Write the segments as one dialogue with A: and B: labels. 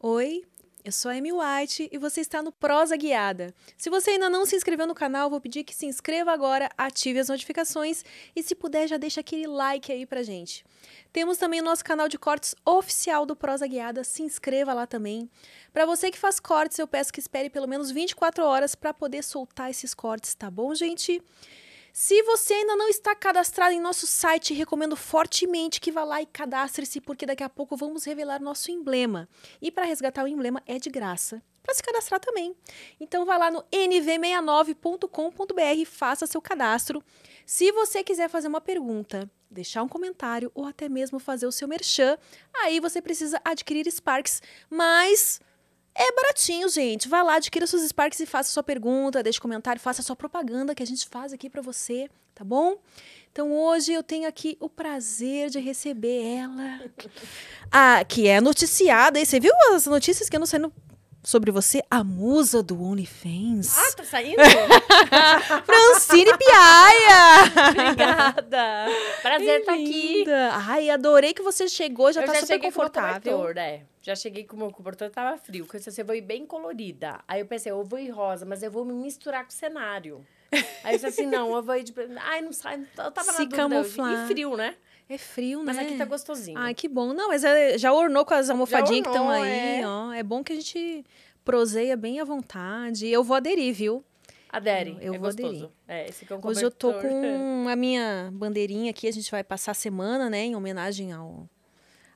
A: Oi, eu sou a Amy White e você está no Prosa Guiada. Se você ainda não se inscreveu no canal, vou pedir que se inscreva agora, ative as notificações e se puder já deixa aquele like aí pra gente. Temos também o nosso canal de cortes oficial do Prosa Guiada, se inscreva lá também. Para você que faz cortes, eu peço que espere pelo menos 24 horas para poder soltar esses cortes, tá bom, gente? Se você ainda não está cadastrado em nosso site, recomendo fortemente que vá lá e cadastre-se, porque daqui a pouco vamos revelar nosso emblema. E para resgatar o emblema é de graça. Para se cadastrar também. Então vá lá no nv69.com.br e faça seu cadastro. Se você quiser fazer uma pergunta, deixar um comentário ou até mesmo fazer o seu merchan, aí você precisa adquirir Sparks, mas é baratinho, gente. Vai lá, adquira seus Sparks e faça sua pergunta, deixe comentário, faça sua propaganda que a gente faz aqui para você, tá bom? Então hoje eu tenho aqui o prazer de receber ela, a, que é noticiada. E você viu as notícias que eu não sei no- sobre você? A musa do OnlyFans.
B: Ah, tá saindo?
A: Francine Piaia!
B: Obrigada. Prazer estar aqui.
A: Linda. Ai, adorei que você chegou, já
B: eu
A: tá
B: já
A: super
B: cheguei com o
A: confortável.
B: cobertor, né? Já cheguei com o meu cobertor, tava frio. Porque você foi bem colorida. Aí eu pensei, eu vou ir rosa, mas eu vou me misturar com o cenário. Aí eu disse assim, não, eu vou ir de... Ai, não sai. Eu tava
A: Se
B: na dúvida. hoje.
A: camuflar.
B: E frio, né?
A: É frio, né?
B: Mas aqui tá gostosinho.
A: Ai, que bom. Não, mas é- já ornou com as almofadinhas que estão
B: ornou,
A: aí,
B: é.
A: ó. É bom que a gente proseia bem à vontade. Eu vou aderir, viu?
B: Adere,
A: eu
B: é
A: vou
B: gostoso.
A: aderir.
B: É, esse aqui é um
A: Hoje eu tô
B: cobertor.
A: com a minha bandeirinha aqui. A gente vai passar a semana, né? Em homenagem ao,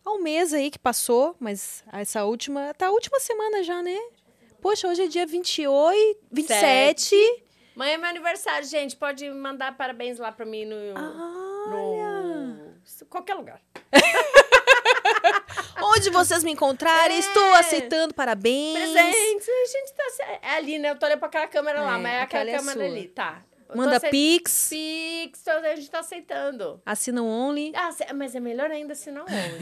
A: ao mês aí que passou. Mas essa última... Tá a última semana já, né? Poxa, hoje é dia 28, 27.
B: Amanhã é meu aniversário, gente. Pode mandar parabéns lá pra mim no...
A: Ah, Olha!
B: no... Qualquer lugar.
A: Onde vocês me
B: É.
A: encontrarem, estou aceitando parabéns.
B: Presentes, a gente tá. se- É ali, né? Eu tô olhando pra aquela câmera lá,
A: É,
B: mas é aquela
A: aquela é
B: câmera
A: sua.
B: ali, tá. Eu tô
A: Manda
B: aceit-
A: pix,
B: Pix, tô- a gente tá aceitando.
A: assina o Only.
B: Ah, se- mas é melhor ainda se não hoje.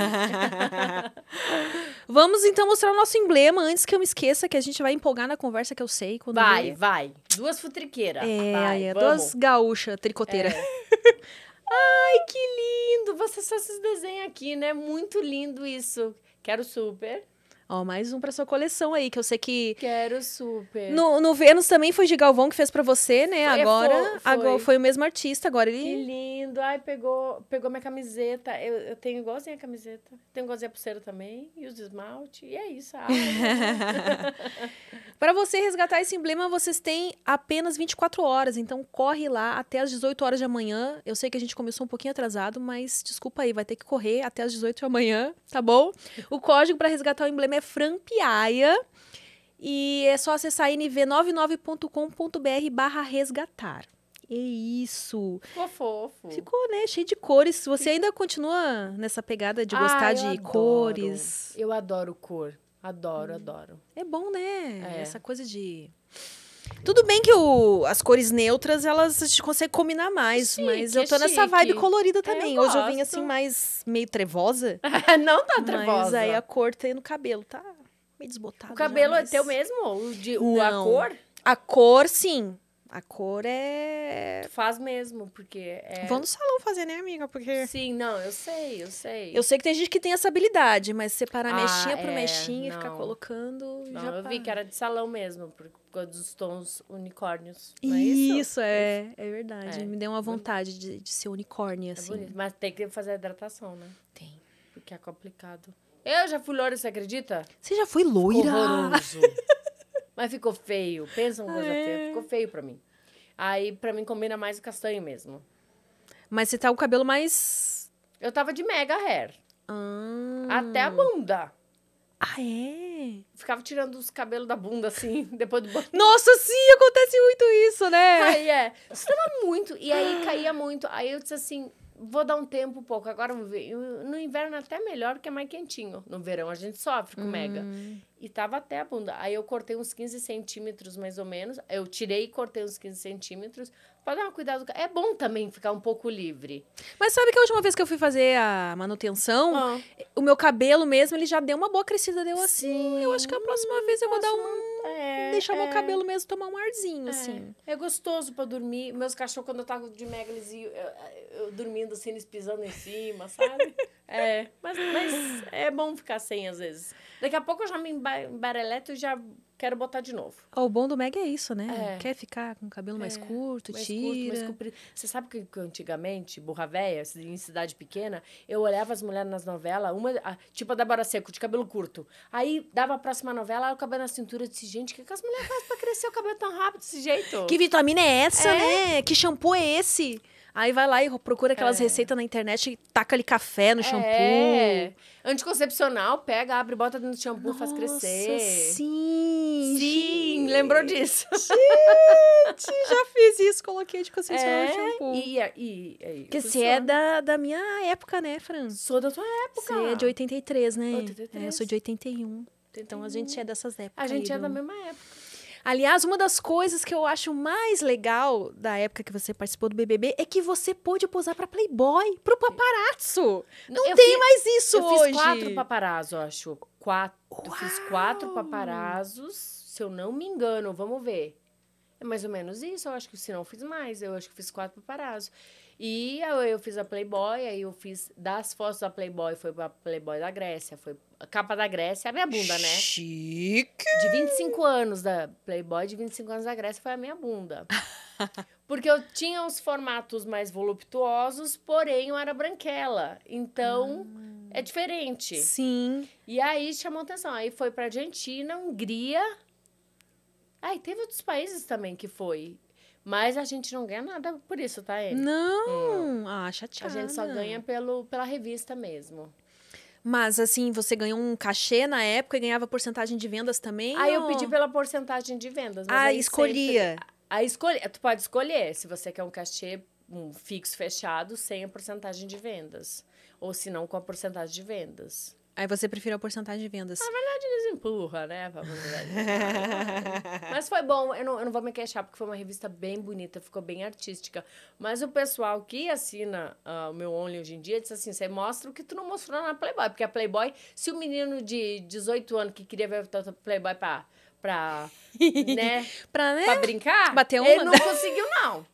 A: Vamos então mostrar o nosso emblema antes que eu me esqueça, que a gente vai empolgar na conversa que eu sei quando
B: vai,
A: vier.
B: vai. Duas futriqueiras.
A: É,
B: vai,
A: é
B: vamos. É.
A: duas gaúchas tricoteiras.
B: Ai, que lindo! Você só esses desenhos aqui, né? Muito lindo isso. Quero super.
A: Ó, mais um pra sua coleção aí, que eu sei que
B: Quero super.
A: no, no Vênus também foi de Galvão que fez pra você, né?
B: É. Foi,
A: agora,
B: fo- foi.
A: agora foi o mesmo artista, agora
B: Que
A: ele
B: lindo. Ai, pegou, pegou minha camiseta. Eu, eu tenho igualzinha a camiseta. Tenho igualzinha a pulseira também. E os esmalte. E é isso. Ah,
A: Pra você resgatar esse emblema, vocês têm apenas 24 horas, então corre lá até as 18 horas de amanhã. Eu sei que a gente começou um pouquinho atrasado, mas desculpa aí, vai ter que correr até as 18 de amanhã, tá bom? O código pra resgatar o emblema é Frampiaia e é só acessar nv99.com.br barra resgatar. É isso.
B: ficou fofo.
A: Ficou, né? Cheio de cores. Você ainda continua nessa pegada de gostar
B: Ah, eu
A: de
B: adoro.
A: cores.
B: Eu adoro cor. Adoro, adoro.
A: É bom, né?
B: É.
A: Essa coisa de. Tudo bem que o- as cores neutras, elas a gente consegue combinar mais,
B: Chique,
A: mas eu tô
B: é
A: nessa vibe
B: chique.
A: colorida também.
B: eu
A: Hoje eu vim assim,
B: gosto.
A: mais meio trevosa.
B: Não tá
A: Mas
B: trevosa.
A: aí a cor tem no cabelo, tá meio desbotada.
B: O
A: já,
B: cabelo é
A: mas-
B: teu mesmo? O de, o, a
A: Não.
B: cor?
A: A cor, sim. A cor é.
B: Tu faz mesmo, porque é...
A: Vão no salão fazer, né, amiga? Porque.
B: Sim, não, eu sei, eu sei.
A: Eu sei que tem gente que tem essa habilidade, mas separar
B: Ah,
A: mexinha por
B: é,
A: mexinha e ficar
B: não.
A: colocando.
B: Não,
A: já
B: eu vi
A: pá.
B: que era de salão mesmo, por causa dos tons unicórnios. Não é
A: Isso,
B: isso?
A: é, é verdade.
B: É.
A: Me deu uma vontade de, de ser unicórnio,
B: É
A: assim.
B: bonito. Mas tem que fazer a hidratação, né?
A: Tem.
B: Porque é complicado. Eu já fui loira, você acredita?
A: Você já foi loira?
B: Horroroso. Mas ficou feio. Pensa uma coisa
A: É.
B: feia. Ficou feio pra mim. Aí, pra mim, combina mais o castanho mesmo.
A: Mas você tá com o cabelo mais.
B: Eu tava de mega hair.
A: Ah,
B: Até a bunda.
A: ah é?
B: Ficava tirando os cabelos da bunda, assim, depois do banho.
A: Nossa, sim, acontece muito isso, né?
B: Aí, é. Isso tava muito. E aí, caía muito. Aí, eu disse assim... Vou dar um tempo um pouco, agora vamos ver. No inverno até melhor, porque é mais quentinho. No verão a gente sofre com mega. E tava até a bunda. Aí eu cortei uns 15 centímetros, mais ou menos. Eu tirei e cortei uns 15 centímetros. Pra dar um cuidado. É bom também ficar um pouco livre.
A: Mas sabe que a última vez que eu fui fazer a
B: Ah.
A: manutenção, o meu cabelo mesmo, ele já deu uma boa crescida, deu assim. Eu acho que a próxima vez eu vou dar um.
B: É,
A: deixar o meu
B: é,
A: cabelo mesmo tomar um arzinho,
B: é.
A: assim.
B: É gostoso pra dormir. Meus cachorros, quando eu tava de mega, eles iam eu, eu dormindo assim, eles pisando em cima, sabe? É, mas, mas é bom ficar sem às vezes. Daqui a pouco eu já me emba- embareleto e já quero botar de novo.
A: Ó, o bom do Meg é isso, né?
B: É.
A: Quer ficar com o cabelo mais
B: É,
A: curto,
B: Mais
A: tira.
B: curto, mais comprido. Você sabe que que antigamente, burra véia, assim, em cidade pequena, eu olhava as mulheres nas novelas, uma, a- tipo a Débora Seco, de cabelo curto. Aí dava a próxima novela, o cabelo na cintura, eu disse, gente, o que, que as mulheres fazem pra crescer o cabelo tão rápido desse jeito?
A: Que vitamina é essa, né? Que shampoo é esse? Aí vai lá e procura aquelas
B: É.
A: receitas na internet e taca ali café no shampoo.
B: É. Anticoncepcional, pega, abre, bota dentro do shampoo, faz
A: Nossa,
B: crescer.
A: Sim,
B: Sim, lembrou disso.
A: Gente, já fiz isso, coloquei de consensual
B: É,
A: no shampoo.
B: E, e, e, e
A: Porque você é da, da minha época, né, Fran?
B: Sou da tua época.
A: Você é de 83, né?
B: 83.
A: É, eu sou de 81. Então a gente é dessas épocas.
B: A gente
A: aí,
B: é da
A: viu?
B: mesma época.
A: Aliás, uma das coisas que eu acho mais legal da época que você participou do BBB é que você pôde posar pra Playboy, pro paparazzo. Não
B: Eu
A: tem
B: fi-
A: mais isso
B: Eu
A: hoje.
B: fiz quatro paparazzo, eu acho. Quatro. Eu Fiz quatro
A: Uau!
B: paparazos, se eu não me engano, vamos ver. É mais ou menos isso, eu acho que se não eu fiz mais, eu acho que fiz quatro paparazzo. E eu, eu fiz a Playboy, aí eu fiz das fotos da Playboy, foi pra Playboy da Grécia, foi a capa da Grécia, a minha bunda, né?
A: Chique.
B: De 25 anos da Playboy, de 25 anos da Grécia, foi a minha bunda. Porque eu tinha os formatos mais voluptuosos, porém eu era branquela. Então,
A: Ah.
B: é diferente.
A: Sim.
B: E aí chamou atenção. Aí foi pra Argentina, Hungria. Aí teve outros países também que foi. Mas a gente não ganha nada por isso, tá, Anne?
A: Não. Ah,
B: Hum. A
A: chateada.
B: gente só ganha pelo, pela revista mesmo.
A: Mas assim, você ganhou um cachê na época e ganhava porcentagem de vendas também?
B: Aí eu
A: ou-
B: pedi pela porcentagem de vendas. mas
A: Ah,
B: aí sempre-
A: escolhia.
B: A escolha, tu pode escolher se você quer um cachê um fixo fechado sem a porcentagem de vendas. Ou se não, com a porcentagem de vendas.
A: Aí você preferiu a porcentagem de vendas.
B: Ah, Eles empurram, né? pra publicidade. Mas foi bom, eu não, eu não vou me queixar, porque foi uma revista bem bonita, ficou bem artística. Mas o pessoal que assina ah, o meu Only hoje em dia diz assim: você mostra o que tu não mostrou na Playboy. Porque a Playboy, se o menino de 18 anos que queria ver a Playboy pra. pra né?
A: pra, né?
B: pra brincar,
A: Bater
B: ele
A: uma.
B: não conseguiu, não.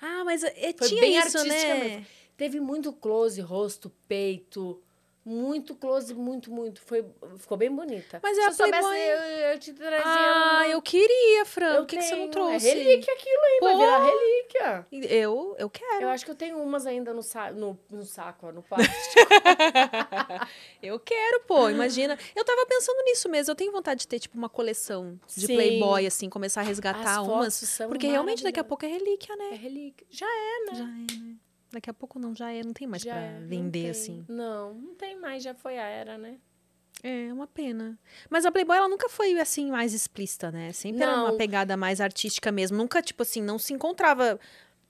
A: Ah, mas é,
B: Foi
A: tinha
B: bem
A: isso, né?
B: artisticamente. Teve muito close, rosto, peito. Muito close, muito, muito. Foi, ficou bem bonita.
A: Mas é
B: Se
A: a
B: eu soubesse,
A: Playboy.
B: eu, eu te trazia.
A: Ah,
B: um-
A: eu queria, Fran.
B: eu
A: Por que, que você não
B: tenho.
A: trouxe?
B: É relíquia aquilo, hein? Vai
A: Pô!
B: virar relíquia.
A: Eu, eu quero.
B: Eu acho que eu tenho umas ainda no, sa no, no saco, ó, no plástico.
A: Eu quero, pô. Imagina. Eu tava pensando nisso mesmo. Eu tenho vontade de ter, tipo, uma coleção de
B: Sim.
A: Playboy, assim, começar a resgatar
B: As
A: umas.
B: fotos são
A: Porque realmente daqui a
B: maravilhosas.
A: pouco é relíquia, né?
B: É relíquia. Já é,
A: Já é, né? Daqui a pouco não, já é. Não tem mais
B: já
A: pra
B: é. Não
A: vender,
B: tem.
A: assim.
B: Não, não tem mais, já foi a era, né?
A: É, uma pena. Mas a Playboy, ela nunca foi, assim, mais explícita, né? Sempre era uma
B: Não.
A: pegada mais artística mesmo. Nunca, tipo assim, não se encontrava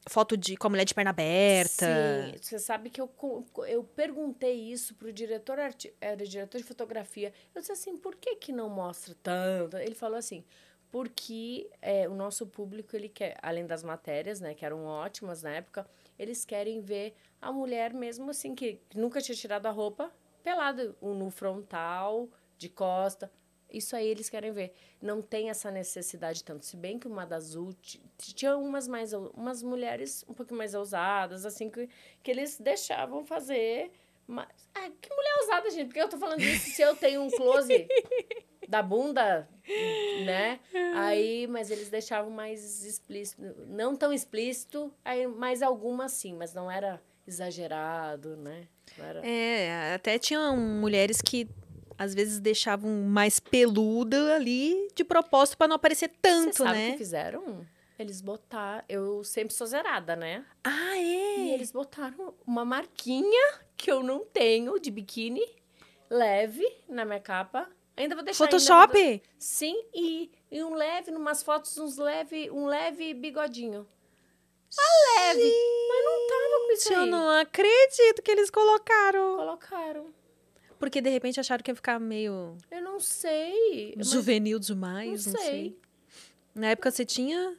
A: foto de, com a mulher de perna aberta.
B: Sim, você sabe que eu, co- eu perguntei isso pro diretor, arti- era diretor de fotografia. Eu disse assim, por que que não mostra tanto? Ele falou assim, porque é, o nosso público, ele quer, além das matérias, né, que eram ótimas na época, eles querem ver a mulher mesmo assim, que nunca tinha tirado a roupa, pelada, um no frontal, de costa. Isso aí eles querem ver. Não tem essa necessidade tanto. Se bem que uma das últimas. Tinha umas mais. ou- umas mulheres um pouquinho mais ousadas, assim, que, que eles deixavam fazer. Mas, ah, que mulher ousada, gente? Porque eu tô falando isso se eu tenho um close da bunda, né? Aí, mas eles deixavam mais explícito. Não tão explícito, aí, mas algumas sim, mas não era exagerado, né? Não era.
A: É, até tinham mulheres que às vezes deixavam mais peluda ali de propósito pra não aparecer tanto,
B: Você sabe o
A: né?
B: que fizeram? Eles botaram. Eu sempre sou zerada, né?
A: Ah, é.
B: E eles botaram uma marquinha que eu não tenho de biquíni leve na minha capa. Ainda vou deixar. ainda vou
A: Photoshop?
B: do- Sim, e, e um leve, numas fotos, uns leve, um leve bigodinho. Ah, leve! Mas não tava com isso
A: Eu
B: aí.
A: não acredito que eles colocaram.
B: Colocaram.
A: Porque de repente acharam que ia ficar meio
B: Eu não sei. mas
A: juvenil demais,
B: não
A: não sei.
B: sei.
A: Na época você tinha.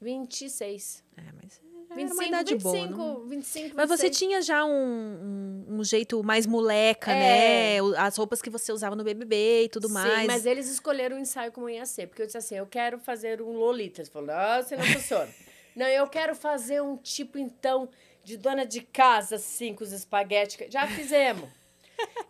B: 26.
A: É, mas. era
B: 25,
A: uma idade boa.
B: 25,
A: não-
B: 25,
A: Mas você
B: 26.
A: tinha já um, um, um jeito mais moleca,
B: É.
A: né? O- As roupas que você usava no BBB e tudo
B: Sim,
A: mais.
B: mas é eles escolheram o ensaio como ia ser. Porque eu disse assim, eu quero fazer um Lolita. Eles falaram, ah, você não funciona. Não, eu quero fazer um tipo, então, de dona de casa, assim, com os espaguetes. Já fizemos.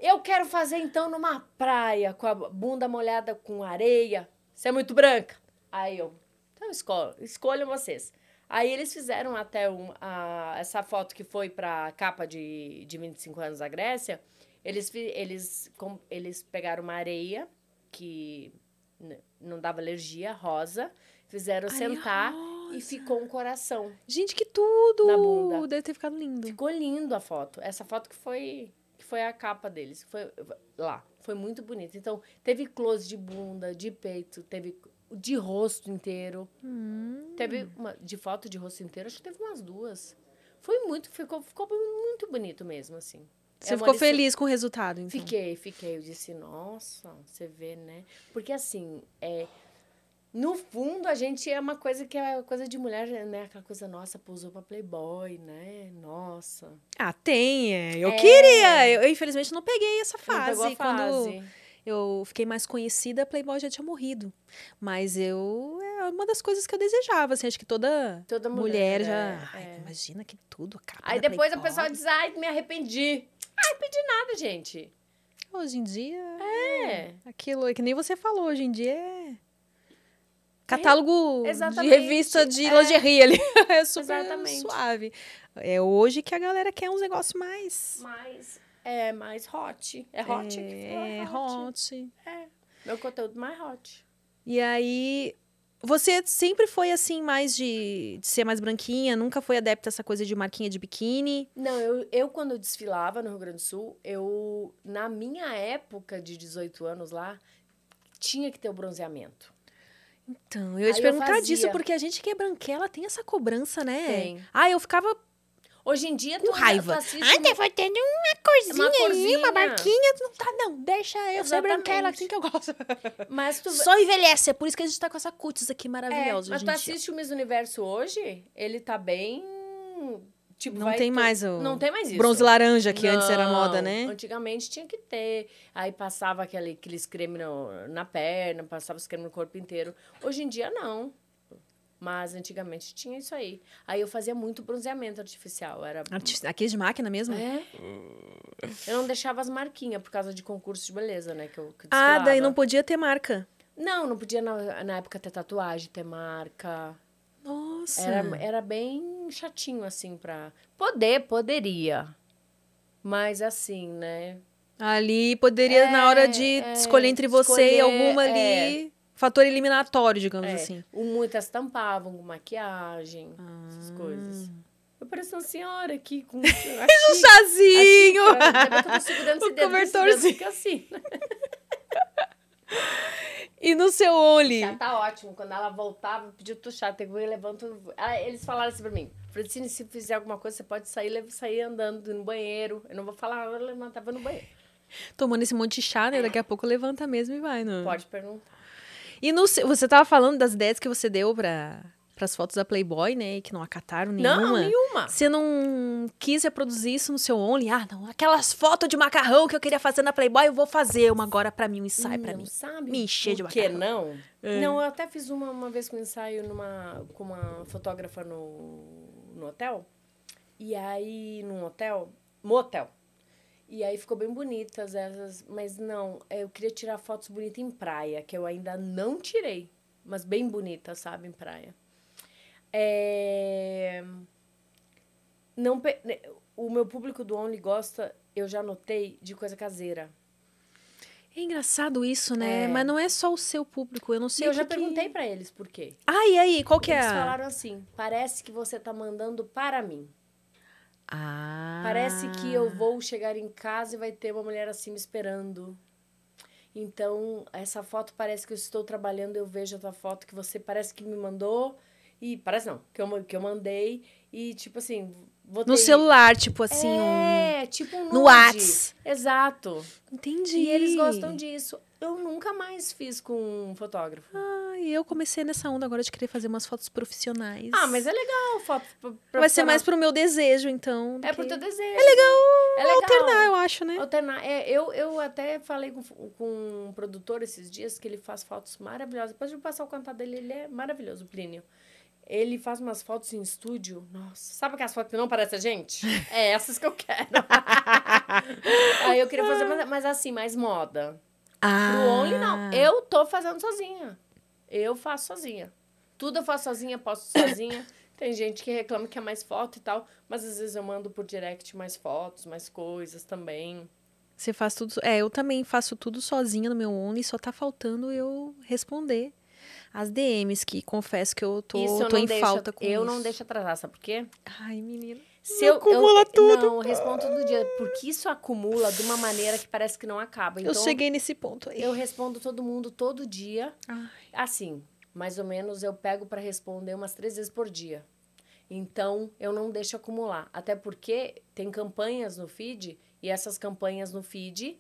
B: Eu quero fazer, então, numa praia, com a bunda molhada com areia. Você é muito branca. Aí eu, então escolha, escolham vocês. Aí eles fizeram até um, a, essa foto que foi pra capa de, de 25 anos da Grécia. Eles, fi- eles, com- eles pegaram uma areia que n- não dava alergia, rosa. Fizeram
A: Areia
B: sentar
A: rosa.
B: e ficou um coração.
A: Gente, que tudo!
B: Na bunda.
A: Deve ter ficado lindo.
B: Ficou lindo a foto. Essa foto que foi, que foi a capa deles. Foi lá. Foi muito bonita. Então, teve close de bunda, de peito, teve de rosto inteiro.
A: Hum.
B: Teve uma, de foto de rosto inteiro, acho que teve umas duas. Foi muito, ficou, ficou muito bonito mesmo, assim.
A: Você
B: É uma
A: ficou
B: lição-
A: feliz com o resultado, então?
B: Fiquei, fiquei. Eu disse, nossa, você vê, né? Porque assim, é, no fundo a gente é uma coisa que é coisa de mulher, né? Aquela coisa nossa, pousou pra Playboy, né? Nossa.
A: Ah, tem, é. Eu
B: É.
A: queria. Eu, eu, infelizmente, não peguei essa
B: Não
A: fase.
B: pegou a
A: Quando
B: fase.
A: eu fiquei mais conhecida, a Playboy já tinha morrido. Mas eu... É uma das coisas que eu desejava, assim. Acho que toda
B: Toda
A: mulher,
B: mulher, é,
A: já... Ai,
B: é.
A: imagina que tudo. a capa
B: Aí
A: da
B: depois a
A: Playboy.
B: pessoa diz, ai, me arrependi. Ah, arrependi nada, gente.
A: Hoje em dia,
B: É.
A: aquilo é que nem você falou. Hoje em dia é... Catálogo de
B: exatamente,
A: revista de
B: é.
A: lingerie ali. É super
B: Exatamente.
A: suave. É hoje que a galera quer uns negócios mais...
B: Mas é mais hot. É hot? que fala?
A: É, hot.
B: Meu conteúdo mais hot.
A: E aí, você sempre foi assim, mais de, de ser mais branquinha? Nunca foi adepta a essa coisa de marquinha de biquíni?
B: Não, eu, eu quando eu desfilava no Rio Grande do Sul, eu, na minha época de 18 anos lá, tinha que ter o bronzeamento.
A: Então, eu ia te
B: Aí eu
A: perguntar
B: fazia.
A: disso, porque a gente que é branquela tem essa cobrança, né?
B: Tem.
A: Ah, eu ficava
B: Hoje em dia,
A: com
B: tu,
A: raiva.
B: tu assiste um- uma-
A: tava tendo uma
B: uma corzinha.
A: Não tá, não. Deixa eu ser
B: Exatamente.
A: branquela, assim que eu gosto.
B: mas tu,
A: Só envelhece. É por isso que a gente tá com essa cutis aqui
B: é,
A: maravilhosa,
B: mas tu
A: gente.
B: assiste o Miss Universo hoje, ele tá bem, tipo,
A: Não
B: vai
A: tem
B: tu-
A: mais o
B: Não tem mais isso.
A: bronze laranja, que antes era
B: Não,
A: moda, né?
B: Antigamente tinha que ter. Aí passava aquele, aqueles creme no- na perna, passava os creme no corpo inteiro. Hoje em dia, não. Mas antigamente tinha isso aí. Aí eu fazia muito bronzeamento artificial. Era.
A: Arti- Aqui de máquina Ah, mesmo?
B: É. Eu não deixava as marquinhas por causa de concurso de beleza, né? Que eu, que eu
A: Ah, daí
B: desfilava.
A: não podia ter marca.
B: Não, não podia na, na época ter tatuagem, ter marca.
A: Nossa.
B: Era, era bem chatinho, assim, pra. Poder, poderia. Mas assim, né?
A: Ali poderia, na hora de
B: É, é,
A: escolher entre você e
B: escolher,
A: alguma ali, fator eliminatório, digamos
B: É,
A: assim.
B: o- muitas tampavam com maquiagem,
A: Ah.
B: essas coisas. Eu pareço uma senhora aqui com a xí-
A: Um chazinho!
B: a xícara, daqui a pouco eu tô segurando
A: O
B: esse dedo, esse dedo
A: cobertorzinho.
B: fica assim.
A: E no seu Only?
B: Já tá ótimo. Quando ela voltava, pediu tuchar, tem que eu levanto. Ah, eles falaram assim pra mim: Francine, se fizer alguma coisa, você pode sair, leva- sair andando no banheiro. Eu não vou falar, "Ah, eu levantava no banheiro.
A: Tomando esse monte de chá,
B: É.
A: né? Daqui a pouco levanta mesmo e vai, não?
B: Pode perguntar.
A: E no seu, você tava falando das ideias que você deu pra, pras fotos da Playboy, né? E que não acataram nenhuma.
B: Não, nenhuma.
A: Você não quis reproduzir isso no seu Only? Ah, não. Aquelas fotos de macarrão que eu queria fazer na Playboy, eu vou fazer uma agora pra mim, um ensaio pra
B: Não
A: mim.
B: Hum, sabe?
A: Me encher de
B: Por que
A: macarrão. É.
B: não? Não, eu até fiz uma, uma vez com um ensaio numa, com uma fotógrafa no, no hotel. E aí, num hotel, motel. E aí ficou bem bonitas essas, mas não, é, eu queria tirar fotos bonitas em praia, que eu ainda não tirei, mas bem bonitas, sabe, em praia. É, não, pe- né, o meu público do Only gosta, eu já notei, de coisa caseira.
A: É engraçado isso, né? Mas não é só o seu público. Eu não
B: E
A: sei
B: eu
A: o
B: já
A: que que-
B: perguntei pra eles por quê.
A: Ah, e aí? Qual que é?
B: Eles
A: a-
B: falaram assim: parece que você tá mandando para mim.
A: Ah.
B: Parece que eu vou chegar em casa e vai ter uma mulher assim me esperando. Então, essa foto parece que eu estou trabalhando, eu vejo a tua foto que você parece que me mandou. E parece não, que eu, ma- que eu mandei. E tipo assim, vou ter.
A: No celular, tipo assim, um...
B: É, tipo um
A: no
B: nude.
A: Whats.
B: Exato.
A: Entendi.
B: E eles gostam disso. Eu nunca mais fiz com um fotógrafo.
A: Ah, e eu comecei nessa onda agora de querer fazer umas fotos profissionais.
B: Ah, mas é legal foto. pro-
A: Vai ser
B: profissional.
A: mais pro meu desejo, então. do
B: É
A: que-
B: pro teu desejo.
A: É legal,
B: É legal.
A: alternar, eu acho, né?
B: Alternar. É, eu, eu até falei com, com um produtor esses dias que ele faz fotos maravilhosas. Depois de eu passar o contato dele, ele é maravilhoso, o Plínio. Ele faz umas fotos em estúdio. Nossa, sabe aquelas fotos que não parecem a gente? É essas que eu quero. Aí eu queria fazer, mas, mas assim, mais moda.
A: Ah.
B: Pro Only, não. Eu tô fazendo sozinha. Eu faço sozinha. Tudo eu faço sozinha, posto sozinha. Tem gente que reclama que é mais foto e tal, mas às vezes eu mando por direct mais fotos, mais coisas também.
A: Você faz tudo. so- É, eu também faço tudo sozinha no meu Only, só tá faltando eu responder as DMs, que confesso que eu tô,
B: isso eu
A: tô
B: não
A: em
B: deixo,
A: falta com
B: Eu
A: isso.
B: não deixo atrasar, sabe por quê?
A: Ai, menina.
B: Se eu,
A: acumula
B: eu,
A: tudo.
B: Não, eu respondo todo dia, porque isso acumula de uma maneira que parece que não acaba. Então,
A: eu cheguei nesse ponto aí.
B: eu respondo todo mundo todo dia.
A: Ai.
B: Assim, mais ou menos eu pego pra responder umas três vezes por dia. Então, eu não deixo acumular. Até porque tem campanhas no feed, e essas campanhas no feed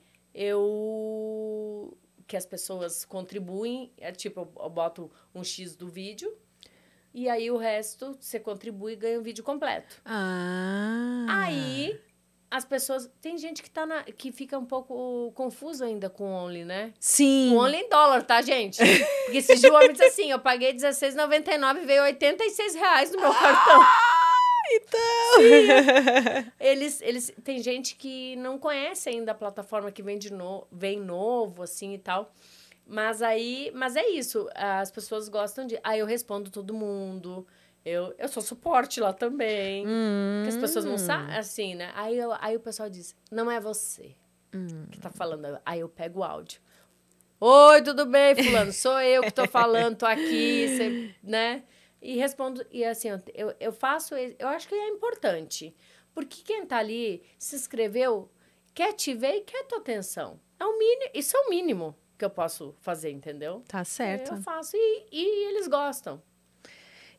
B: eu. que as pessoas contribuem. É tipo, eu- eu boto um X do vídeo, e aí o resto você contribui e ganha o vídeo completo.
A: Ah.
B: Aí as pessoas. Tem gente que, tá na, que fica um pouco confuso ainda com o Only, né?
A: Sim.
B: O Only em dólar, tá, gente? Porque esse Gil homem diz assim: eu paguei R$16,99 e veio R$ 86 reais no meu cartão. Eles, eles. Tem gente que não conhece ainda a plataforma que vem, de no, vem novo, assim e tal. Mas aí. Mas é isso. As pessoas gostam de. Aí eu respondo todo mundo. Eu, eu sou suporte lá também.
A: Hum.
B: Porque as pessoas não sabem, assim, né? Aí, eu- aí o pessoal diz, não é você que
A: Hum.
B: tá falando. Aí eu pego o áudio. Oi, tudo bem, fulano? Sou eu que tô falando, tô aqui, cê- né? E respondo, e assim, ó, eu, eu faço, e- eu acho que é importante. Porque quem tá ali, se inscreveu, quer te ver e quer tua atenção. É o mínimo, isso é o mínimo que eu posso fazer, entendeu?
A: Tá certo.
B: Eu faço e, e eles gostam.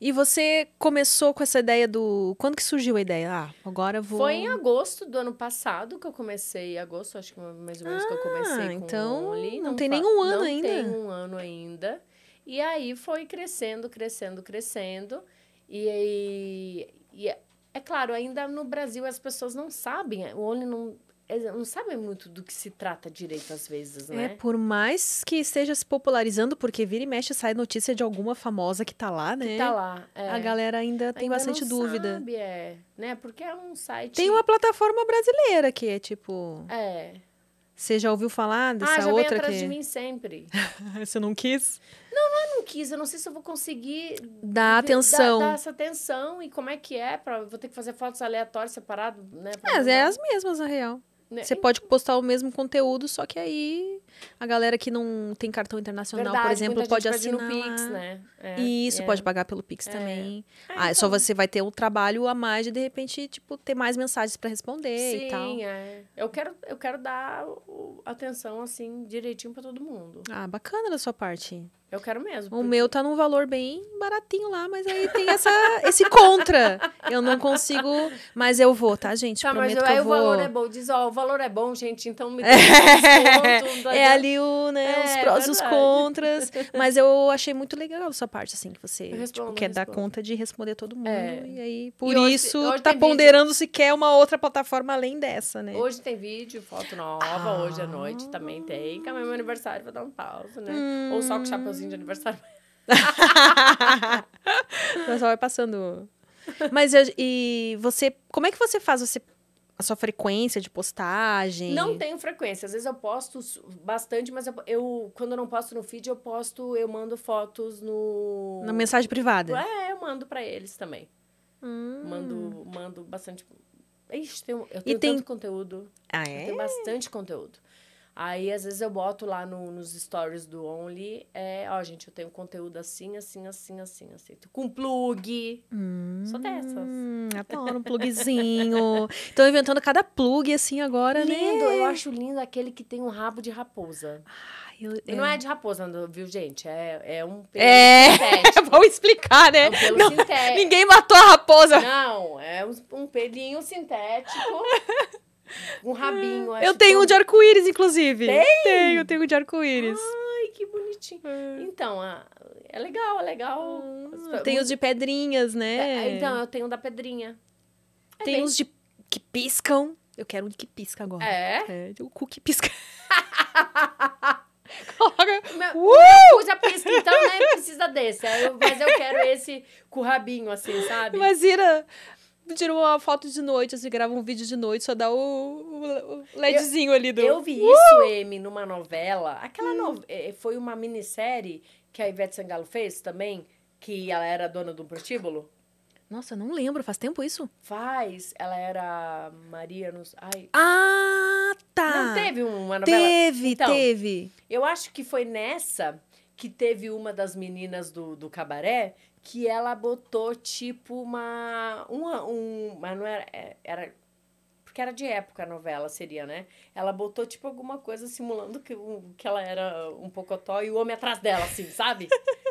A: E você começou com essa ideia do. Quando que surgiu a ideia? Ah, agora eu vou.
B: Foi em agosto do ano passado que eu comecei. Agosto, acho que mais ou menos que eu comecei com
A: Ah, então,
B: o Only.
A: não tem
B: fa-
A: nem um ano ainda.
B: Não tem um ano ainda. E aí foi crescendo, crescendo, crescendo. E aí... E é, é claro, ainda no Brasil as pessoas não sabem. O Only não... eles Não sabem muito do que se trata direito às vezes,
A: É,
B: né?
A: por mais que esteja se popularizando, porque vira e mexe sai notícia de alguma famosa que tá lá, né?
B: Que tá lá. é.
A: A galera ainda tem
B: Ainda
A: bastante
B: não
A: dúvida.
B: Sabe, é, né? Porque é um site...
A: Tem uma plataforma brasileira que é tipo.
B: É.
A: Você já ouviu falar dessa
B: ah, já vem
A: outra
B: atrás de
A: que. é?
B: mim sempre.
A: Ah, Você não quis?
B: não quis, eu não sei se eu vou conseguir
A: Dá
B: ver-
A: atenção.
B: dar, dar essa atenção e como é que é, pra, vou ter que fazer fotos aleatórias separado, né? pra
A: Mas é
B: mandar,
A: as mesmas, na real.
B: né?
A: Você pode postar o mesmo conteúdo, só que aí a galera que não tem cartão internacional,
B: Verdade,
A: por exemplo,
B: muita
A: pode
B: gente pede
A: assinar.
B: no Pix,
A: lá.
B: né? É,
A: Isso,
B: é.
A: pode pagar pelo Pix
B: É.
A: também.
B: É,
A: Ah, só
B: então,
A: você vai ter um trabalho a mais de, de repente, tipo, ter mais mensagens pra responder
B: Sim,
A: e tal.
B: é. Eu quero, eu quero dar o- atenção, assim, direitinho pra todo mundo.
A: Ah, bacana da sua parte.
B: Eu quero mesmo.
A: O
B: porque-
A: meu tá num valor bem baratinho lá, mas aí tem essa, esse contra. Eu não consigo, mas eu vou, tá, gente?
B: Tá, mas
A: Prometo
B: eu,
A: que
B: aí
A: eu
B: o
A: vou.
B: valor é bom. Diz, ó, o valor é bom, gente, então me dá um desconto.
A: É,
B: tá
A: é
B: vendo?
A: ali o, né, os
B: É,
A: prós e os
B: verdade.
A: contras. Mas eu achei muito legal a sua parte, assim, que você
B: Eu
A: tipo,
B: respondo,
A: quer dar
B: respondo.
A: conta de responder todo mundo.
B: É.
A: E aí, por
B: hoje-
A: isso,
B: hoje
A: tá
B: tem vídeo.
A: ponderando se quer uma outra plataforma além dessa, né?
B: Hoje tem vídeo, foto nova,
A: Ah.
B: hoje à noite também tem. Que é meu aniversário, vou dar um pause, né? Ou só com chapeuzinho de aniversário.
A: O pessoal vai passando. Mas eu- e você, como é que você faz você a sua frequência de postagem?
B: Não tenho frequência. Às vezes eu posto s- bastante, mas eu, eu- quando eu não posto no feed, eu posto, eu mando fotos no.
A: na mensagem privada.
B: É, eu mando pra eles também.
A: Hum.
B: Mando, mando bastante. Ixi, tem, um- eu
A: E
B: tenho
A: tem-
B: tanto conteúdo.
A: Ah,
B: Eu
A: é?
B: tenho bastante conteúdo. Aí, às vezes, eu boto lá no- nos stories do Only, é, ó, gente, eu tenho conteúdo assim, assim, assim, assim, assim. Com plug. Sou dessas.
A: Hum, adoro um plugzinho. Estão inventando cada plug assim agora, né?
B: Lindo, eu acho lindo aquele que tem um rabo de raposa.
A: Ai, eu-
B: E Não é de raposa, não, viu, gente? É, é um pelo
A: É.
B: sintético.
A: Vamos explicar, né?
B: É um pelo
A: Não,
B: sintético.
A: ninguém matou a raposa.
B: Não, é um, um pelinho sintético. um rabinho.
A: eu
B: acho é
A: tenho um
B: tão-
A: de arco-íris, inclusive. Tem? Tenho, tenho um de arco-íris.
B: Ai, que bonitinho. Então, ah, é legal, é legal.
A: Ah, tem os de pedrinhas, né?
B: Então, eu tenho o da pedrinha. É
A: Tem
B: bem-
A: uns de que piscam. Eu quero um que pisca agora.
B: É?
A: É, o cu que pisca. Coloca.
B: Meu-
A: Uh!
B: Usa pisca, então nem precisa desse. Aí eu- Mas eu quero esse com o rabinho, assim, sabe?
A: Imagina. Tirou uma foto de noite, assim, grava um vídeo de noite, só dá o, o- o LEDzinho ali do.
B: Eu vi isso, Amy, numa novela.
A: Hum.
B: Aquela nove- eh, foi uma minissérie que a Ivete Sangalo fez também, que ela era dona de um prostíbulo.
A: Nossa, eu não lembro, faz tempo isso?
B: Faz, ela era Maria, não sei- Ai,
A: Ah, tá.
B: não teve uma novela?
A: Teve,
B: Então,
A: teve.
B: Eu acho que foi nessa que teve uma das meninas do, do cabaré que ela botou tipo uma. uma um, mas não era, é- era. Porque era de época a novela, seria, né? Ela botou tipo alguma coisa simulando que, um- que ela era um pocotó e o homem atrás dela, assim, sabe?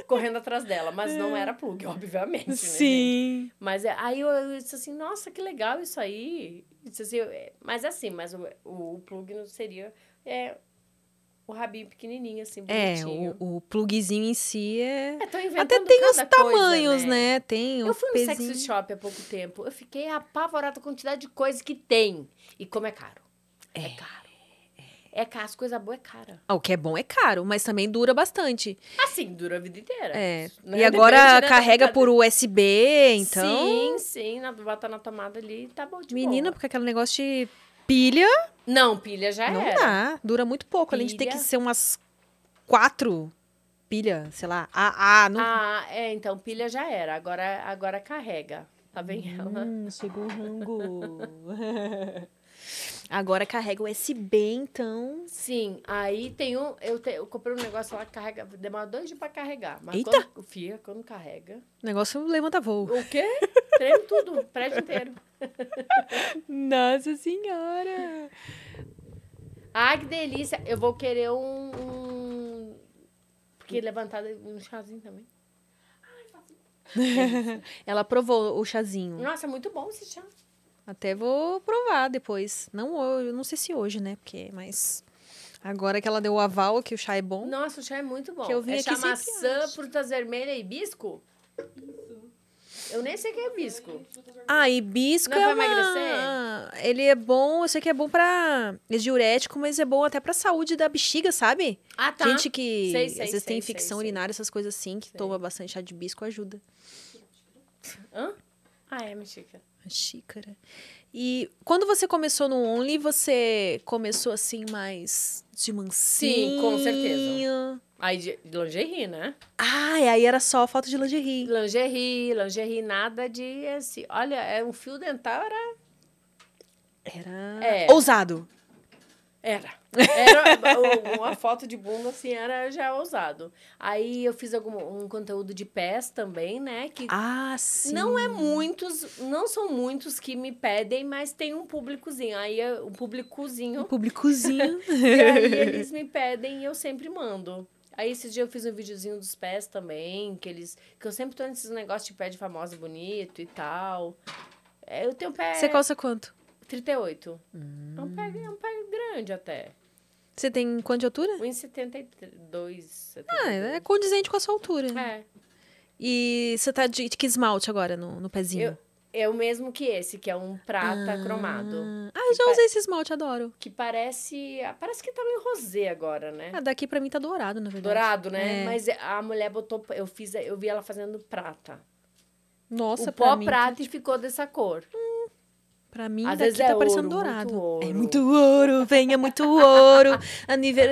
B: Correndo atrás dela. Mas não era plug, obviamente. né, gente?
A: Sim.
B: Mas é- aí eu, eu disse assim, nossa, que legal isso aí. Eu disse assim, eu- é, mas assim, mas o, o, o plug não seria é, o rabinho pequenininho, assim,
A: É,
B: bonitinho.
A: o, o plugzinho em si é.
B: É, tão inventando
A: Até tem os
B: cada coisa,
A: tamanhos, né? Tem o
B: Eu fui no
A: pezinho.
B: sex shop há pouco tempo. Eu fiquei apavorada com a quantidade de coisa que tem. E como é caro. É, caro. É caro. As coisas boas é cara.
A: Ah, o que é bom é caro, mas também dura bastante.
B: Assim, dura a vida inteira.
A: É.
B: Né?
A: E agora
B: Depende, né,
A: carrega
B: da-
A: por USB, então.
B: Sim, sim. na- Bota na tomada ali e tá bom de
A: Menina,
B: boa.
A: porque aquele negócio de pilha
B: Não, pilha já
A: não
B: era.
A: dá. Dura muito pouco. Além de ter
B: Pilha.
A: que ser umas quatro pilha, sei lá. Ah, ah não.
B: Ah, é, então pilha já era. Agora, agora carrega. tá Lá vem ela.
A: Hum, chegou o rango. Agora carrega o USB, então.
B: Sim, aí tem um. Eu, te- eu comprei um negócio lá que carrega. Demora dois dias pra carregar. Mas
A: Eita!
B: quando fia, quando carrega.
A: O negócio levanta voo.
B: O quê? Treme tudo, o prédio inteiro.
A: Nossa senhora!
B: Ai, Ah, que delícia. Eu vou querer um. um-
A: Hum.
B: Porque levantar um chazinho também.
A: Ela provou o chazinho.
B: Nossa, é muito bom esse chá.
A: Até vou provar depois. Não, ho- eu não sei se hoje, né? Porque, mas agora que ela deu o aval que o chá é bom.
B: Nossa, o chá é muito bom.
A: Que eu vim
B: é
A: aqui
B: chá
A: sempre
B: maçã,
A: acho.
B: frutas vermelhas e hibisco? Eu nem sei o que é hibisco.
A: Ah, hibisco
B: Não
A: é
B: vai
A: uma...
B: emagrecer?
A: Ele é bom, eu sei que é bom pra... É diurético, mas é bom até pra saúde da bexiga, sabe?
B: Ah, tá.
A: Gente que
B: Sei,
A: às
B: sei,
A: vezes tem
B: sei,
A: infecção
B: sei, sei.
A: urinária, essas coisas assim, que
B: Sei.
A: toma bastante chá de hibisco, ajuda.
B: Hã? Ah, é, mexica.
A: A xícara. E quando você começou no Only, você começou assim mais de mansinho?
B: Sim, com certeza. Aí de de lingerie, né?
A: Ah, e aí era só foto de lingerie.
B: Lingerie, lingerie, nada de assim. Olha, é um fio dental era.
A: Era
B: É.
A: ousado.
B: Era. Era o- uma foto de bunda, assim, era já ousado. Aí eu fiz algum, um conteúdo de pés também, né? Que
A: Ah, sim.
B: não é muitos, não são muitos que me pedem, mas tem um públicozinho. Aí eu- um
A: um
B: públicozinho.
A: publicozinho.
B: e aí eles me pedem e eu sempre mando. Aí esse dia eu fiz um videozinho dos pés também, que eles. Que eu sempre tô nesses negócios de pé de famosa bonito e tal. É, Eu tenho pé
A: Você Hum. calça quanto?
B: 38. É, um pé, é um pé grande até.
A: Você tem quanto de altura?
B: 1,72.
A: Ah,
B: 72.
A: é condizente com a sua altura. né?
B: É.
A: E você tá de, de que esmalte agora no, no pezinho?
B: Eu- É o mesmo que esse, que é um prata
A: Ah.
B: cromado.
A: Ah, eu já
B: Pa-
A: usei esse esmalte, adoro.
B: Que parece. ah, Parece que tá meio rosé agora, né?
A: Ah, daqui pra mim tá dourado, na verdade.
B: Dourado, né?
A: É.
B: Mas a mulher botou. Eu fiz, eu vi ela fazendo prata.
A: Nossa,
B: o pó
A: pra mim.
B: prata e ficou dessa cor.
A: Pra mim,
B: Às
A: daqui
B: vezes
A: tá
B: é
A: parecendo
B: ouro,
A: dourado.
B: muito ouro.
A: É muito ouro, venha muito ouro. A nível,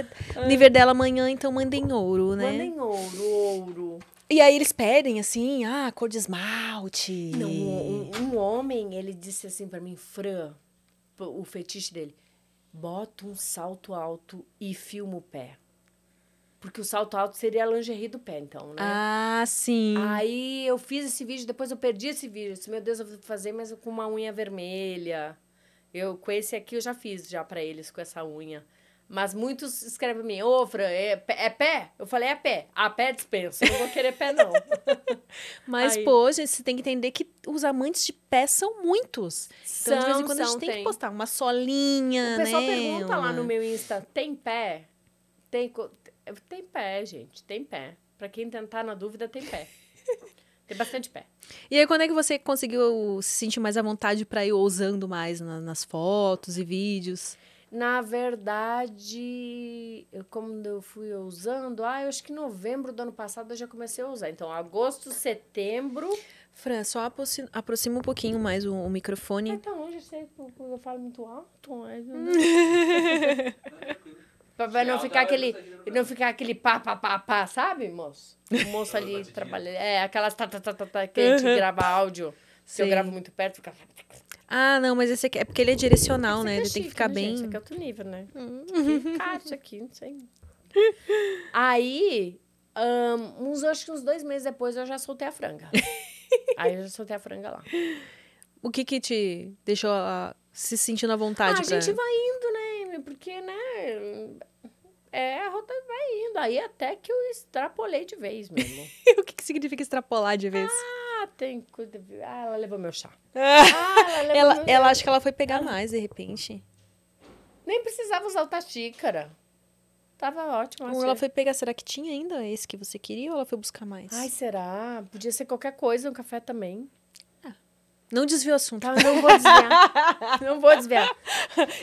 A: nível dela amanhã, então mandem ouro, né?
B: Ah. Mandem ouro, ouro.
A: E aí eles pedem assim, ah, cor de esmalte.
B: Não, um, um homem, ele disse assim pra mim, Fran, pô, o fetiche dele, bota um salto alto e filma o pé. Porque o salto alto seria a lingerie do pé, então, né?
A: Ah, sim.
B: Aí eu fiz esse vídeo, depois eu perdi esse vídeo. Eu disse, meu Deus, eu vou fazer, mas com uma unha vermelha. Eu, com esse aqui eu já fiz já pra eles, com essa unha. Mas muitos escrevem pra mim, ô, Fran, é, pé- é pé? Eu falei, é pé. A pé dispensa, eu não vou querer pé, não.
A: Mas,
B: aí-
A: pô, gente, você tem que entender que os amantes de pé são muitos. Então, de vez em quando a gente tem, que postar uma solinha,
B: O pessoal
A: né,
B: pergunta lá
A: uma-
B: no meu Insta, tem pé? Tem, co- tem pé, gente, tem pé. Pra quem tentar na dúvida, tem pé. Tem bastante pé.
A: E aí, quando é que você conseguiu se sentir mais à vontade pra ir ousando mais na- nas fotos e vídeos?
B: Na verdade, eu, como eu fui usando, ah, eu acho que novembro do ano passado eu já comecei a usar. Então, agosto, setembro.
A: Fran, só aproxi- aproxima um pouquinho mais o, o microfone.
B: Ai, tá longe, eu sei, porque eu falo muito alto. mas não Pra pra não
C: Tchau,
B: ficar
C: tá,
B: aquele,
C: eu não sei de
B: não ficar aquele pá, pá, pá, pá, sabe, moço? O moço ali
C: batidinha.
B: trabalhando. É, aquelas tá, tá, tá, tá, tá, que a gente
A: Uhum.
B: grava áudio. Se eu
A: Sei.
B: gravo muito perto, fica...
A: Ah, não, mas esse aqui é porque ele é direcional, né?
B: Isso aqui
A: Ele tem
B: é chique,
A: que ficar
B: né,
A: bem. Hum.
B: Gente? Isso aqui é outro nível, né? Que caro isso aqui, não sei. Aí, ahn, uns, acho que uns dois meses depois, eu já soltei a franga. Aí eu já soltei a franga
A: Tá
B: lá.
A: O que que te deixou ah, se sentindo à vontade?
B: Ah, a
A: pra-
B: gente vai indo, né? Porque, né? É, a rota vai indo. Aí até que eu extrapolei de vez mesmo.
A: o que que significa extrapolar de vez?
B: ah, tem coisa. Ah, ela levou meu chá.
A: Ah,
B: Ah, ela levou
A: ela,
B: meu
A: ela acha que ela foi pegar mais, de repente.
B: Nem precisava usar outra xícara. Tava ótimo.
A: Ou
B: achei.
A: ela foi pegar, será que tinha ainda esse que você queria ou ela foi buscar mais?
B: Ai, será? Podia ser qualquer coisa, um café também.
A: Não desvia o assunto.
B: Tá, não vou desviar. não vou desviar.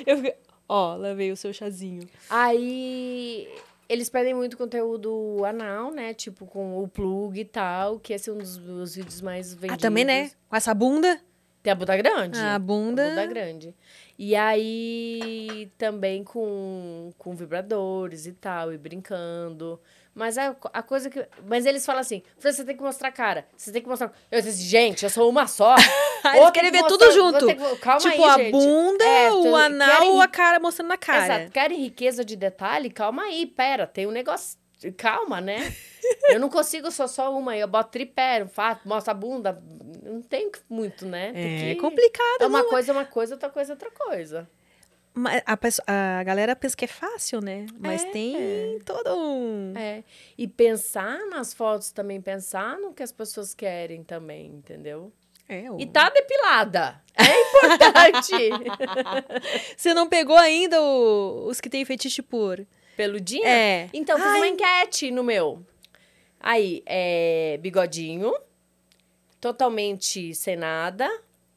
A: Eu fiquei- Ó, lavei o seu chazinho.
B: Aí, eles pedem muito conteúdo anal, né? Tipo, com o plug e tal, que esse é um dos, dos vídeos mais vendidos.
A: Ah, também, né? Com essa bunda. Ah,
B: Tem a Buda Grande.
A: A
B: A Buda
A: bunda.
B: Grande. E aí, também com, com vibradores e tal, e brincando. Mas a, co- a coisa que... Mas eles falam assim, "Fran, você tem que mostrar a cara, você tem que mostrar... Eu disse, gente, eu sou uma só.
A: Ah, eles
B: Ou tem
A: querem
B: que
A: ver
B: mostrar-
A: tudo junto.
B: vou ter que- é Calma
A: tipo,
B: aí,
A: a
B: gente.
A: bunda,
B: É, tu-
A: o anal
B: querem
A: ou a cara mostrando na cara.
B: Exato. Querem riqueza de detalhe? Calma aí, pera, tem um negócio. Calma, né? eu não consigo só só uma, eu boto tripé, um fato, mostro a bunda. Não tem muito, né? Tem
A: É
B: que-
A: complicado. né?
B: É uma coisa é uma coisa, outra coisa é outra coisa.
A: Mas a, pesso- a galera pensa que é fácil, né? Mas tem todo um.
B: É. E pensar nas fotos também, pensar no que as pessoas querem também, entendeu?
A: É, o-
B: E tá depilada. É importante.
A: Você não pegou ainda o- os que têm fetiche por.
B: Peludinha?
A: É.
B: Então, fiz
A: Ai.
B: uma enquete no meu. Aí, é bigodinho, totalmente sem nada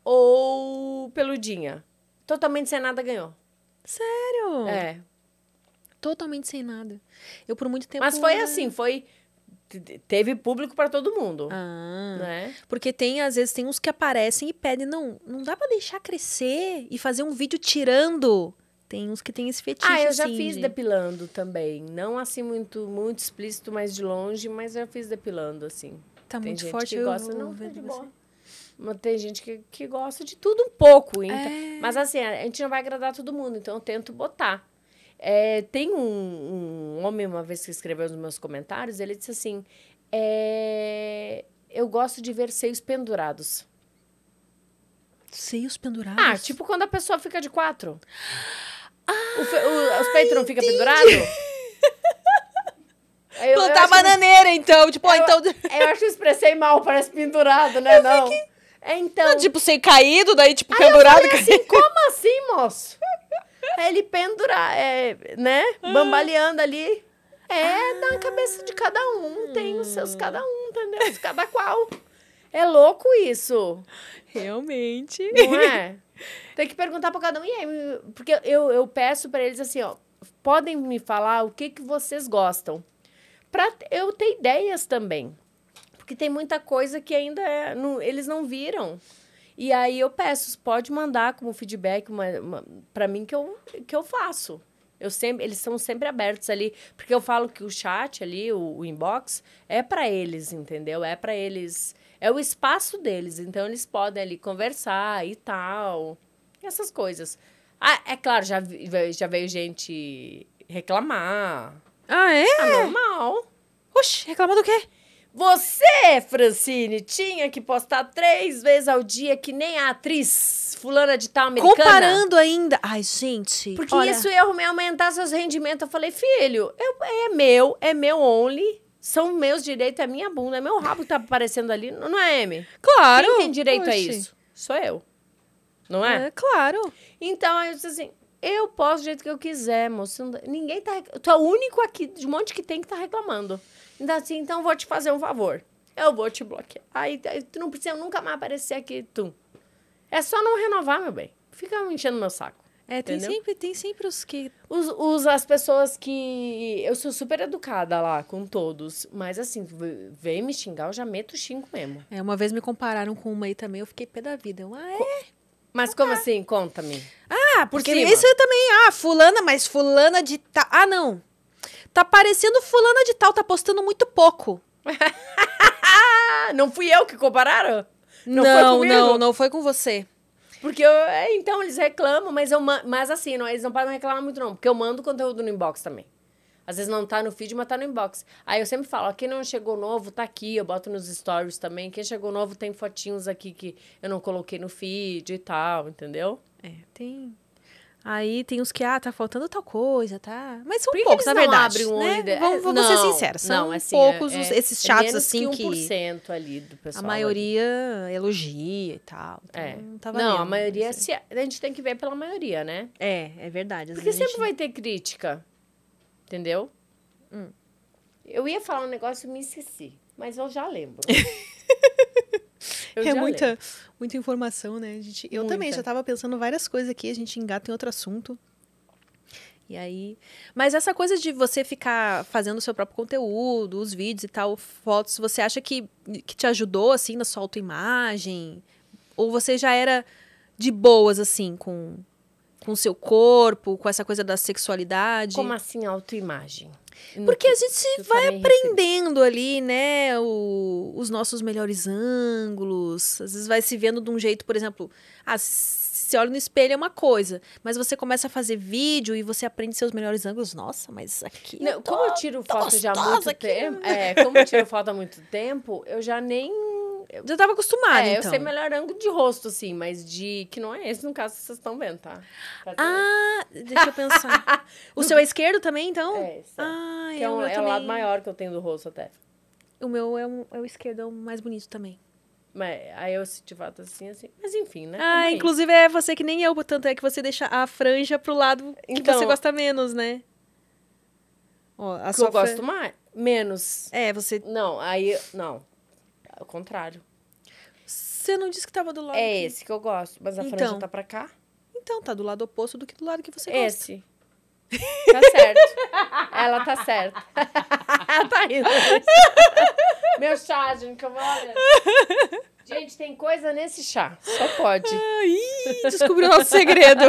B: ou peludinha? Totalmente sem nada ganhou.
A: Sério?
B: É.
A: Totalmente sem nada. Eu por muito tempo.
B: Mas foi assim, foi te- teve público pra todo mundo,
A: Ah.
B: né?
A: Porque tem, às vezes, tem uns que aparecem e pedem. Não, não dá pra deixar crescer e fazer um vídeo tirando. Tem uns que tem esse fetiche.
B: Ah, eu já
A: assim,
B: fiz
A: de-
B: depilando também, não assim muito muito explícito, mas de longe, mas eu fiz depilando assim.
A: Tá
B: Tem
A: muito
B: gente
A: forte.
B: que
A: eu
B: gosta,
A: vou
B: não, tá
A: ver
B: de
A: você.
B: boa. Mas tem gente que, que gosta de tudo um pouco, então.
A: É.
B: Mas assim, a gente não vai agradar todo mundo, então eu tento botar. É, tem um, um homem, uma vez que escreveu nos meus comentários, ele disse assim: é, Eu gosto de ver seios pendurados.
A: Seios pendurados.
B: Ah, tipo quando a pessoa fica de quatro. o, fe-
A: Ah,
B: o- os peitos não ficam pendurados? Eu, eu
A: Plantar
B: acho que-
A: bananeira, então. Tipo, ó,
B: Eu-
A: então.
B: eu acho que eu expressei mal, parece pendurado, né? Não. É, então.
A: Tipo, sem caído, daí, tipo, pendurado.
B: Falei assim, como assim, moço? Aí ele pendura, é, né? Bambaleando ali. É, dá na cabeça de cada um. Tem os seus cada um, entendeu? Os Cada qual. É louco isso,
A: Realmente.
B: não é? Tem que perguntar pra cada um. E aí, porque eu, eu peço pra eles assim, ó. Podem me falar o que, que vocês gostam. Pra eu ter ideias também. Porque tem muita coisa que ainda é- não- eles não viram. E aí eu peço, pode mandar como feedback uma, uma, para mim que eu, que eu faço. Eu sempre, eles são sempre abertos ali, porque eu falo que o chat ali, o, o inbox, é para eles, entendeu? É para eles, é o espaço deles, então eles podem ali conversar e tal, essas coisas. Ah, é claro, já, vi- já veio gente reclamar,
A: Ah, é?
B: é normal.
A: Oxi, reclama do quê?
B: Você, Francine, tinha que postar três vezes ao dia que nem a atriz fulana de tal americana.
A: Comparando ainda. Ai, gente.
B: Porque
A: olha,
B: isso ia arrumar- aumentar seus rendimentos. Eu falei, filho, eu- é meu, é meu only, são meus direitos, é minha bunda, é meu rabo que tá aparecendo ali, não não é, Amy?
A: Claro.
B: Quem tem direito a
A: Oxi.
B: isso? Sou eu, não é?
A: É, claro.
B: Então, aí eu disse assim, eu posso do jeito que eu quiser, moço. Não dá- Ninguém tá... rec- Tu é o único aqui, de um monte que tem, que tá reclamando. Então, assim, então eu vou te fazer um favor. Eu vou te bloquear. Aí, aí tu não precisa nunca mais aparecer aqui, tu. É só não renovar, meu bem. Fica enchendo meu saco.
A: É, tem
B: Entendeu?
A: sempre, tem sempre os que.
B: Os, os- as pessoas que. Eu sou super educada lá com todos, mas assim, v- vem me xingar, eu já meto o xingo mesmo.
A: É, uma vez me compararam com uma aí também, eu fiquei pé da vida. Eu, ah, é?
B: Mas como assim? Conta-me.
A: Ah,
B: por
A: porque
B: cima.
A: isso eu também. Ah, fulana, mas fulana de tal. Ah, não. Tá parecendo fulana de tal, tá postando muito pouco.
B: Ah, não fui eu que compararam? Não foi
A: não,
B: comigo?
A: não, não foi com você.
B: Porque eu, é, então eles reclamam, mas eu ma- mas assim, não, eles não podem reclamar muito não, porque eu mando conteúdo no inbox também. Às vezes não tá no feed, mas tá no inbox. Aí eu sempre falo, ó, quem não chegou novo tá aqui, eu boto nos stories também. Quem chegou novo tem fotinhos aqui que eu não coloquei no feed e tal, entendeu?
A: É, tem. Aí tem uns que, ah, tá faltando tal coisa, tá? Mas são
B: Por que que
A: poucos, na
B: eles não
A: verdade.
B: abrem um
A: né?
B: olho de-
A: Vamos,
B: É,
A: vamos ser
B: não,
A: sinceros, são um
B: não, assim,
A: poucos
B: é-
A: os-
B: é-
A: esses
B: é
A: chatos,
B: menos
A: assim, que,
B: 1% ali do
A: a
B: pessoal. ali.
A: maioria elogia e tal. Então,
B: né? É.
A: tá
B: não,
A: valendo,
B: a maioria. é assim.
A: sei.
B: se- a gente tem que ver pela maioria, né?
A: É, é verdade. às
B: Porque
A: vezes a gente
B: sempre vai ter crítica. Entendeu? Eu ia falar um negócio e me esqueci. Mas eu já lembro. Eu
A: é
B: já
A: muita,
B: lembro.
A: muita informação, né? A gente, eu
B: Muita.
A: também já tava pensando várias coisas aqui, a gente engata em outro assunto. E aí. Mas essa coisa de você ficar fazendo o seu próprio conteúdo, os vídeos e tal, fotos, você acha que, que te ajudou, assim, na sua autoimagem? Ou você já era de boas, assim, com com o seu corpo, com essa coisa da sexualidade?
B: Como assim autoimagem? No
A: Porque
B: que-
A: a gente se
B: que eu também referi-
A: aprendendo ali, né, o- os nossos melhores ângulos. Às vezes vai se vendo de um jeito, por exemplo, ah, se olha no espelho é uma coisa, mas você começa a fazer vídeo e você aprende seus melhores ângulos. Nossa, mas aqui
B: Não,
A: eu tô-
B: como eu tiro foto já há
A: gostosa
B: muito
A: aqui.
B: tempo. É, como eu tiro foto há muito tempo, eu já nem.
A: eu tava acostumada,
B: é,
A: então.
B: eu sei melhor ângulo de rosto, assim, mas de. Que não é esse, no caso, que vocês estão vendo, tá? Tá
A: Ah, deixa eu pensar. o seu é esquerdo também, então?
B: vendo? É, esse, é.
A: Ah,
B: Que
A: é,
B: é,
A: o
B: um,
A: meu
B: é o
A: também.
B: lado maior que eu tenho do rosto até.
A: O meu é, um- é o esquerdo, é o mais bonito também.
B: Mas aí eu se tiver assim, assim. Mas enfim, né? Tamo
A: Ah,
B: aí.
A: inclusive é você que nem eu, tanto é que você deixa a franja pro lado que
B: Então-
A: você gosta menos, né? Ó, a
B: que eu
A: sua fran-
B: gosto mais. Menos.
A: É, você.
B: Não, aí. Não. Ao contrário.
A: Você não disse que tava do lado.
B: É
A: que-
B: esse que eu gosto, mas a
A: Então.
B: franja tá pra cá.
A: Então, tá do lado oposto do que do lado que você gosta.
B: esse. Tá certo. Ela tá certa. tá indo. Meu chá, gente, que eu vou. olha. Gente, tem coisa nesse chá. Só pode.
A: Ai, descobriu nosso segredo.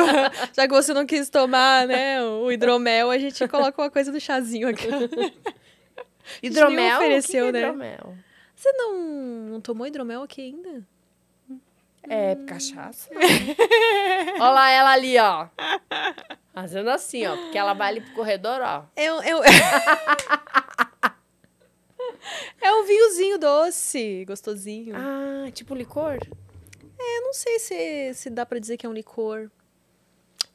A: Já que você não quis tomar, né, o hidromel, a gente coloca uma coisa do chazinho aqui.
B: Hidromel? O que que
A: ofereceu,
B: é
A: né?
B: Hidromel.
A: Você não, não tomou hidromel aqui ainda?
B: É, cachaça. Hum. Olha lá ela ali, ó. Fazendo assim, ó. Porque ela vai ali pro corredor, ó.
A: Eu, eu... é um vinhozinho doce, gostosinho.
B: Ah, tipo licor?
A: Eu não sei se, se dá pra dizer que é um licor.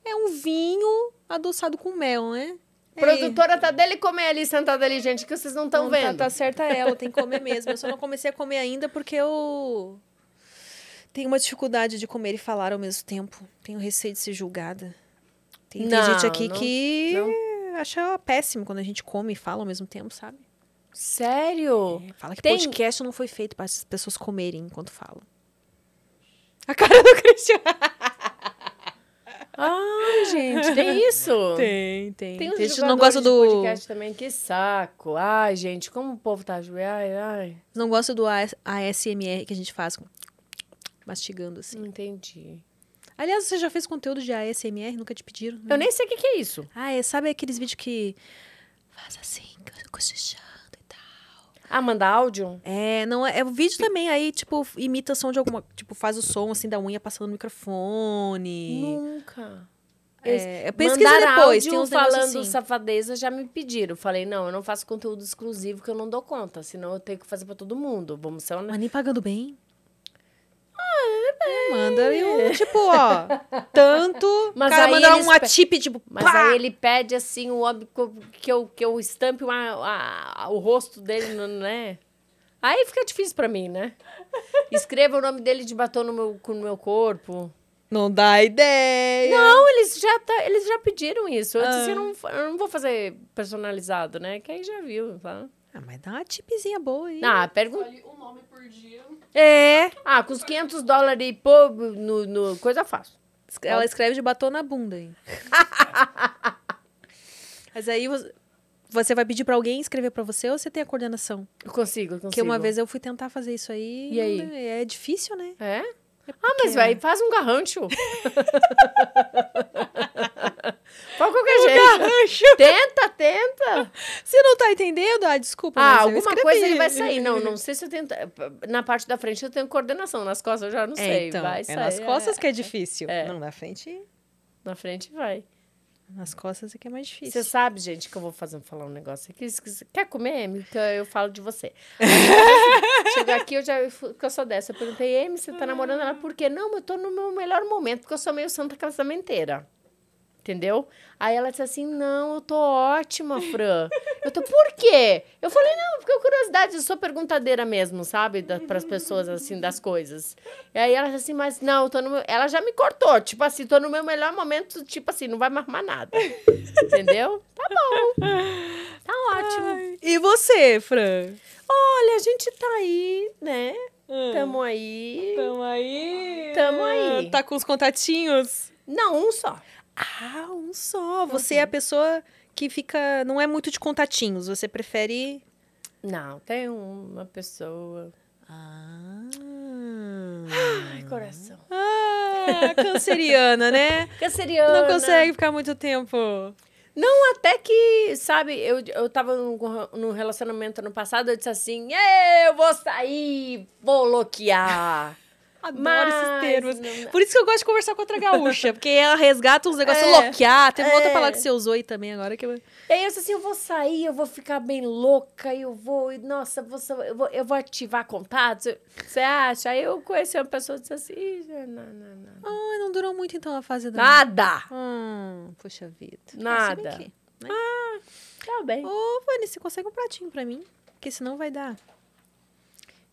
A: É um vinho adoçado com mel, né? É isso.
B: Produtora tá dele comer ali, sentada ali, gente, que vocês não estão
A: Não,
B: vendo.
A: Tá, tá certa ela, tem que comer mesmo. Eu só não comecei a comer ainda porque eu tenho uma dificuldade de comer e falar ao mesmo tempo. Tenho receio de ser julgada. Tem, tem
B: Não,
A: gente aqui
B: não-
A: que
B: não.
A: acha péssimo quando a gente come e fala ao mesmo tempo, sabe?
B: Sério?
A: É, Fala que
B: Tem-
A: podcast não foi feito para as pessoas comerem enquanto falam. A cara do Cristiano.
B: Ai, gente, tem isso?
A: Tem, tem. Tem,
B: uns
A: gente que não
B: jogadores
A: gosta
B: de
A: do.
B: podcast também, que saco. Ai, gente, como o povo tá ajoelhado. Ai, ai.
A: Não gosta do AS ASMR que a gente faz com... mastigando assim.
B: Não entendi.
A: Aliás, você já fez conteúdo de ASMR? Nunca te pediram? né?
B: Eu nem sei o que, que é isso.
A: Ah, é, sabe aqueles vídeos que faz assim, cochichando e tal.
B: Ah, manda áudio?
A: É, não é, é o vídeo também aí tipo imita som de alguma, tipo faz o som assim da unha passando no microfone.
B: Nunca.
A: É, pesquisa
B: Mandar
A: depois,
B: áudio
A: tem uns negócios
B: falando
A: assim.
B: safadeza já me pediram. Falei, não, eu não faço conteúdo exclusivo que eu não dou conta, senão eu tenho que fazer pra todo mundo. Vamos ser honestos.
A: Mas nem pagando bem. Ah, é, manda ali um, tipo, ó, tanto, Mas
B: Mas
A: cara
B: aí
A: manda
B: eles
A: uma
B: pe-
A: tip, tipo,
B: Mas
A: pá!
B: aí ele pede assim o ob- co- que eu, que eu estampe uma- a- a- o rosto dele, no- né? Aí fica difícil pra mim, né? Escreva o nome dele de batom no meu, com o meu corpo.
A: Não dá ideia.
B: Não, eles já, tá, eles já pediram isso. Eu disse
A: Ah.
B: assim, eu não, fa- eu não vou fazer personalizado, né? Que aí já viu. Tá?
A: Ah, mas dá uma tipzinha boa aí.
B: Ah, pergunta.
C: Escolhe um nome por dia.
A: É.
B: Ah, com os 500 dólares e pô, no, no coisa eu faço.
A: Ela escreve de batom na bunda, hein? Mas aí você- você vai pedir pra alguém escrever pra você ou você tem a coordenação?
B: Eu consigo, eu consigo.
A: Porque uma vez eu fui tentar fazer isso aí.
B: E aí?
A: não- É difícil, né?
B: É? Ah, mas
A: é.
B: vai, faz um garrancho. Faz qualquer jeito. Tenta, tenta.
A: Você não tá entendendo? Ah, desculpa.
B: Ah,
A: mas eu
B: alguma
A: escrevi.
B: coisa ele vai sair. Não, não sei se eu tento. Na parte da frente eu tenho coordenação, nas costas eu já não
A: É,
B: sei.
A: então,
B: vai
A: é
B: sair.
A: nas costas
B: é.
A: que é difícil.
B: É.
A: Não, na frente,
B: Na frente vai.
A: nas costas é que é mais difícil.
B: Você sabe, gente, que eu vou fazer, falar um negócio aqui. Se você quer comer, Amy? Que eu falo de você. Aí, Chega aqui, eu já fui- que eu sou dessa. Eu perguntei, Amy, você tá namorando? Ela, por quê? Não, mas eu tô no meu melhor momento, porque eu sou meio santa casamenteira. Entendeu? Aí ela disse assim: não, eu tô ótima, Fran. Eu tô, por quê? Eu falei, não, porque eu curiosidade, eu sou perguntadeira mesmo, sabe? Para as pessoas, assim, das coisas. E aí ela disse assim, mas não, eu tô no meu... Ela já me cortou, tipo assim, tô no meu melhor momento, tipo assim, não vai mais armar nada. Entendeu? Tá bom. Tá ótimo.
A: E você, Fran?
B: Olha, a gente tá aí, né? Tamo aí.
A: Hum. Tamo aí.
B: Tamo aí.
A: Tá com os contatinhos?
B: Não, um só.
A: Ah, um só. Você é a pessoa que fica. Não é muito de contatinhos. Você prefere.
B: Não, tem uma pessoa.
A: Ah.
B: Ai, coração.
A: Ah, canceriana, né?
B: Canceriana.
A: Não consegue ficar muito tempo.
B: Até que, sabe, eu, eu tava num, num relacionamento ano passado, eu disse assim, "Ê, eu vou sair, vou loquear.
A: Adoro
B: Mas
A: esses termos.
B: não-
A: Por isso que eu gosto de conversar com outra gaúcha, porque ela resgata uns negócios
B: É.
A: loquear. Tem uma outra
B: É.
A: palavra que você usou aí também agora que eu.
B: E aí eu disse assim, eu vou sair, eu vou ficar bem louca, eu vou, e, nossa, eu vou, sa- eu vou, eu vou ativar contatos. Você acha? Aí eu conheci uma pessoa e disse assim, "Ih, já não, não, não.
A: Ah, não durou muito então a fase da.
B: Nada!
A: Hum, puxa vida. Mas
B: Nada.
A: se bem que-
B: Tá bem.
A: Ô, Vani, você consegue um pratinho pra mim? Porque senão vai dar.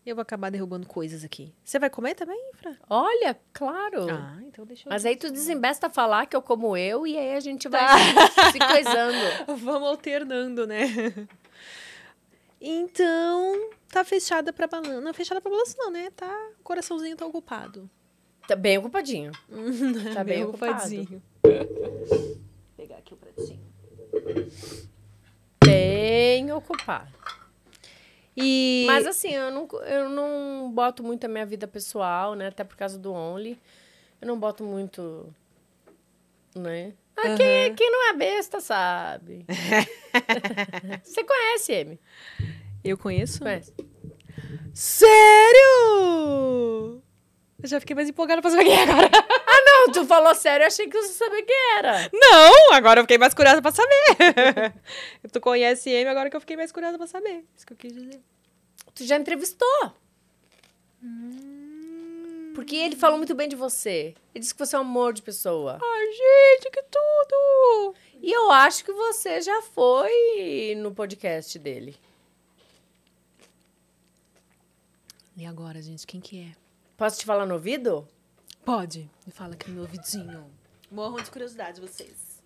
A: Eu vou acabar derrubando coisas aqui. Você vai comer também, Fran?
B: Olha, claro.
A: Ah, então deixa eu...
B: Mas aí tu desembesta a falar que eu como eu, e aí a gente vai se coisando.
A: Vamos alternando, né? Então, tá fechada pra balança. Não, fechada pra balança não, né? Tá, o coraçãozinho tá ocupado.
B: Tá bem ocupadinho. Tá bem ocupado.
A: Vou pegar aqui o pratinho.
B: Bem ocupado.
A: E...
B: Mas assim, eu não, eu não boto muito a minha vida pessoal, né? Até por causa do Only. Eu não boto muito. Né? Ah, quem, quem não é besta sabe. Você conhece, Amy?
A: Eu conheço?
B: Conhece?
A: Sério? Eu já fiquei mais empolgada pra saber quem é agora.
B: Não, tu falou sério, eu achei que você sabia quem era.
A: Não, agora eu fiquei mais curiosa pra saber. tu conhece ele agora que eu fiquei mais curiosa pra saber. Isso que eu quis dizer.
B: Tu já entrevistou. Porque ele falou muito bem de você. Ele disse que você é um amor de pessoa.
A: Ai, gente, que tudo!
B: E eu acho que você já foi no podcast dele.
A: E agora, gente, quem que é?
B: Posso te falar no ouvido?
A: Pode. Me fala aqui no meu ouvidinho. Morram de curiosidade vocês.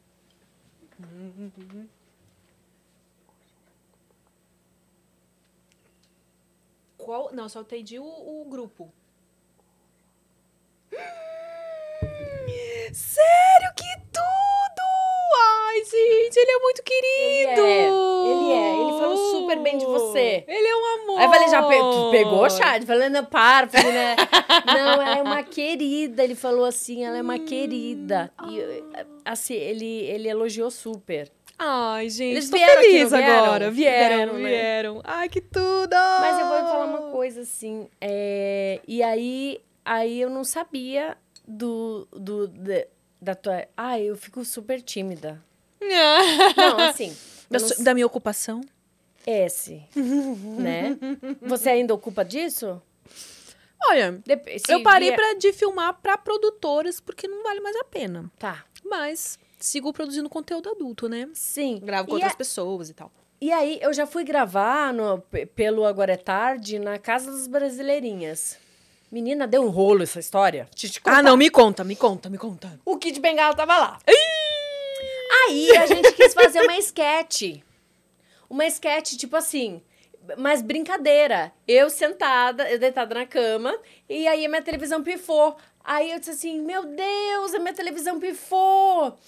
A: Qual? Não, só entendi o, o grupo. Sério, que tudo! Ai, gente, ele é muito querido!
B: Ele é, ele é. Ele falou super bem de você.
A: Ele é um amor!
B: Aí eu falei, já pe- tu pegou, Chad? Falei, não, para, falei, né? não, ela é uma querida. Ele falou assim, ela é
A: Hum.
B: uma querida. E assim, ele, ele elogiou super.
A: Ai, gente,
B: Eles
A: tô
B: vieram aqui,
A: feliz
B: não vieram?
A: agora. Vieram, vieram.
B: Vieram, né?
A: Ai, que tudo!
B: Mas eu vou falar uma coisa assim. é, E aí, aí eu não sabia do. do de- da tua. Ah, eu fico super tímida. Não, assim.
A: Da
B: eu não
A: su- da minha ocupação?
B: S, né? Você ainda ocupa disso?
A: Olha,
B: Dep- se
A: eu parei
B: vier-
A: pra, de filmar pra produtoras porque não vale mais a pena.
B: Tá,
A: Mas sigo produzindo conteúdo adulto, né?
B: sim.
A: Gravo com
B: e, a-
A: outras pessoas e tal.
B: e aí, eu já fui gravar no- pe- pelo Agora é Tarde na Casa das Brasileirinhas. Menina, deu um rolo essa história. Te, te contar.
A: Ah, não, me conta, me conta, me conta.
B: O Kid Bengala tava lá. Aí a gente quis fazer uma esquete. Uma esquete, tipo assim, mas brincadeira. Eu sentada, eu deitada na cama, e aí a minha televisão pifou. Aí eu disse assim: Meu Deus, a minha televisão pifou.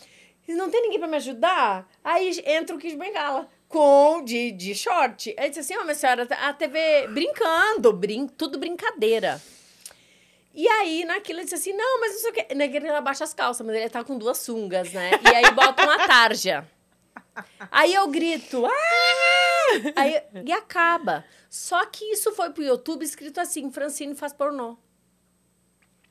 B: E Não tem ninguém pra me ajudar? Aí entra o Kid Bengala. Com de, de short. Aí eu disse assim: Ó, minha senhora, a TV brincando, brin tudo brincadeira. E aí, naquilo, ele disse assim: não, mas não sei o quê. Naquele ele abaixa as calças, mas ele tá com duas sungas, né? E aí bota uma tarja. Aí eu grito, ah! Aí, e acaba. Só que isso foi pro YouTube escrito assim: Francine faz pornô.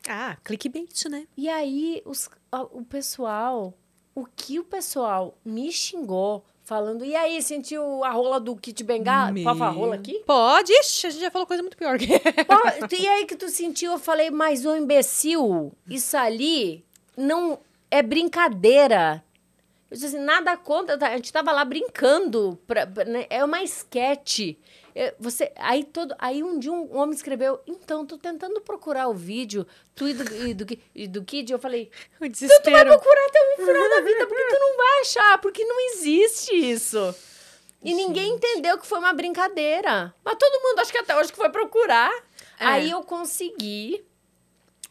A: Ah, clickbait, né?
B: E aí, os, a- o pessoal, o que o pessoal me xingou, falando, e aí, sentiu a rola do Kit Bengala?
A: Meu.
B: Pava a rola aqui?
A: Pode. Ixi, a gente já falou coisa muito pior. que-
B: Pô, tu- e aí que tu sentiu, eu falei, mas ô imbecil, isso ali não é brincadeira. Eu disse assim, nada contra, tá? a gente tava lá brincando, pra- pra- né? é uma esquete. É, Você, aí, todo, aí um dia um homem escreveu, então, tô tentando procurar o vídeo, tu e do, e do, Ki- e do Kid, eu falei,
A: o
B: tu vai
A: desespero.
B: procurar até o final da vida, porque tu não vai achar, porque não existe isso. E ninguém entendeu que foi uma brincadeira. Mas todo mundo, acho que até hoje que foi procurar.
A: É.
B: Aí eu consegui.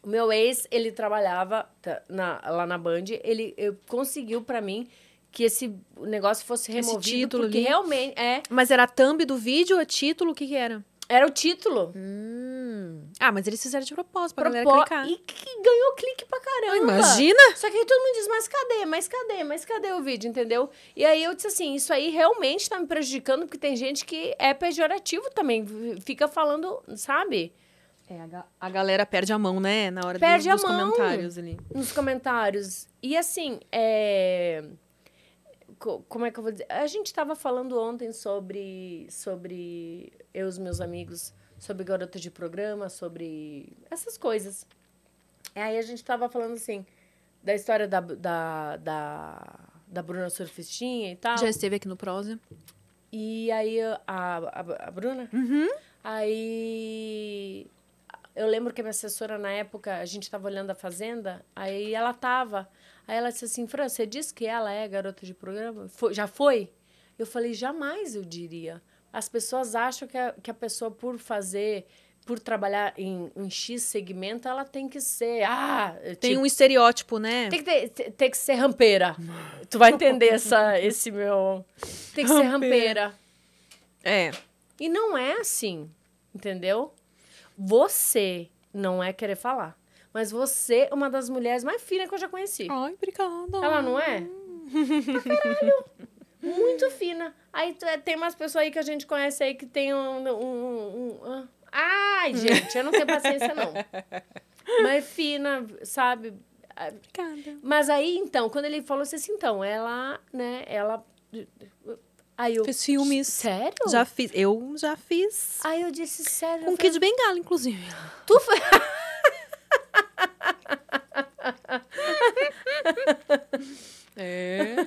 B: O meu ex, ele trabalhava tá, na- lá na Band, ele eu- conseguiu pra mim que esse negócio fosse
A: Esse
B: removido,
A: título
B: porque
A: ali.
B: realmente é,
A: Mas era a thumb do vídeo, o título, o que que era?
B: era o título.
A: Hum. Ah, mas eles fizeram de propósito pra galera
B: Propó-
A: clicar.
B: E que ganhou clique pra caramba.
A: Imagina!
B: Só que aí todo mundo diz, mas cadê? Mas cadê? Mas cadê o vídeo, entendeu? E aí eu disse assim, isso aí realmente tá me prejudicando, porque tem gente que é pejorativo também, v- fica falando, sabe?
A: É, a, ga- a galera perde a mão, né? Na hora do-
B: Perde a
A: dos
B: mão.
A: comentários ali.
B: Nos comentários. E assim, é... co- Como é que eu vou dizer? A gente tava falando ontem sobre, sobre eu e os meus amigos, sobre garota de programa, sobre essas coisas. E aí a gente tava falando assim, da história da, da, da, da Bruna Surfistinha e tal.
A: Já esteve aqui no Prosa.
B: E aí a, a, a Bruna?
A: Uhum.
B: Aí eu lembro que a minha assessora na época, a gente tava olhando a fazenda, aí ela tava. Aí ela disse assim, Fran, você disse que ela é garota de programa? Foi- já foi? Eu falei, jamais eu diria. As pessoas acham que a, que a pessoa, por fazer, por trabalhar em, em X segmento, ela tem que ser. Ah,
A: Tem
B: tipo,
A: um estereótipo, né?
B: tem que, ter- te- tem que ser rampeira. Tu vai entender essa, esse meu. Tem que ser
A: Rampeira.
B: rampeira.
A: É.
B: E não é assim, entendeu? Você não é querer falar, mas você é uma das mulheres mais finas que eu já conheci.
A: Ai, obrigada.
B: Ela não é?
A: Ah.
B: Pra caralho! Muito fina. Aí tu- é, tem umas pessoas aí que a gente conhece aí que tem um. um- um- um- ah. Ai, gente, eu não tenho paciência, não. Mas fina, sabe?
A: Obrigada.
B: Mas aí, então, quando ele falou assim, então, ela, né, ela. Aí eu.
A: Fez filmes.
B: Sério?
A: Já fiz. Eu já fiz.
B: Aí eu disse, sério.
A: Com
B: eu
A: o Kid Bengala, inclusive.
B: Tu foi.
A: É.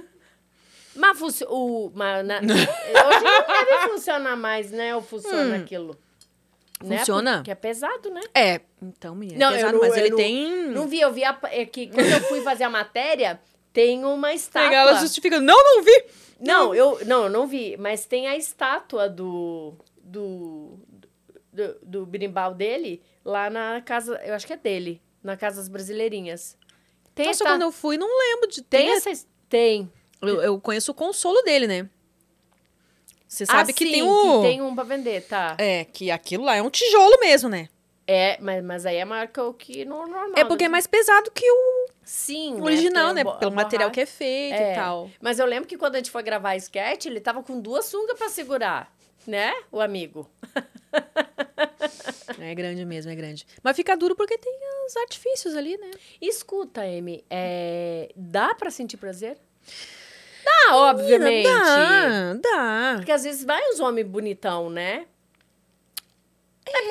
B: Mas, funci- o, mas na- hoje não deve funcionar mais, né? Ou funciona aquilo. Né?
A: Hum. Funciona?
B: Porque é pesado, né?
A: É. Então, menina,
B: Não,
A: é
B: eu
A: pesado,
B: não-
A: mas
B: eu
A: ele
B: não-
A: tem...
B: Não vi, eu vi a- é que quando eu fui fazer a matéria, tem uma estátua.
A: Legal, ela justifica. Não, não vi! Hum.
B: Não, eu não, eu não vi, mas tem a estátua do do do, do birimbau dele lá na casa, eu acho que é dele, na casa das brasileirinhas. Tem
A: Nossa,
B: esta-
A: quando eu fui, não lembro de ter.
B: tem essa es- tem.
A: Eu, eu conheço o consolo dele, né? Você sabe
B: Ah,
A: que
B: sim,
A: tem o...
B: que tem um pra vender, tá?
A: É, que aquilo lá é um tijolo mesmo, né?
B: É, mas, mas aí é maior que o que no normal.
A: É porque é
B: né?
A: mais pesado que o
B: Sim. né?
A: original,
B: Tem
A: né?
B: a bo-
A: Pelo
B: a
A: material que
B: borracha.
A: é feito e
B: É.
A: tal.
B: Mas eu lembro que quando a gente foi gravar a sketch, ele tava com duas sungas pra segurar, né? O amigo.
A: É grande mesmo, é grande. Mas fica duro porque tem os artifícios ali, né?
B: Escuta, Amy, é, dá pra sentir prazer? Dá, obviamente.
A: Dá, dá.
B: Porque às vezes vai uns homens bonitão, né?
A: É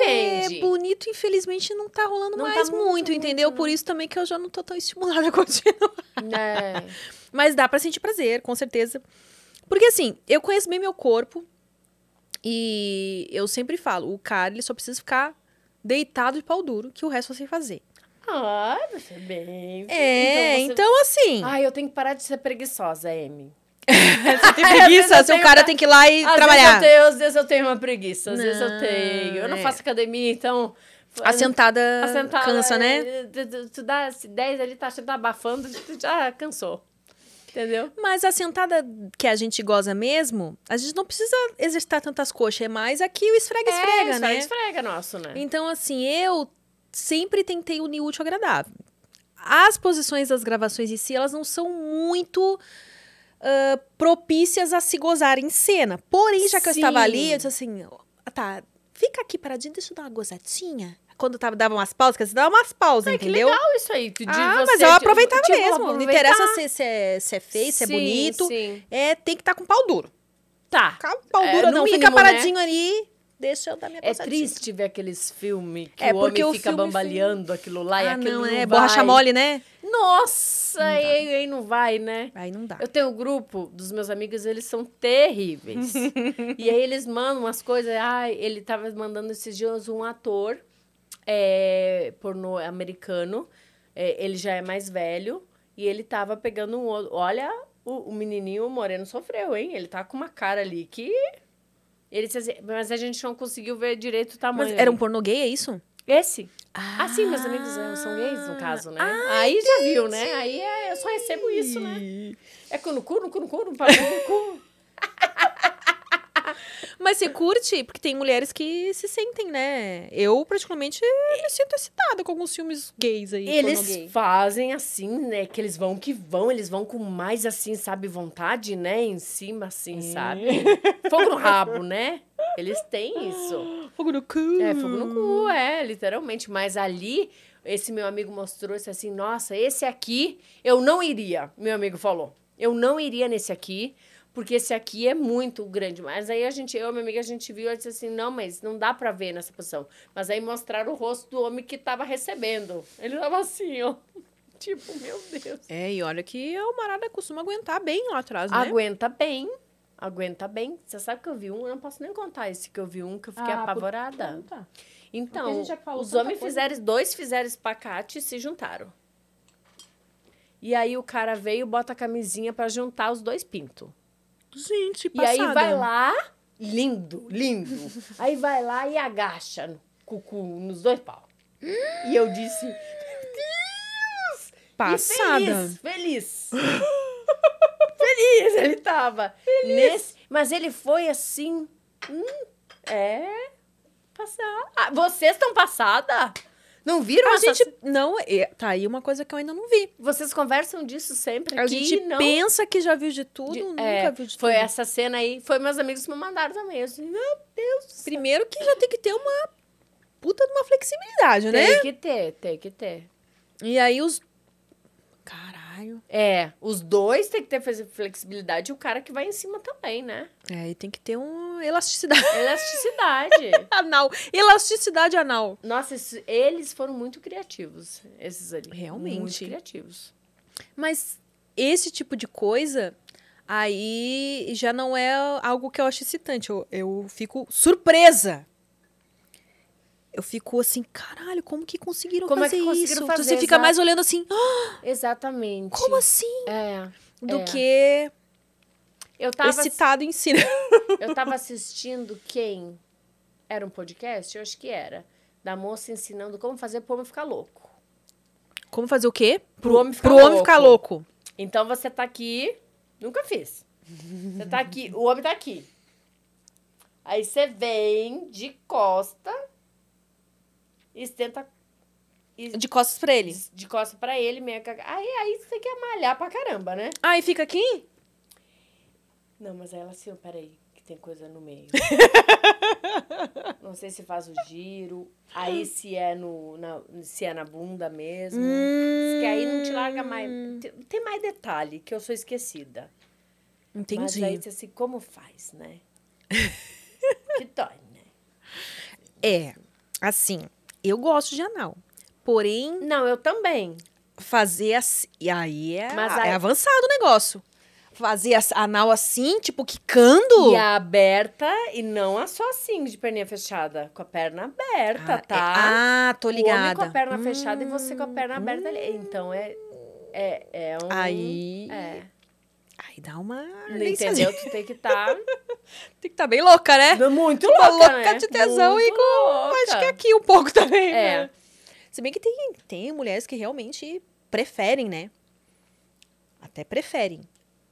B: Depende.
A: bonito, infelizmente não tá rolando
B: Não tá
A: mais
B: muito,
A: muito, entendeu? Por isso também que eu já não tô tão estimulada a continuar.
B: né?
A: Mas dá pra sentir prazer, com certeza. Porque assim, eu conheço bem meu corpo e eu sempre falo, o cara ele só precisa ficar deitado de pau duro, que o resto eu sei fazer.
B: Ah, você é bem.
A: É,
B: você-
A: então, assim.
B: Ai, eu tenho que parar de ser preguiçosa, Amy. É,
A: Você tem
B: Às vezes
A: preguiça,
B: eu
A: seu
B: tenho
A: assim, cara
B: pra-
A: tem que ir lá e
B: Às
A: trabalhar.
B: Vezes eu tenho, às vezes eu tenho uma preguiça, às vezes
A: Não,
B: eu tenho. Eu não
A: é.
B: faço academia, então
A: Assentada,
B: Assentada,
A: cansa, né?
B: eh, Tu, tu- tu dá esse 10 ali, tá achando abafando, tu já cansou. Entendeu?
A: Mas a sentada que a gente goza mesmo, a gente não precisa exercitar tantas coxas, é mais aqui o esfrega, esfrega,
B: é,
A: né?
B: esfrega nosso, né?
A: Então, assim, eu sempre tentei unir útil ao agradável. As posições das gravações em si, elas não são muito ah, propícias a se gozar em cena. Porém, já que eu estava
B: Sim.
A: ali, eu disse assim, "Ah, tá, fica aqui paradinha, deixa eu dar uma gozadinha. Quando eu tava, dava umas pausas, quer dizer, dava umas pausas,
B: Ai, que
A: entendeu?
B: legal Então, isso aí. Tu diz
A: Ah,
B: você,
A: mas eu
B: tipo,
A: aproveitava
B: tipo,
A: mesmo. Não
B: aproveitar.
A: interessa se, se, é, se é feio, se é
B: Sim,
A: bonito.
B: Sim.
A: É, tem que estar com pau duro.
B: Tá.
A: Ficar com pau
B: É,
A: duro,
B: no
A: não.
B: mínimo,
A: Fica paradinho ali, deixa eu dar minha
B: É
A: passadinha.
B: triste ver aqueles filmes que
A: É,
B: o
A: porque
B: homem
A: o
B: fica
A: filme,
B: bambaleando aquilo lá e
A: Ah,
B: aquilo
A: não,
B: não,
A: é
B: vai.
A: borracha mole, né?
B: Nossa, aí, aí não vai, né?
A: Aí não dá.
B: Eu tenho um grupo dos meus amigos, eles são terríveis. e aí eles mandam umas coisas. Ai, ele tava mandando esses dias um ator é, pornô americano. é, ele já é mais velho. E ele tava pegando um outro. Olha, o, o menininho o moreno sofreu, hein? Ele tá com uma cara ali que. Ele disse assim, mas a gente não conseguiu ver direito o tamanho.
A: Mas era um
B: ainda."
A: pornô gay, é isso?
B: Esse? Ah, sim, meus amigos eh, são gays, no caso, né? aí já viu, né? Aí é, eu só recebo isso, né? É cu no cu, no cu, no cu, no papo, no cu.
A: Mas você curte? Porque tem mulheres que se sentem, né? Eu, praticamente, me sinto excitada com alguns filmes gays aí. pornô
B: Eles
A: gay.
B: fazem assim, né? Que eles vão que vão, eles vão com mais assim, sabe, vontade, né? Em cima, assim, sabe? Fogo no rabo, né? Eles têm isso.
A: Fogo no cu.
B: É, fogo no cu, é, literalmente. Mas ali, esse meu amigo mostrou disse assim: nossa, esse aqui eu não iria, meu amigo falou. Eu não iria nesse aqui, porque esse aqui é muito grande. Mas aí a gente, eu e minha amiga, a gente viu e disse assim: não, mas não dá pra ver nessa posição. Mas aí mostraram o rosto do homem que tava recebendo. Ele tava assim, ó. Tipo, meu Deus.
A: É, e olha que a Marada costuma aguentar bem lá atrás,
B: Ah,
A: né?
B: Aguenta bem. Aguenta bem. Você sabe que eu vi um, eu não posso nem contar esse que eu vi um que eu fiquei
A: Ah, por-
B: apavorada.
A: Porque a
B: Então,
A: gente já falou
B: os
A: tanta
B: homens
A: coisa.
B: fizeram, dois fizeram espacate e se juntaram. E aí o cara veio, bota a camisinha pra juntar os dois pintos.
A: Gente,
B: E
A: passada.
B: aí vai lá, lindo, lindo. aí vai lá e agacha no cucu, nos dois pau. e eu disse,
A: Passada.
B: e feliz, feliz. feliz ele tava. Nesse, mas ele foi assim. hum, é. Passar. Ah, vocês estão passada? Não viram
A: A
B: essa-
A: gente... Não, é, tá aí uma coisa que eu ainda não vi.
B: Vocês conversam disso sempre
A: A
B: aqui?
A: gente
B: não.
A: pensa que já viu de tudo,
B: De-
A: nunca
B: é,
A: viu de
B: Foi
A: tudo.
B: essa cena aí. Foi meus amigos que me mandaram também. Eu disse, não,
A: Primeiro que já tem que ter uma puta de uma flexibilidade, né?
B: Tem que ter, tem que ter.
A: E aí os. Caralho.
B: É, os dois tem que ter flex- flexibilidade e o cara que vai em cima também, né?
A: É, aí tem que ter uma elasticidade
B: Elasticidade.
A: anal. Elasticidade anal.
B: Nossa, isso- eles foram muito criativos, esses ali.
A: Realmente.
B: Muito criativos.
A: Mas esse tipo de coisa aí já não é algo que eu acho excitante. Eu, eu fico surpresa. Eu fico assim, caralho, como que conseguiram
B: Como é
A: fazer
B: que conseguiram
A: isso?
B: fazer,
A: Você fica
B: exato.
A: mais olhando assim, "Ah,
B: Exatamente.
A: como assim?
B: É.
A: Do
B: É.
A: que
B: Eu tava,
A: excitado em si. né?
B: eu tava assistindo quem? Era um podcast? Eu acho que era. Da moça ensinando como fazer pro homem ficar louco.
A: Como fazer o quê?
B: Pro homem ficar
A: Pro homem
B: louco.
A: ficar louco.
B: Então você tá aqui. Nunca fiz. Você tá aqui. O homem tá aqui. Aí você vem de costa e tenta. e-
A: De costas pra ele.
B: de costa pra ele, meio que- Aí, aí você quer malhar pra caramba, né?
A: Ah, e fica aqui?
B: Não, mas aí ela assim, ó, peraí, que tem coisa no meio. Não sei se faz o giro,
A: Hum.
B: aí se é, no, na, se é na bunda mesmo.
A: Hum,
B: Que aí não te larga mais. Tem, tem mais detalhe, que eu sou esquecida. Mas
A: Entendi.
B: aí disse assim, como faz, né? que dói, né?
A: É, assim, eu gosto de anal. Porém,
B: Não, eu também.
A: fazer assim. E aí é,
B: Mas aí-
A: é avançado o negócio. Fazer as- anal assim, tipo, quicando.
B: E a aberta, e não é só assim, de perninha fechada. Com a perna aberta,
A: Ah, é-
B: tá?
A: ah, tô
B: O homem
A: ligada.
B: com a perna
A: Hum,
B: fechada e você com a perna aberta ali. Então é. É, é um.
A: Aí.
B: É.
A: Aí dá uma.
B: Não
A: ardênciazinha.
B: entendeu? Tu tem que estar.
A: Tem que estar tá bem louca, né?
B: Muito
A: Tá
B: louca,
A: louca
B: né?
A: de tesão e
B: Muito
A: com.
B: louca.
A: Acho que aqui um pouco também.
B: tá. É.
A: né? Se bem que tem, tem mulheres que realmente preferem, né? Até preferem.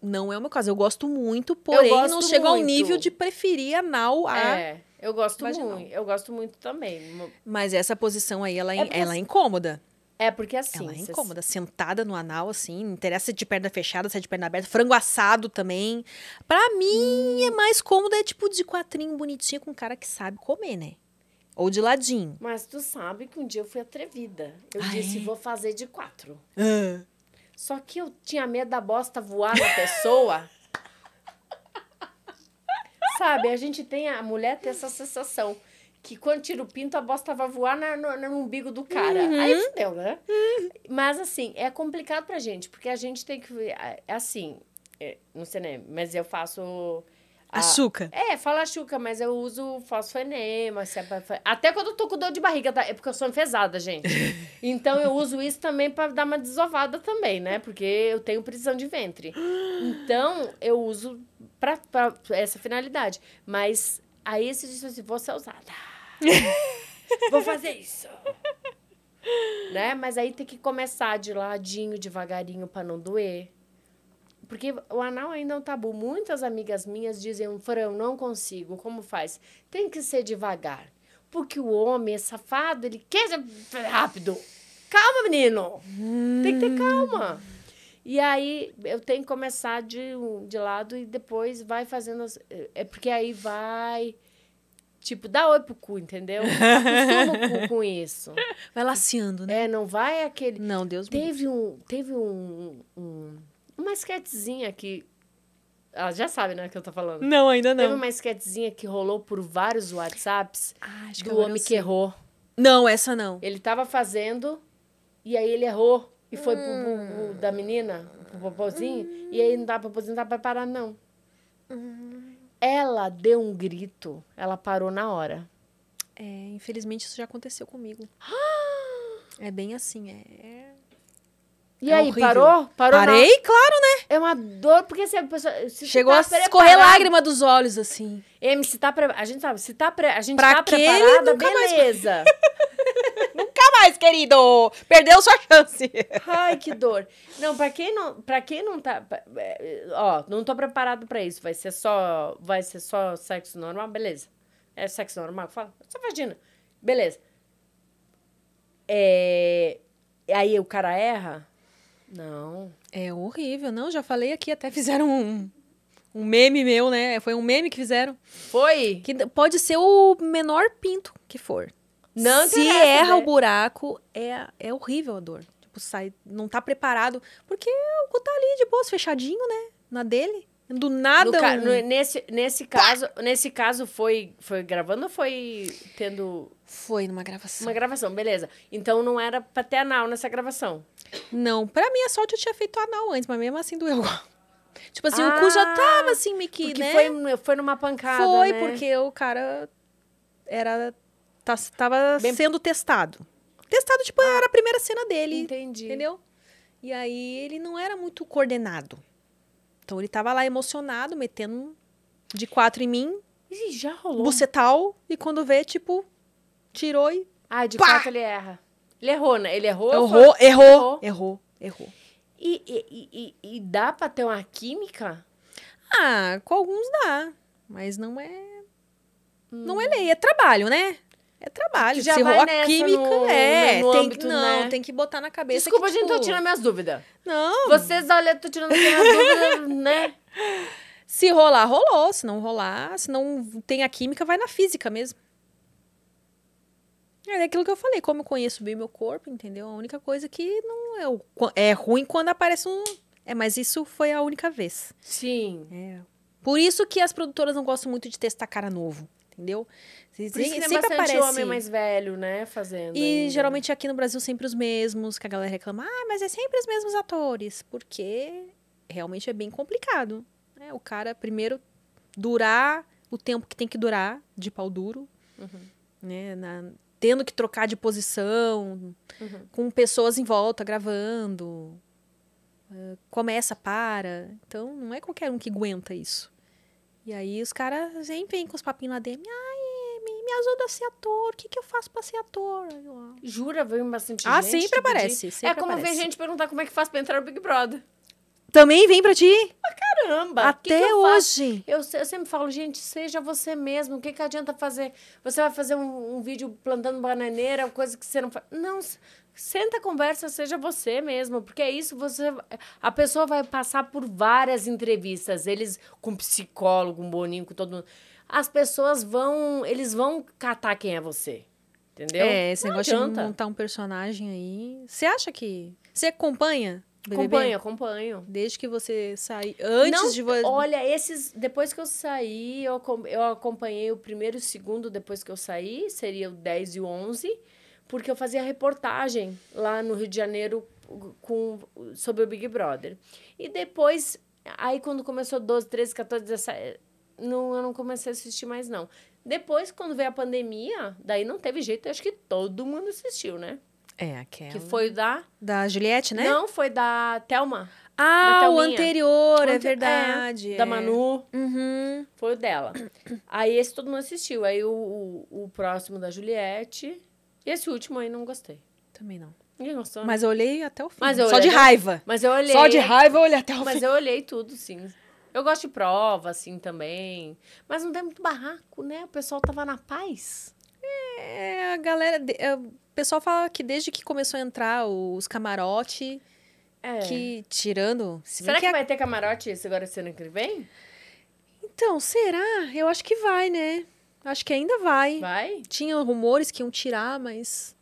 A: Não é o meu caso. Eu gosto muito, porém não
B: gosto
A: chego ao
B: muito.
A: nível de preferir anal a.
B: É, eu gosto
A: Vaginal.
B: muito. Eu gosto muito também.
A: Mas essa posição aí, ela é,
B: É porque
A: ela é
B: assim-
A: incômoda.
B: É porque assim.
A: ela é
B: cês-
A: incômoda. Sentada no anal, assim, não interessa se é de perna fechada, se é de perna aberta, frango assado também. Pra mim,
B: Hum.
A: é mais cômodo, é tipo de quatrinho bonitinho com um cara que sabe comer, né? Ou de ladinho.
B: Mas tu sabe que um dia eu fui atrevida. Eu
A: Ah,
B: disse,
A: é?
B: vou fazer de quatro. Ah. Só que eu tinha medo da bosta voar na pessoa. Sabe, a gente tem, a mulher tem essa sensação que quando tira o pinto, a bosta vai voar na- no, no umbigo do cara. Aí fudeu, né? Mas assim, é complicado pra gente, porque a gente tem que. é Assim, é, não sei nem, mas eu faço. a-
A: Açúcar.
B: é, fala chuca, mas eu uso fosfenema. se é pra- Até quando eu tô com dor de barriga, tá? é porque eu sou enfesada, gente. Então eu uso isso também pra dar uma desovada também, né? Porque eu tenho prisão de ventre. Então eu uso pra, pra essa finalidade. Mas aí você diz assim: vou ser ousada. Vou fazer isso. né? Mas aí tem que começar de ladinho, devagarinho, pra não doer. Porque o anal ainda é um tabu. Muitas amigas minhas dizem, Frão, não consigo, como faz? Tem que ser devagar. Porque o homem é safado, ele quer ser rápido. Calma, menino! Tem que ter calma. E aí eu tenho que começar de, um- de lado e depois vai fazendo. As, é porque aí vai. Tipo, dá oi pro cu, entendeu? Acostuma o cu com isso.
A: Vai laceando, né?
B: É, não vai aquele.
A: Não, Deus me livre.
B: Teve um. Teve um. um- uma esquetezinha que. Ela já sabe, né, que eu tô falando.
A: Hum, Não, ainda
B: Teve uma esquetezinha que rolou por vários WhatsApps
A: Ah, acho que
B: do
A: agora eu
B: homem que
A: sei.
B: errou.
A: Não, essa não.
B: Ele tava fazendo e aí ele errou. E foi pro,
A: Hum.
B: pro- pro- da menina, pro popozinho. E aí não dá popozinho, não dá pra parar, não.
A: Hum.
B: Ela deu um grito, ela parou na hora.
A: É, infelizmente isso já aconteceu comigo. é bem assim, é.
B: E
A: É
B: aí,
A: horrível.
B: parou? Parou na-
A: Parei, claro.
B: É uma dor, porque se a pessoa. Se tu
A: Chegou
B: tá
A: a escorrer
B: preparado-
A: lágrima dos olhos, assim.
B: M, se tá pre... a gente sabe, se tá, pre... a gente
A: Pra
B: tá
A: aquele,
B: preparada,
A: nunca mais-
B: beleza.
A: Nunca mais, querido! Perdeu sua chance.
B: Ai, que dor. Não, pra quem não, pra quem não tá, pra- é, ó, não tô preparado pra isso, vai ser só, vai ser só sexo normal, beleza. É sexo normal, que fala, só vagina. Beleza. É... Aí o cara erra? Não.
A: É horrível, não. Já falei aqui, até fizeram um, um meme meu, né? Foi um meme que fizeram.
B: Foi?
A: Que d- pode ser o menor pinto que for.
B: Não
A: Se
B: interessa,
A: erra
B: né?
A: o buraco, é, é horrível a dor. Tipo, sai, não tá preparado. Porque o cu tá ali de boas, fechadinho, né? Na dele. Do nada.
B: No ca-
A: um-
B: no- nesse, nesse caso, nesse caso foi, foi gravando ou foi tendo
A: Foi numa gravação.
B: Uma gravação, beleza. Então não era pra ter anal nessa gravação.
A: Não, pra minha sorte eu tinha feito anal antes, mas mesmo assim doeu. Tipo assim, o
B: Ah,
A: cu já tava assim, meio que,
B: porque
A: né?
B: foi, foi numa pancada,
A: Foi,
B: né?
A: porque o cara era. tá- tava
B: Bem-
A: sendo testado. Testado, tipo, era a primeira cena dele.
B: Entendi.
A: Entendeu? E aí ele não era muito coordenado. Então ele tava lá emocionado, metendo um de quatro em mim,
B: Ih, já rolou.
A: bucetal, e quando vê, tipo, tirou e.
B: Ah, de
A: Pá!
B: fato ele erra. Ele errou, né? Ele errou.
A: Errou,
B: foi-
A: errou, errou, errou.
B: E, e, e- e- e dá pra ter uma química?
A: Ah, com alguns dá, mas não é. Não é lei, é trabalho, né? É trabalho.
B: Já
A: Se
B: vai
A: rolar
B: nessa
A: química,
B: no-
A: é.
B: no
A: tem,
B: âmbito,
A: não,
B: né?
A: tem que botar na cabeça.
B: Desculpa,
A: que,
B: gente, tô
A: tipo,
B: tirando minhas dúvidas.
A: Não,
B: Vocês, olha, tô tirando minhas dúvidas, né?
A: se rolar, rolou. Se não rolar, se não tem a química, vai na física mesmo. É aquilo que eu falei, como eu conheço bem meu corpo, entendeu? A única coisa que não é o, é ruim quando aparece um. É, mas isso foi a única vez.
B: Sim.
A: É, Por isso que as produtoras não gostam muito de testar cara novo, entendeu? Se-
B: Por isso que
A: se-
B: tem bastante homem mais velho, né? Fazendo.
A: E
B: ainda.
A: geralmente aqui no Brasil sempre os mesmos, que a galera reclama, ah, mas é sempre os mesmos atores, porque realmente é bem complicado. Né? O cara primeiro durar o tempo que tem que durar de pau duro, né? Na- tendo que trocar de posição,
B: Uhum.
A: com pessoas em volta gravando. Ah, começa, para. Então não é qualquer um que aguenta isso. E aí os caras sempre vêm com os papinhos lá dentro. Ai, me, me ajuda a ser ator. O que, que eu faço pra ser ator? Aí eu, ah,
B: Jura, veio bastante
A: Ah,
B: gente. te
A: sempre
B: pedir?
A: aparece. Sempre
B: é como
A: aparece.
B: ver gente perguntar como é que faz pra entrar no Big Brother.
A: Também vem pra ti?
B: Caramba! o que
A: Até
B: que eu faço?
A: hoje.
B: Eu, se- eu sempre falo, gente, seja você mesmo. O que, que adianta fazer? Você vai fazer um, um vídeo plantando bananeira, coisa que você não faz. Não, s- senta a conversa, seja você mesmo. Porque é isso, você. A pessoa vai passar por várias entrevistas. Eles com psicólogo, com boninho, com todo mundo. As pessoas vão. Eles vão catar quem é você. Entendeu?
A: É, esse
B: Não
A: negócio
B: adianta.
A: de montar um personagem aí. Você acha que. Você acompanha? BBB?
B: Acompanho, acompanho.
A: Desde que você sair. Antes
B: Não-
A: de você.
B: Olha, esses. Depois que eu saí, eu, acom- eu acompanhei o primeiro e o segundo depois que eu saí, seria o 10 e o 11, porque eu fazia reportagem lá no Rio de Janeiro com, sobre o Big Brother. E depois, aí quando começou 12, 13, 14, 17, não, eu não comecei a assistir mais, não. Depois, quando veio a pandemia, daí não teve jeito, eu acho que todo mundo assistiu, né?
A: É, aquela.
B: Que foi o da.
A: Da Juliette, né?
B: Não, foi da Thelma.
A: Ah,
B: Da
A: o
B: Thelminha.
A: anterior,
B: Ante-
A: é verdade.
B: Da
A: é.
B: Manu.
A: Uhum.
B: Foi o dela. Aí esse todo mundo assistiu. Aí o, o, o próximo da Juliette. E esse último aí não gostei.
A: Também não.
B: Ninguém gostou. né?
A: Mas eu olhei até o fim.
B: Mas eu
A: Só de
B: olhei-
A: raiva.
B: Mas eu olhei.
A: Só de raiva eu olhei até o
B: Mas
A: fim.
B: eu olhei tudo, sim. Eu gosto de prova, assim, também. Mas não tem muito barraco, né? O pessoal tava na paz.
A: É, a galera. de- é, o pessoal fala que desde que começou a entrar os camarote,
B: É.
A: que tirando. se bem
B: Será que,
A: a-
B: vai ter camarote esse agora esse ano que vem?
A: Então, será? Eu acho que vai, né? Acho que ainda vai.
B: Vai?
A: Tinha rumores que iam tirar, mas.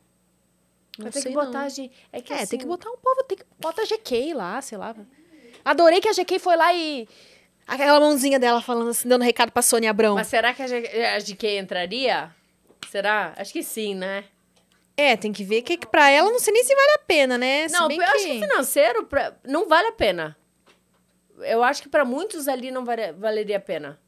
A: Não
B: vai ter
A: sei,
B: que botar
A: não.
B: a gente. É, que,
A: É,
B: assim,
A: tem que botar um povo, tem que bota a GK lá, sei lá. Adorei que a GK foi lá e. Aquela mãozinha dela falando assim, dando recado pra Sônia Abrão.
B: Mas será que a G- a GK entraria? Será? Acho que sim, né?
A: É, tem que ver que que pra ela, não sei nem se vale a pena, né? se
B: Não,
A: bem
B: eu acho que financeiro pra- não vale a pena. Eu acho que pra muitos ali não vale- valeria a pena.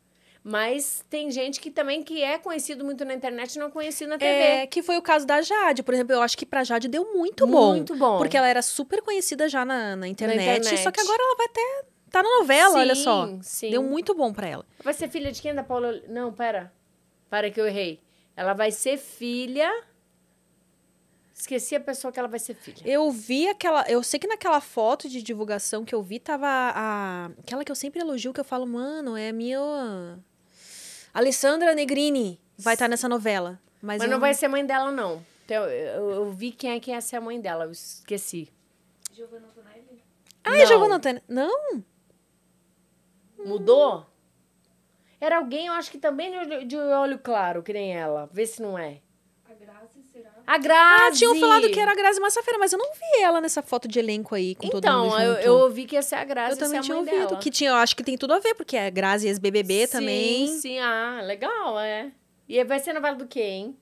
B: Mas tem gente que também que é conhecido muito na internet e não é conhecido na TV.
A: É, que foi o caso da Jade, por exemplo. Eu acho que pra Jade deu muito,
B: Muito bom.
A: Porque ela era super conhecida já na, na internet,
B: internet.
A: Só que agora ela vai até. Tá na novela, olha só.
B: Sim, sim.
A: Deu muito bom pra ela.
B: Vai ser filha de quem? Da Paula... Não, pera. Para que eu errei. Ela vai ser filha... Esqueci a pessoa que ela vai ser filha.
A: Eu vi aquela. Eu sei que naquela foto de divulgação que eu vi tava a. Aquela que eu sempre elogio, que eu falo, mano, é a minha. Alessandra Negrini vai estar nessa novela. Mas,
B: Mas,
A: eu
B: não vai ser mãe dela, não. Então, eu, eu- eu vi quem é que ia ser a mãe dela. Eu esqueci.
C: Giovanna Antonelli?
A: Ah, eu já
B: Não.
A: vou notar. Não?
B: Mudou? Era alguém, eu acho que também de olho, de olho claro, que nem ela. Vê se não é.
C: A Grazi será?
B: A Grazi!
A: Ah, tinham falado que era a Grazi Massafera, mas eu não vi ela nessa foto de elenco aí com todo mundo.
B: Então, eu,
A: junto.
B: eu ouvi que ia ser a Grazi.
A: Eu também
B: ia ser
A: tinha
B: a mãe
A: ouvido.
B: Dela.
A: Que tinha, eu acho que tem tudo a ver, porque a Grazi ex-BBB também.
B: Sim, sim. Ah, legal, é. E vai ser novela do quê, hein?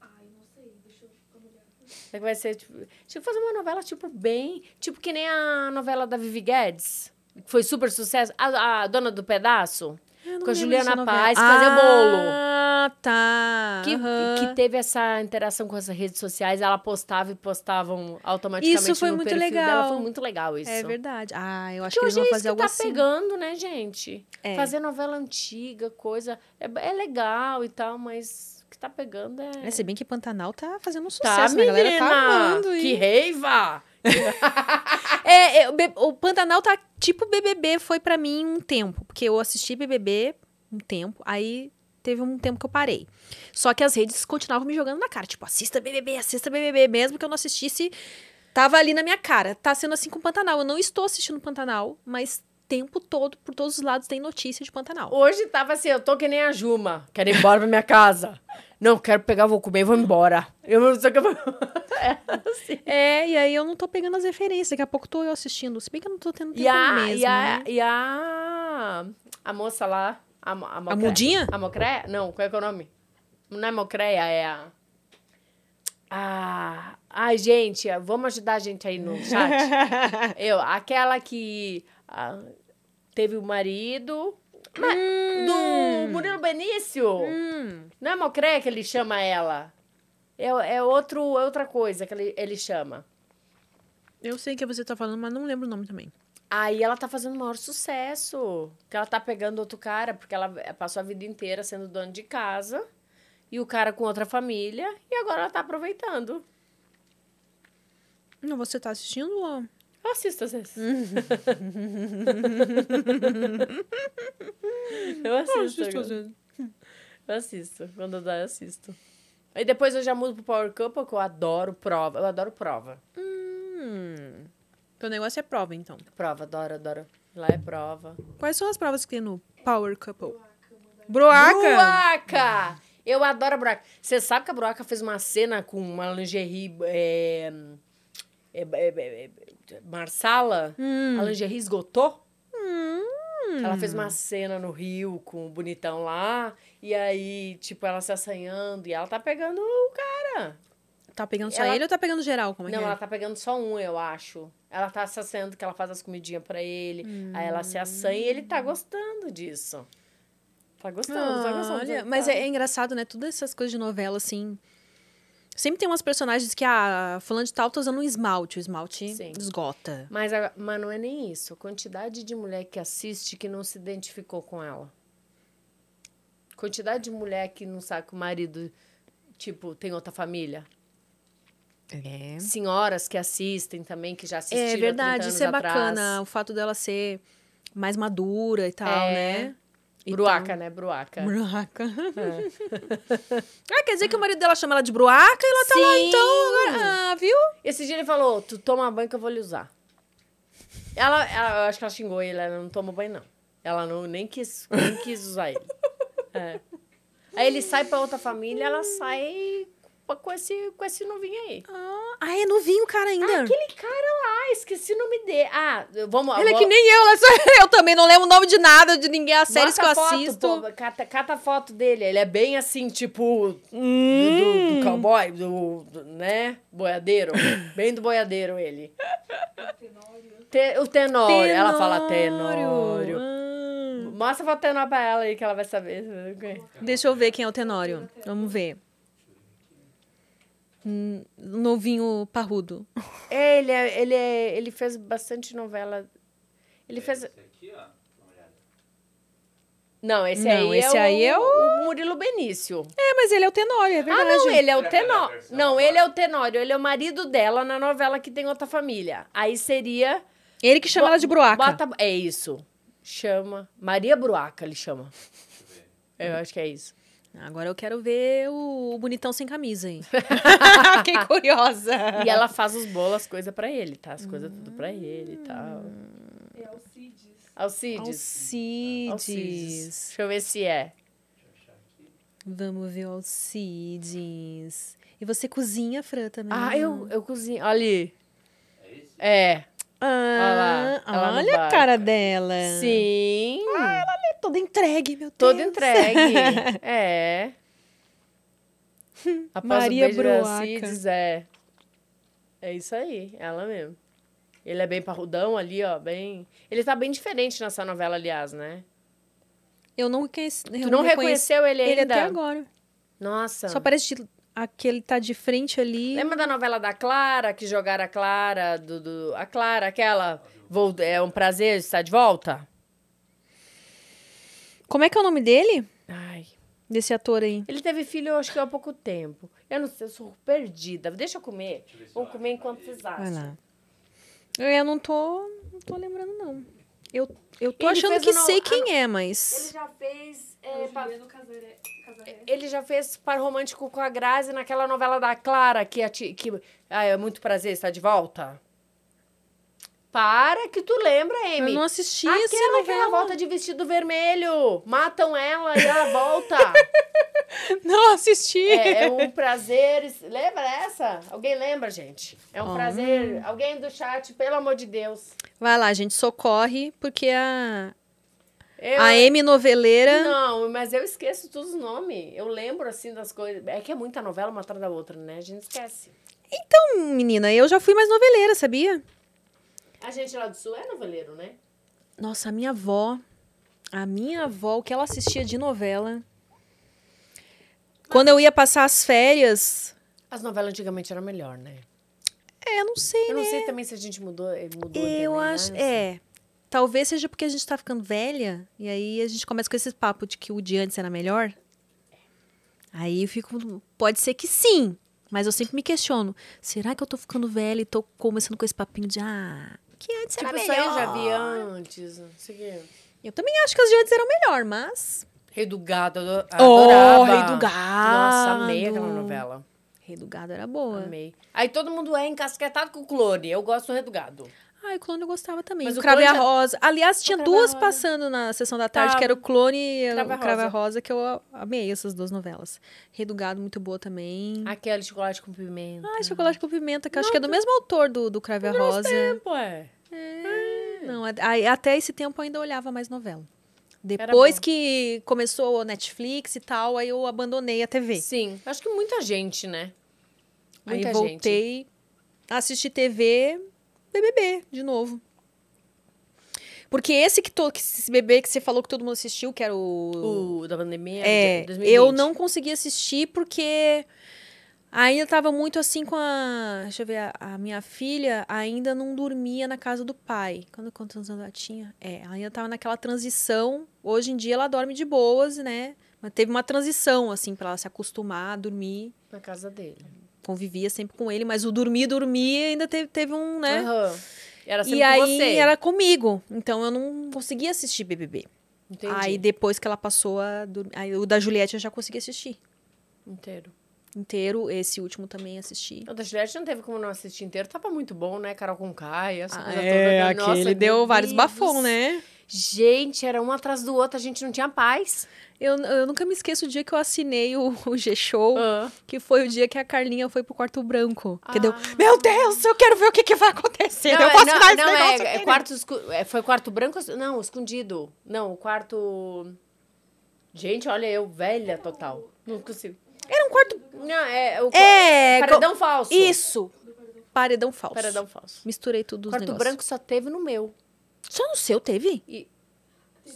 C: Ai, não sei, deixa eu ficar olhando.
B: Será que Vai ser, tipo... Tipo, fazer uma novela, tipo, bem... Tipo, que nem a novela da Vivi Guedes. Que foi super sucesso. A, a Dona do Pedaço.
A: Eu não
B: Com a
A: lembro
B: Juliana
A: dessa novela.
B: Paz, fazer
A: ah,
B: bolo.
A: Ah, tá.
B: Que,
A: aham.
B: que teve essa interação com as redes sociais, ela postava e postavam automaticamente
A: Isso foi
B: no
A: muito
B: perfil
A: legal.
B: dela. Foi muito legal isso.
A: É verdade. Ah, eu acho
B: Porque
A: que eles
B: hoje é
A: vão
B: isso
A: fazer
B: que
A: algo
B: tá
A: assim.
B: pegando, né, gente?
A: É.
B: Fazer novela antiga, coisa. É, é legal e tal, mas o que tá pegando é.
A: É, se bem que Pantanal tá fazendo um
B: tá,
A: sucesso, né?
B: menina!
A: A galera tá amando.
B: que
A: E...
B: reiva!
A: É, é, o, B- o Pantanal tá tipo BBB foi pra mim um tempo. Porque eu assisti BBB um tempo, aí teve um tempo que eu parei. Só que as redes continuavam me jogando na cara. Tipo, assista BBB, assista BBB. Mesmo que eu não assistisse, tava ali na minha cara. Tá sendo assim com o Pantanal. Eu não estou assistindo Pantanal, mas tempo todo, por todos os lados, tem notícia de Pantanal.
B: Hoje tava assim, eu tô que nem a Juma. Quero ir embora pra minha casa. Não, quero pegar, vou comer e vou embora. Eu não sei o que eu vou. É, assim.
A: É, e aí eu não tô pegando as referências. Daqui a pouco tô eu assistindo. Se bem que eu não tô tendo tempo
B: E a,
A: mesmo.
B: e a,
A: né?
B: e a, a moça lá, a, mo-
A: A
B: Mocreia-
A: mudinha?
B: A Mocreia? Não, qual é, que é o nome? Não é Mocreia, é a... Ah, ai, gente, vamos ajudar a gente aí no chat. Eu, aquela que ah, teve o marido... mas- Do Murilo Benício.
A: Hum.
B: Não é Mocreia que ele chama ela. É, é, outro, é outra coisa que ele, ele chama.
A: Eu sei que você tá falando, mas não lembro o nome também.
B: Aí ela tá fazendo o maior sucesso. Que ela tá pegando outro cara, porque ela passou a vida inteira sendo dona de casa. E o cara com outra família. E agora ela tá aproveitando.
A: Não, você tá assistindo? ó?
B: Assista às vezes. eu assisto.
A: Ah,
B: agora.
A: às vezes.
B: Eu assisto. Quando dá, eu assisto. Aí depois eu já mudo pro Power Couple, que eu adoro prova. Eu adoro prova.
A: Hum. Teu negócio é prova, então.
B: Prova, adoro, adoro. Lá é prova.
A: Quais são as provas que tem no Power Couple? Broaca!
B: Broaca! Eu adoro a Broaca. Você sabe que a Broaca fez uma cena com uma lingerie... É, é, é, é, é, Marsala?
A: Hum.
B: A lingerie esgotou? Ela fez uma cena no Rio com o bonitão lá. E aí, tipo, ela se assanhando. E ela tá pegando o cara.
A: Tá pegando só
B: Ela-
A: ele ou tá pegando geral? Como é
B: Não,
A: que é?
B: ela tá pegando só um, eu acho. Ela tá se assanhando que ela faz as comidinhas pra ele. Aí ela se assanha e ele tá gostando disso. Tá gostando, tá
A: Ah,
B: gostando.
A: olha,
B: tá.
A: mas é, é engraçado, né? Todas essas coisas de novela, assim. Sempre tem umas personagens que a ah, fulano de tal tá usando um esmalte. O esmalte
B: Sim.
A: esgota.
B: Mas, a- mas não é nem isso. A quantidade de mulher que assiste que não se identificou com ela. Quantidade de mulher que não sabe que o marido, tipo, tem outra família.
A: É.
B: Senhoras que assistem também, que já assistiram. há
A: É
B: 30
A: verdade, isso é
B: anos atrás.
A: bacana. O fato dela ser mais madura e tal,
B: É.
A: né?
B: Bruaca, né? Bruaca.
A: Então, Bruaca. ah, quer dizer que o marido dela chama ela de bruaca e ela tá lá,
B: Sim.
A: então. agora- Ah, viu?
B: Esse dia ele falou: Tu toma banho que eu vou lhe usar. Ela, ela- eu acho que ela xingou ele, ela não toma banho, não. Ela não, nem, quis, nem quis usar ele. É. Aí ele sai pra outra família, ela sai com- com esse, com esse novinho aí.
A: Ah, é novinho o cara ainda.
B: Aquele cara lá, esqueci o nome dele. Ah, vamos
A: Ele é
B: vou-
A: que nem eu, ela só- eu também não lembro o nome de nada, de ninguém, as séries
B: Bota
A: que eu
B: foto,
A: assisto.
B: pô, cata, cata a foto dele. Ele é bem assim, tipo. do- Do, do cowboy, do, do- né? Boiadeiro. bem do boiadeiro ele.
C: Tenório.
B: Te- o tenório. Ela fala
A: Tenório.
B: tenório.
A: Ah.
B: Mostra a foto tenor pra ela aí que ela vai saber.
A: Deixa eu ver quem é o Tenório. Vamos ver. Hum, Novinho parrudo.
B: É, ele, é, ele, é, ele fez bastante novela. Ele fez.
D: Esse aqui, ó. Dá uma olhada.
B: Não, esse
A: Não,
B: aí
A: esse
B: é,
A: aí
B: o,
A: é
B: o Murilo Benício.
A: É, mas ele é o Tenório, é verdade.
B: Ah, não, ele é o
D: Será que ela é a
B: tenor.
D: versão
B: Não,
D: agora?
B: ele é o tenório. Ele é o marido dela na novela que tem outra família. Aí seria.
A: Ele que chama ela de bruaca.
B: Bota- é isso. Chama. Maria Bruaca, ele chama.
D: Deixa eu ver.
B: Eu acho que é isso.
A: Agora eu quero ver o, o bonitão sem camisa aí. Fiquei curiosa.
B: E ela faz os bolos, as coisas pra ele, tá? As coisas tudo pra ele e tal.
C: É Alcides.
B: Alcides.
A: Alcides.
B: Alcides. Deixa eu ver se é.
D: Deixa eu achar aqui.
A: Vamos ver o Alcides. E você cozinha, Fran, também?
B: Ah, eu, eu cozinho. Olha ali.
D: É esse?
B: É.
A: Ah,
B: Olha lá, ela no
A: olha a
B: barco.
A: cara dela.
B: Sim.
C: Ah,
A: É toda entregue, meu Deus.
B: Todo entregue. É. Após
A: Maria
B: Maria o beijo do
A: Bruaca.
B: Alcides, é. É isso aí, ela mesmo. Ele é bem parrudão ali, ó, bem... Ele tá bem diferente nessa novela, aliás, né?
A: Eu não conheci.
B: Tu não reconheceu ele ainda?
A: ele até agora.
B: Nossa.
A: Só parece de, aquele tá de frente ali.
B: Lembra da novela da Clara, que jogaram a Clara, do, do- a Clara, aquela... Vou, é um prazer estar de volta?
A: Como é que é o nome dele?
B: Ai,
A: Desse ator aí.
B: Ele teve filho, eu acho que há pouco tempo. Eu não sei, eu sou perdida. Deixa eu comer.
D: Deixa eu ver se eu
B: Vou
D: acho, tá
B: comer enquanto
D: Maria.
B: vocês acham.
A: Vai lá. É, Eu não tô, não tô lembrando, não. Eu, eu tô
B: Ele
A: achando
B: fez
A: que
B: a no-
A: sei
B: a
A: quem é,
B: Ele
A: mas.
B: já fez.
C: É,
B: é,
C: o
B: pa-
C: Juliano Casaré. Casaré.
B: É, ele já fez par romântico com a Grazi naquela novela da Clara, que, a ti- que ah, é muito prazer estar de volta. Para que tu lembra,
A: Eu
B: Amy.
A: não assisti essa
B: Aquela que ela
A: novela.
B: volta de vestido vermelho. Matam ela e ela volta.
A: Não assisti.
B: É, é um prazer. es- Lembra essa? Alguém lembra, gente? É um
A: Ah.
B: prazer. Alguém do chat, pelo amor de Deus.
A: Vai lá, gente, socorre, porque a,
B: Eu-
A: a M noveleira.
B: Não, mas eu esqueço todos os nomes. Eu lembro, assim, das coisas. É que é muita novela uma atrás da outra, né? A gente esquece.
A: Hum, Menina, eu já fui mais noveleira, sabia?
B: A gente lá do Sul é noveleiro, né?
A: Nossa, a minha avó. A minha avó, o que ela assistia de novela. Quando eu ia passar as férias.
B: As novelas antigamente eram melhor, né?
A: É, não sei,
B: Eu
A: né?
B: não sei também se a gente mudou. eh, mudou
A: Eu
B: também,
A: acho.
B: né?
A: É. Talvez seja porque a gente tá ficando velha e aí a gente começa com esse papo de que o de antes era melhor. Aí eu fico. Pode ser que sim, mas eu sempre me questiono. Será que eu tô ficando velha e tô começando com esse papinho de. Ah, que antes
B: Tipo,
A: era
B: isso aí
A: melhor?
B: eu já vi antes. Não sei o quê.
A: Eu também acho que os de antes eram melhor, mas.
B: Rei do Gado, eu ado- adorava.
A: Oh, Rei do
B: Nossa,
A: Gado.
B: amei aquela novela.
A: Rei do Gado era boa.
B: Amei. Aí todo mundo é encasquetado com o clone. Eu gosto do Rei do Gado.
A: Ah, o clone eu gostava também.
B: Mas
A: o
B: o
A: Crave
B: clone
A: a
B: já-
A: Rosa. Aliás, tinha
B: Cravo e a
A: duas
B: Rosa.
A: passando na sessão da tarde,
B: Tava.
A: que era o clone e
B: Cravo e
A: o
B: a
A: Crave a
B: Rosa.
A: Rosa, que eu a- amei essas duas novelas. Rei do Gado, muito boa também.
B: Aquele chocolate com pimenta.
A: Ah, Chocolate com Pimenta, que eu acho que é do
B: tá.
A: mesmo autor do, do Crave a Rosa.
B: Pô, é.
A: Não, a- a- até esse tempo eu ainda olhava mais novela.
B: Era
A: Depois
B: bom.
A: que começou o Netflix e tal, aí eu abandonei a TV.
B: Sim. Acho que muita gente, né? Muita
A: aí
B: gente.
A: voltei, assisti TV, BBB de novo. Porque esse que, to, que esse bebê que você falou que todo mundo assistiu, que era o.
B: O da pandemia.
A: é,
B: de 2020.
A: eu não consegui assistir porque ainda tava muito assim com a. Deixa eu ver, a, a minha filha ainda não dormia na casa do pai. Quando quantos anos ela tinha? É, ela ainda tava naquela transição. Hoje em dia ela dorme de boas, né? Mas teve uma transição, assim, pra ela se acostumar a dormir
B: Na casa dele.
A: convivia sempre com ele, mas o dormir, dormir ainda teve, teve um, né?
B: Aham. Era sempre
A: E aí
B: com você.
A: era comigo. Então eu não conseguia assistir BBB.
B: Entendi.
A: Aí depois que ela passou a dormir. Aí, o da Juliette eu já consegui assistir
B: Inteiro.
A: inteiro. Esse último também assisti.
B: O da Juliette não teve como não assistir inteiro. Tava muito bom, né? Carol com Caia, essa coisa toda. né? Nossa,
A: Ah, é, aquele
B: meu
A: deu vários
B: Deus.
A: bafão, né?
B: Gente, era um atrás do outro, a gente não tinha paz.
A: Eu, eu nunca me esqueço o dia que eu assinei o, o G-Show,
B: Ah.
A: que foi o dia que a Carlinha foi pro quarto branco. Que deu,
B: Ah.
A: meu Deus, eu quero ver o que, que vai acontecer. eu
B: é-
A: vou assinar esse
B: não, é-
A: negócio
B: é
A: aqui, né?
B: quarto escu- é, Foi quarto branco? ou- Não, escondido. Não, o quarto. Gente, olha eu, velha total. Não consigo.
A: Era um quarto...
B: Não, é o
A: É,
B: paredão falso.
A: Isso. Paredão falso.
B: Paredão falso.
A: Misturei tudo os
B: quarto
A: negócios.
B: branco só teve no meu.
A: Só no seu teve?
B: E-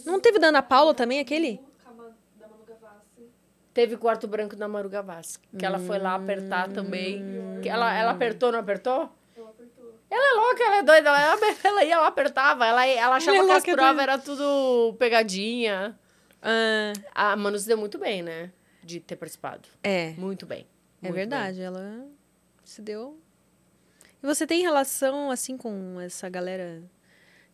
A: Não teve da Ana Paula também, aquele?
C: Com a Ma- Da Manu Gavassi.
B: Teve quarto branco da Maruga Vasque, que ela foi lá apertar
A: Hum.
B: também. Que ela, ela apertou, não apertou?
C: Ela apertou.
B: Ela é louca, ela é doida. Ela, ela ia, ela apertava. Ela, ela achava
A: é
B: que as
A: louca,
B: provas
A: doida.
B: era tudo pegadinha. Ah. A Manu se deu muito bem, né? De ter participado.
A: é,
B: Muito bem.
A: é
B: Muito
A: verdade. Ela se deu. E você tem relação, assim, com essa galera?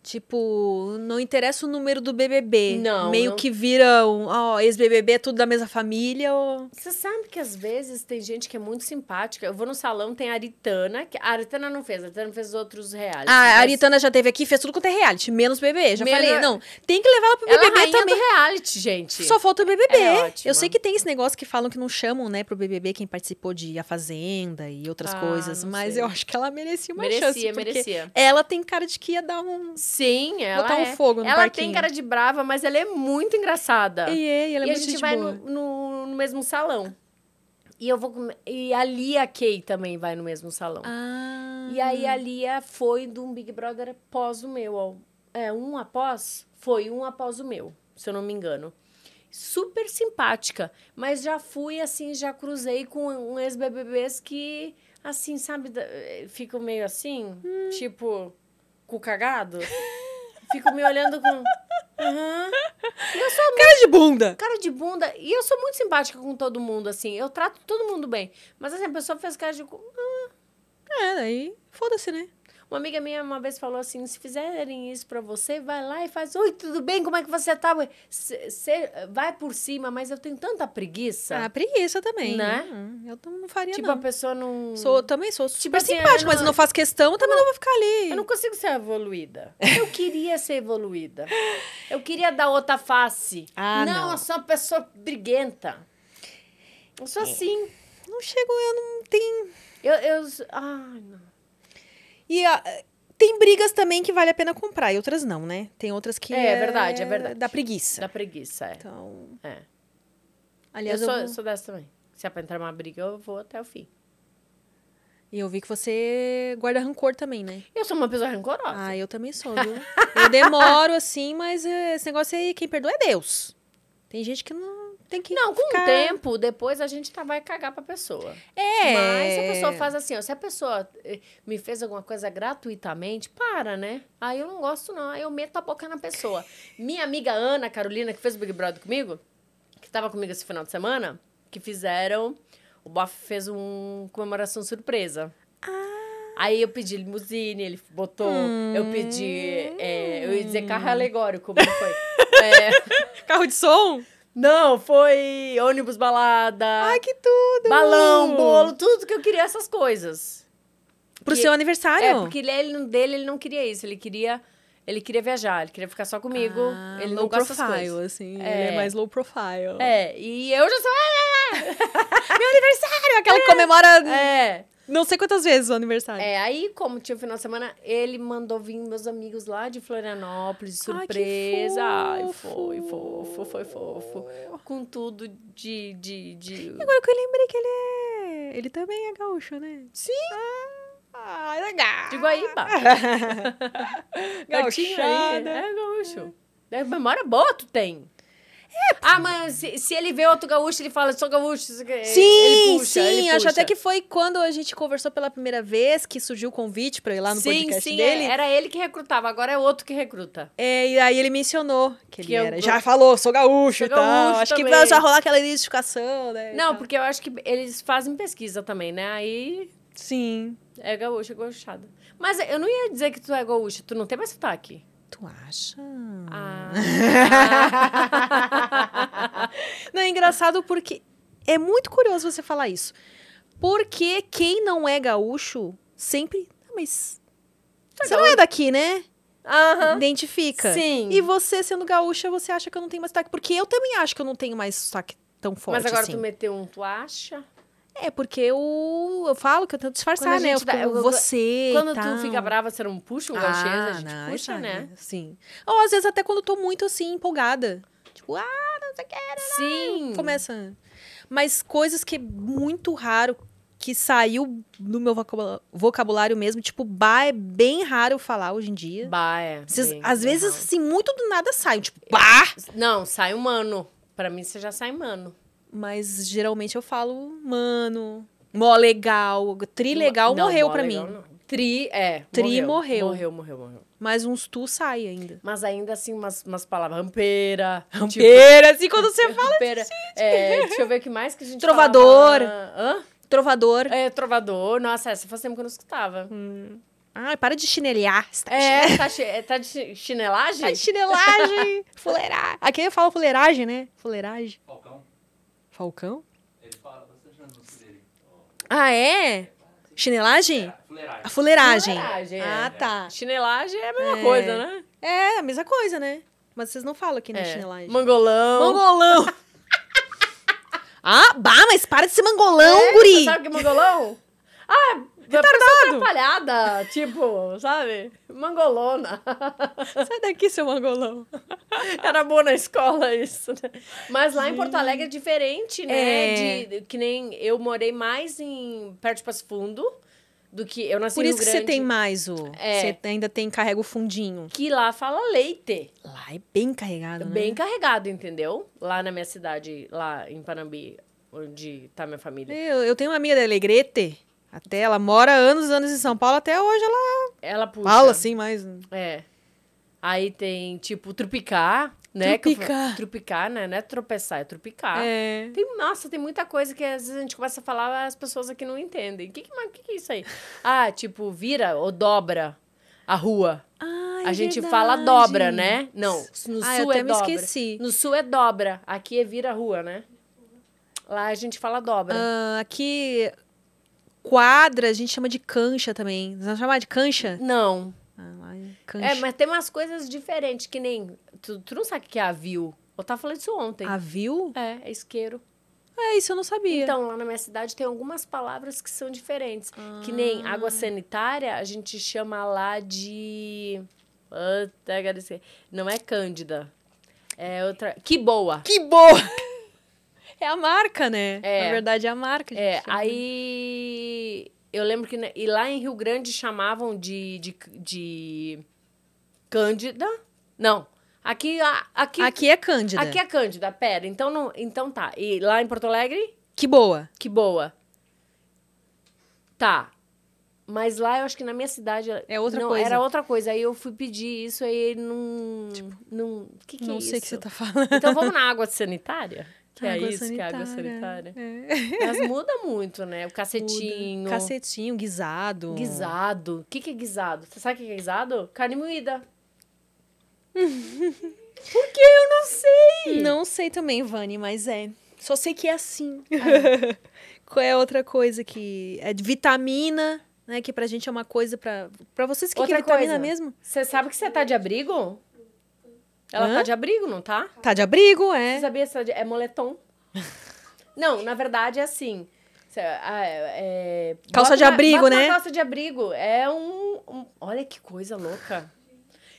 A: Tipo, não interessa o número do BBB.
B: Não,
A: Meio
B: não.
A: que viram, ó, ex-BBB é tudo da mesma família ou...
B: bem. Você sabe que às vezes tem gente que é muito simpática. Eu vou no salão, tem a Aritana. Que... A Aritana não fez, a Aritana fez outros reais.
A: Ah, a Aritana já teve aqui, fez tudo quanto é reality, menos BBB. Já
B: Menos-
A: falei, não, tem que levar ela pro
B: ela
A: BBB
B: é rainha
A: também.
B: do reality, gente.
A: Só falta o BBB.
B: Ela é ótima.
A: eu sei que tem esse negócio que falam que não chamam, né, pro BBB quem participou de A Fazenda e outras
B: Ah,
A: coisas,
B: não
A: mas
B: sei.
A: eu acho que ela merecia uma
B: merecia,
A: chance. assim, porque
B: merecia.
A: Ela tem cara de que ia dar um.
B: Sim, ela
A: botar um
B: é.
A: fogo no
B: Ela
A: parquinho.
B: tem cara de brava, mas ela é muito engraçada.
A: E, e ela é
B: e a
A: muito
B: gente
A: gente
B: vai
A: boa.
B: no, no- no mesmo salão. E eu vou com- e a Lia Kay também vai no mesmo salão.
A: Ah.
B: E aí a Lia foi de um Big Brother após o meu. ó. É, um após? Foi um após o meu, se eu não me engano. Super simpática, mas já fui assim, já cruzei com um ex-BBBs que, assim, sabe, da- eh, ficam meio assim, tipo, cu cagado. Ficam me olhando com. Aham.
A: Cara de bunda!
B: Cara é de bunda. E eu sou muito simpática com todo mundo, assim. Eu trato todo mundo bem. Mas assim, a pessoa fez cara de. cu-
A: É, daí. Foda-se, né?
B: Uma amiga minha uma vez falou assim: se fizerem isso pra você, vai lá e faz. Oi, tudo bem? Como é que você tá? Cê- cê vai por cima, mas eu tenho tanta preguiça.
A: Ah, preguiça também.
B: Tá. Né?
A: Hum, Eu não faria,
B: tipo, a
A: não.
B: pessoa não.
A: Sou, também sou super
B: assim,
A: simpática,
B: eu
A: mas eu
B: não-
A: não faço questão, eu também não, vou ficar ali.
B: Eu não consigo ser evoluída. Eu queria ser evoluída. Eu queria dar outra face.
A: Ah, não.
B: eu sou uma pessoa briguenta. Eu
A: É.
B: sou assim.
A: não chego, eu não tenho.
B: Eu. eu... Ai, não.
A: E ah, tem brigas também que vale a pena comprar e outras não, né? Tem outras que.
B: É, é verdade, é verdade.
A: Da preguiça.
B: Dá preguiça, é.
A: Então.
B: É.
A: Aliás,
B: eu
A: eu,
B: sou,
A: vou-
B: sou dessa também. Se é pra entrar numa briga, eu vou até o fim.
A: e eu vi que você guarda rancor também, né?
B: Eu sou uma pessoa rancorosa.
A: Ah, eu também sou, viu? eu demoro assim, mas eh, esse negócio aí, quem perdoa é Deus. Tem gente que não. Tem que
B: Não, com
A: ficar...
B: o tempo, depois a gente tá, vai cagar pra pessoa.
A: É.
B: Mas se a pessoa faz assim, ó, se a pessoa eh, me fez alguma coisa gratuitamente, para, né? Aí eu não gosto, não. Aí eu meto a boca na pessoa. Minha amiga Ana Carolina, que fez o Big Brother comigo, que tava comigo esse final de semana, que fizeram. O Boff fez uma comemoração surpresa.
A: Ah.
B: Aí eu pedi limusine, ele botou. Eu
A: Hum.
B: pedi. eh, eu ia dizer carro alegórico, como foi? É,
A: Carro de som?
B: não, foi ônibus balada.
A: Ai, que tudo!
B: Balão, bolo, tudo que eu queria essas coisas.
A: Pro
B: que-
A: seu aniversário?
B: É, porque ele, ele, dele ele não queria isso, ele queria ele queria viajar, ele queria ficar só comigo.
A: Ah,
B: ele
A: low
B: não gosta dessas
A: profile,
B: coisas.
A: assim.
B: É.
A: Ele é mais low profile.
B: É, e eu já sou
A: Sério, aquela que comemora
B: é.
A: não sei quantas vezes o aniversário.
B: É, aí como tinha o final de semana, ele mandou vir meus amigos lá de Florianópolis, de
A: Ai, que
B: surpresa. Ai, foi
A: fofo.
B: fofo, foi fofo. Com tudo de de, de...
A: Agora que eu lembrei que ele é. Ele também é gaúcho, né? Sim! Ah, é legal!
B: de Guaíba. Gatinho aí.
A: Gauchada.
B: É gaúcho. É. Memória boa tu tem. Ah, mas se, se ele vê outro gaúcho, ele fala, sou gaúcho. isso aqui",
A: Sim,
B: ele puxa,
A: sim.
B: ele
A: Acho
B: puxa.
A: até que foi quando a gente conversou pela primeira vez que surgiu o convite pra eu ir lá no
B: sim,
A: podcast
B: sim,
A: dele.
B: é, era ele que recrutava, agora é outro que recruta.
A: É, e aí ele mencionou que ele
B: Que eu-
A: era. Já falou, sou gaúcho
B: Sou
A: e tal.
B: gaúcho
A: Acho que
B: também.
A: vai já rolar aquela identificação, né? e
B: Não,
A: tal.
B: porque eu acho que eles fazem pesquisa também, né? Aí
A: Sim.
B: é gaúcho, é gaúchada. Mas eu não ia dizer que tu é gaúcho, tu não tem mais sotaque.
A: Tu acha?
B: Ah.
A: Não, é engraçado porque é muito curioso você falar isso. Porque quem não é gaúcho sempre. Ah, mas. Você não é daqui, né?
B: Aham.
A: Identifica.
B: Sim.
A: E você, sendo gaúcha, você acha que eu não tenho mais sotaque. Porque eu também acho que eu não tenho mais sotaque tão forte.
B: Mas agora
A: assim.
B: tu meteu um, tu acha?
A: É, porque eu, eu falo que eu tento
B: Quando
A: disfarçar,
B: a
A: né? Eu
B: gente dá-
A: fico,
B: eu-
A: você. e
B: Quando
A: tal. Ah,
B: tu fica brava, você não puxa um gauchês, a gente
A: não,
B: puxa,
A: isso, é
B: né?
A: Sim. Ou às vezes até quando eu tô muito assim, empolgada. Tipo, ah,
B: é
A: Hum.
B: Sim.
A: começa. Mas coisas que é muito raro que saiu do meu vocabula- vocabulário mesmo, tipo, bah é bem raro eu falar hoje em dia.
B: Bah, é.
A: Vocês-
B: bem,
A: às
B: bem
A: vezes, assim, muito do nada sai, tipo, bah!
B: raro. Não, sai humano. Pra mim, você já sai um humano.
A: Mas geralmente eu falo, mano, mó legal, trilegal
B: Não,
A: morreu
B: mó
A: pra
B: legal
A: mim.
B: não. Tri, é.
A: Tri morreu.
B: Morreu, morreu, morreu.
A: Mas uns tu sai ainda.
B: Mas ainda assim, umas, umas palavras. Rampeira. Tipo,
A: Rampeira, assim, quando você fala.
B: Rampeira. É, deixa eu ver o que mais que a gente
A: Trovador.
B: falava. Hã?
A: Trovador.
B: É, trovador. Nossa, essa faz tempo que eu não escutava.
A: Hum. Ai, para de chinelhar. Você tá
B: É, tá, chi- é, tá de chi- chinelagem?
A: Ai, chinelagem, fuleiragem. Aqui eu falo fuleiragem, né? Fuleiragem.
D: Falcão,
A: Falcão?
D: ele fala bastante na música dele. Ó,
A: Ah, é? Chinelagem?
D: Fuleiragem.
A: A fuleiragem.
B: Fuleiragem, é.
A: Tá Ah, tá.
B: Chinelagem é a mesma coisa, né?
A: É, a mesma coisa, né? Mas vocês não falam aqui na
B: É.
A: chinelagem.
B: Mangolão.
A: Mangolão. ah, bah, mas para de ser mangolão,
B: É,
A: guri.
B: Sabe o que é mangolão? Ah, uma pessoa atrapalhada, tipo, sabe? Mangolona.
A: Sai daqui, seu mangolão.
B: Era boa na escola isso, né? Mas lá em Porto Alegre é diferente, né?
A: É.
B: De- de- que nem eu morei mais em perto de Passo Fundo do que eu nasci
A: Por
B: em
A: isso que
B: Rio
A: você
B: Grande,
A: tem mais o...
B: É.
A: Você ainda tem, carrega o fundinho.
B: que lá fala leite.
A: Lá é bem carregado, né?
B: Bem carregado, entendeu? Lá na minha cidade, lá em Panambi, onde tá minha família.
A: Eu, eu tenho uma amiga da Alegrete. Até ela mora anos e anos em São Paulo. Até hoje ela
B: Ela puxa.
A: fala assim, mas...
B: É. Aí tem, tipo, trupicar, né? que eu fa-
A: Trupicar.
B: Trupicar, né? Não é tropeçar, é trupicar.
A: É.
B: Tem, nossa, tem muita coisa que às vezes a gente começa a falar as pessoas aqui não entendem. O que, que, mas que que é isso aí? Ah, tipo, vira ou dobra a rua.
A: Ai,
B: a gente
A: É verdade.
B: fala dobra, né? Não, no
A: Ah,
B: sul
A: eu até
B: é
A: me
B: dobra.
A: esqueci.
B: No sul é dobra, aqui é vira a rua, né? Lá a gente fala dobra.
A: Ah, aqui, quadra, a gente chama de cancha também. Vocês vão chamar de cancha?
B: Não.
A: Ah, lá é cancha.
B: É, mas tem umas coisas diferentes, que nem... Tu, tu não sabe o que é avio. Eu tava falando isso ontem.
A: Avio?
B: É, é isqueiro.
A: Ah, É, isso eu não sabia.
B: Então, lá na minha cidade tem algumas palavras que são diferentes. Que nem
A: Ah.
B: água sanitária, a gente chama lá de. Puta, agradecer. Não é Cândida. É outra. Que boa!
A: que boa! é a marca, né?
B: É.
A: Na verdade, é a marca. que a
B: É,
A: gente chama.
B: aí. Eu lembro que. né, E lá em Rio Grande chamavam de. de, de Cândida? Não. Aqui, a- aqui, aqui,
A: Aqui é Cândida.
B: é Cândida, pera. Então, não, então tá. E lá em Porto Alegre,
A: Que boa.
B: que boa. Tá. Mas lá eu acho que na minha cidade.
A: É outra
B: não,
A: coisa.
B: Era outra coisa. Aí eu fui pedir isso, aí ele não. não que que
A: Tipo, não
B: é
A: sei o que
B: isso?
A: você tá falando.
B: Então vamos na água sanitária? Que
A: Água
B: é isso, que é água sanitária.
A: É.
B: Mas muda muito, né? O cacetinho.
A: Cacetinho, guisado.
B: Guisado. O que, que é guisado? Você sabe o que que é guisado? Carne moída. Porque eu não sei.
A: Não sei também, Vani, mas é. Só sei que é assim. Qual é a outra coisa que. É de vitamina, né? Que pra gente é uma coisa pra. Pra vocês, o que, que é
B: Outra
A: vitamina
B: coisa.
A: mesmo?
B: Você sabe que você tá de abrigo? Ela
A: Hã?
B: tá de abrigo, não tá?
A: Tá de abrigo,
B: Você
A: é.
B: sabia que você tá de... é moletom? não, na verdade é assim. Cê- ah, é- é-
A: Calça
B: bota
A: de
B: uma-
A: abrigo,
B: bota
A: né?
B: Uma calça de abrigo. É um, um- Olha que coisa louca.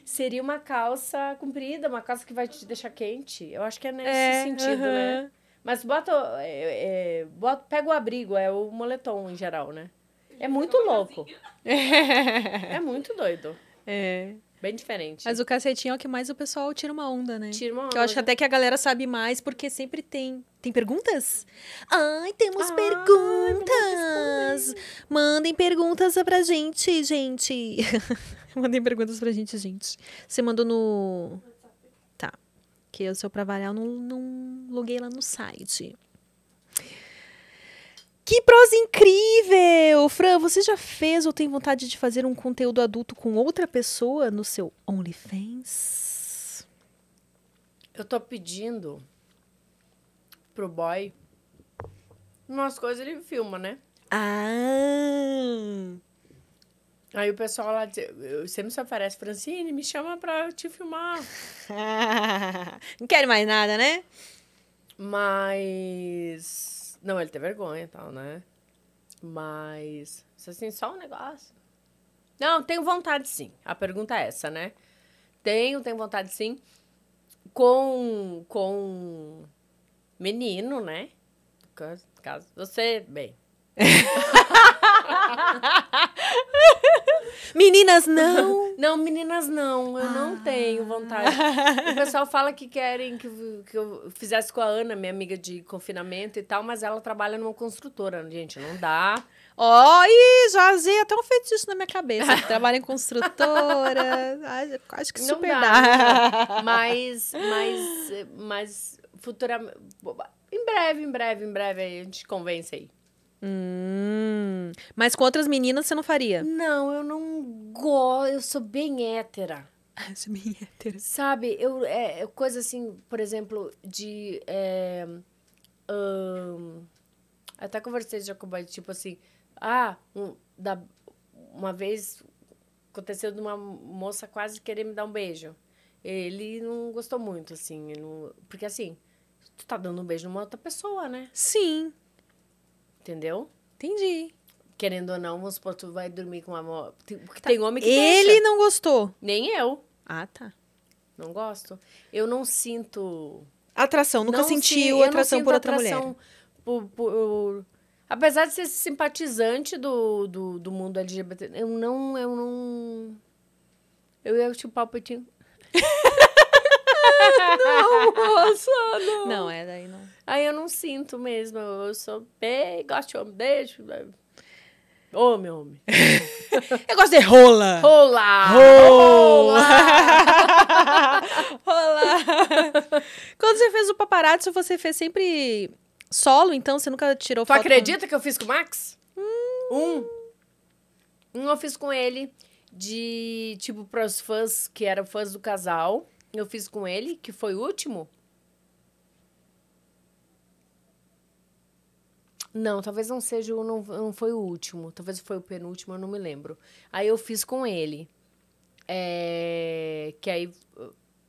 B: Seria uma calça comprida, uma calça que vai te deixar quente. Eu acho que é nesse
A: É,
B: sentido, né?
A: aham.
B: Mas bota, é, é, bota- Pega o abrigo, é o moletom em geral, né? É muito louco. É muito doido.
A: É.
B: Bem diferente.
A: Mas o cacetinho é o que mais o pessoal tira uma onda, né?
B: Tira uma
A: Que eu acho que
B: onda.
A: até que a galera sabe mais, porque sempre tem. Tem perguntas? Ai, temos
B: Ai,
A: perguntas! Mandem perguntas pra gente, gente! Mandem perguntas pra gente, gente. Você mandou no. Tá. Que eu, se eu trabalhar, eu não, não loguei lá no site. Que prosa incrível! Fran, você já fez ou tem vontade de fazer um conteúdo adulto com outra pessoa no seu OnlyFans?
B: Eu tô pedindo pro boy. Umas coisas ele filma, né?
A: Ah!
B: Aí o pessoal lá diz, "Eu- sempre se oferece, Francine, me chama pra te filmar.
A: Não quero mais nada, né?
B: Mas. Não, ele tem vergonha e tal, né? Mas. isso, Assim, só um negócio. Não, tenho vontade sim. A pergunta é essa, né? Tenho, tenho vontade sim. Com. Com. Menino, né? Caso, caso você. Bem.
A: Meninas, não!
B: Não, meninas, não. Eu não tenho vontade. O pessoal fala que querem que, eu- que eu fizesse com a Ana, minha amiga de confinamento e tal, mas ela trabalha numa construtora. Gente, não dá.
A: Ó, ih, já usei até um feitiço na minha cabeça. que Trabalha em construtora. Ai, Acho que
B: Não
A: super
B: dá,
A: dá.
B: Mas, mas, eh, mas futuramente. Em breve, em breve, em breve aí a gente convence aí.
A: Hum, mas com outras meninas você não faria?
B: Não, eu não gosto. Eu sou bem hétera.
A: Ah, isso é meio hétero.
B: Sabe, eu, é, é coisa assim, por exemplo, de. é, ahn, até conversei já com o boy, tipo assim, ah, um- da, uma vez aconteceu de uma moça quase querer me dar um beijo. Ele não gostou muito, assim, ele não- porque assim, tu tá dando um beijo numa outra pessoa, né?
A: Sim,
B: Entendeu?
A: entendi.
B: Querendo ou não, vamos supor, tu vai dormir com uma. mo- tem- Porque tem homem que
A: Tá. Ele
B: deixa.
A: não gostou.
B: Nem eu.
A: Ah, tá.
B: Não gosto. Eu não sinto.
A: Atração, nunca
B: não
A: sentiu
B: se- eu
A: atração
B: não
A: por
B: sinto
A: outra mulher.
B: atração por- por- Apesar de ser simpatizante do, do, do mundo LGBT, eu não, eu não. Eu ia chupar o peitinho.
A: Não. é daí não.
B: Aí eu não sinto mesmo. Eu sou bem, gosto de homem, beijo. Homem, homem.
A: Eu gosto de rola.
B: Olá!
A: Rola! Rola! Quando você fez o paparazzo, você fez sempre solo, então? Você nunca tirou
B: Tu
A: foto? com- Hum.
B: acredita que eu fiz com o Max? Um. Um eu fiz com ele de, tipo, pros fãs que eram fãs do casal. Eu fiz com ele, que foi o último. Não, talvez não seja, o- não, não foi o último. Talvez foi o penúltimo, eu não me lembro. Aí eu fiz com ele. É, que aí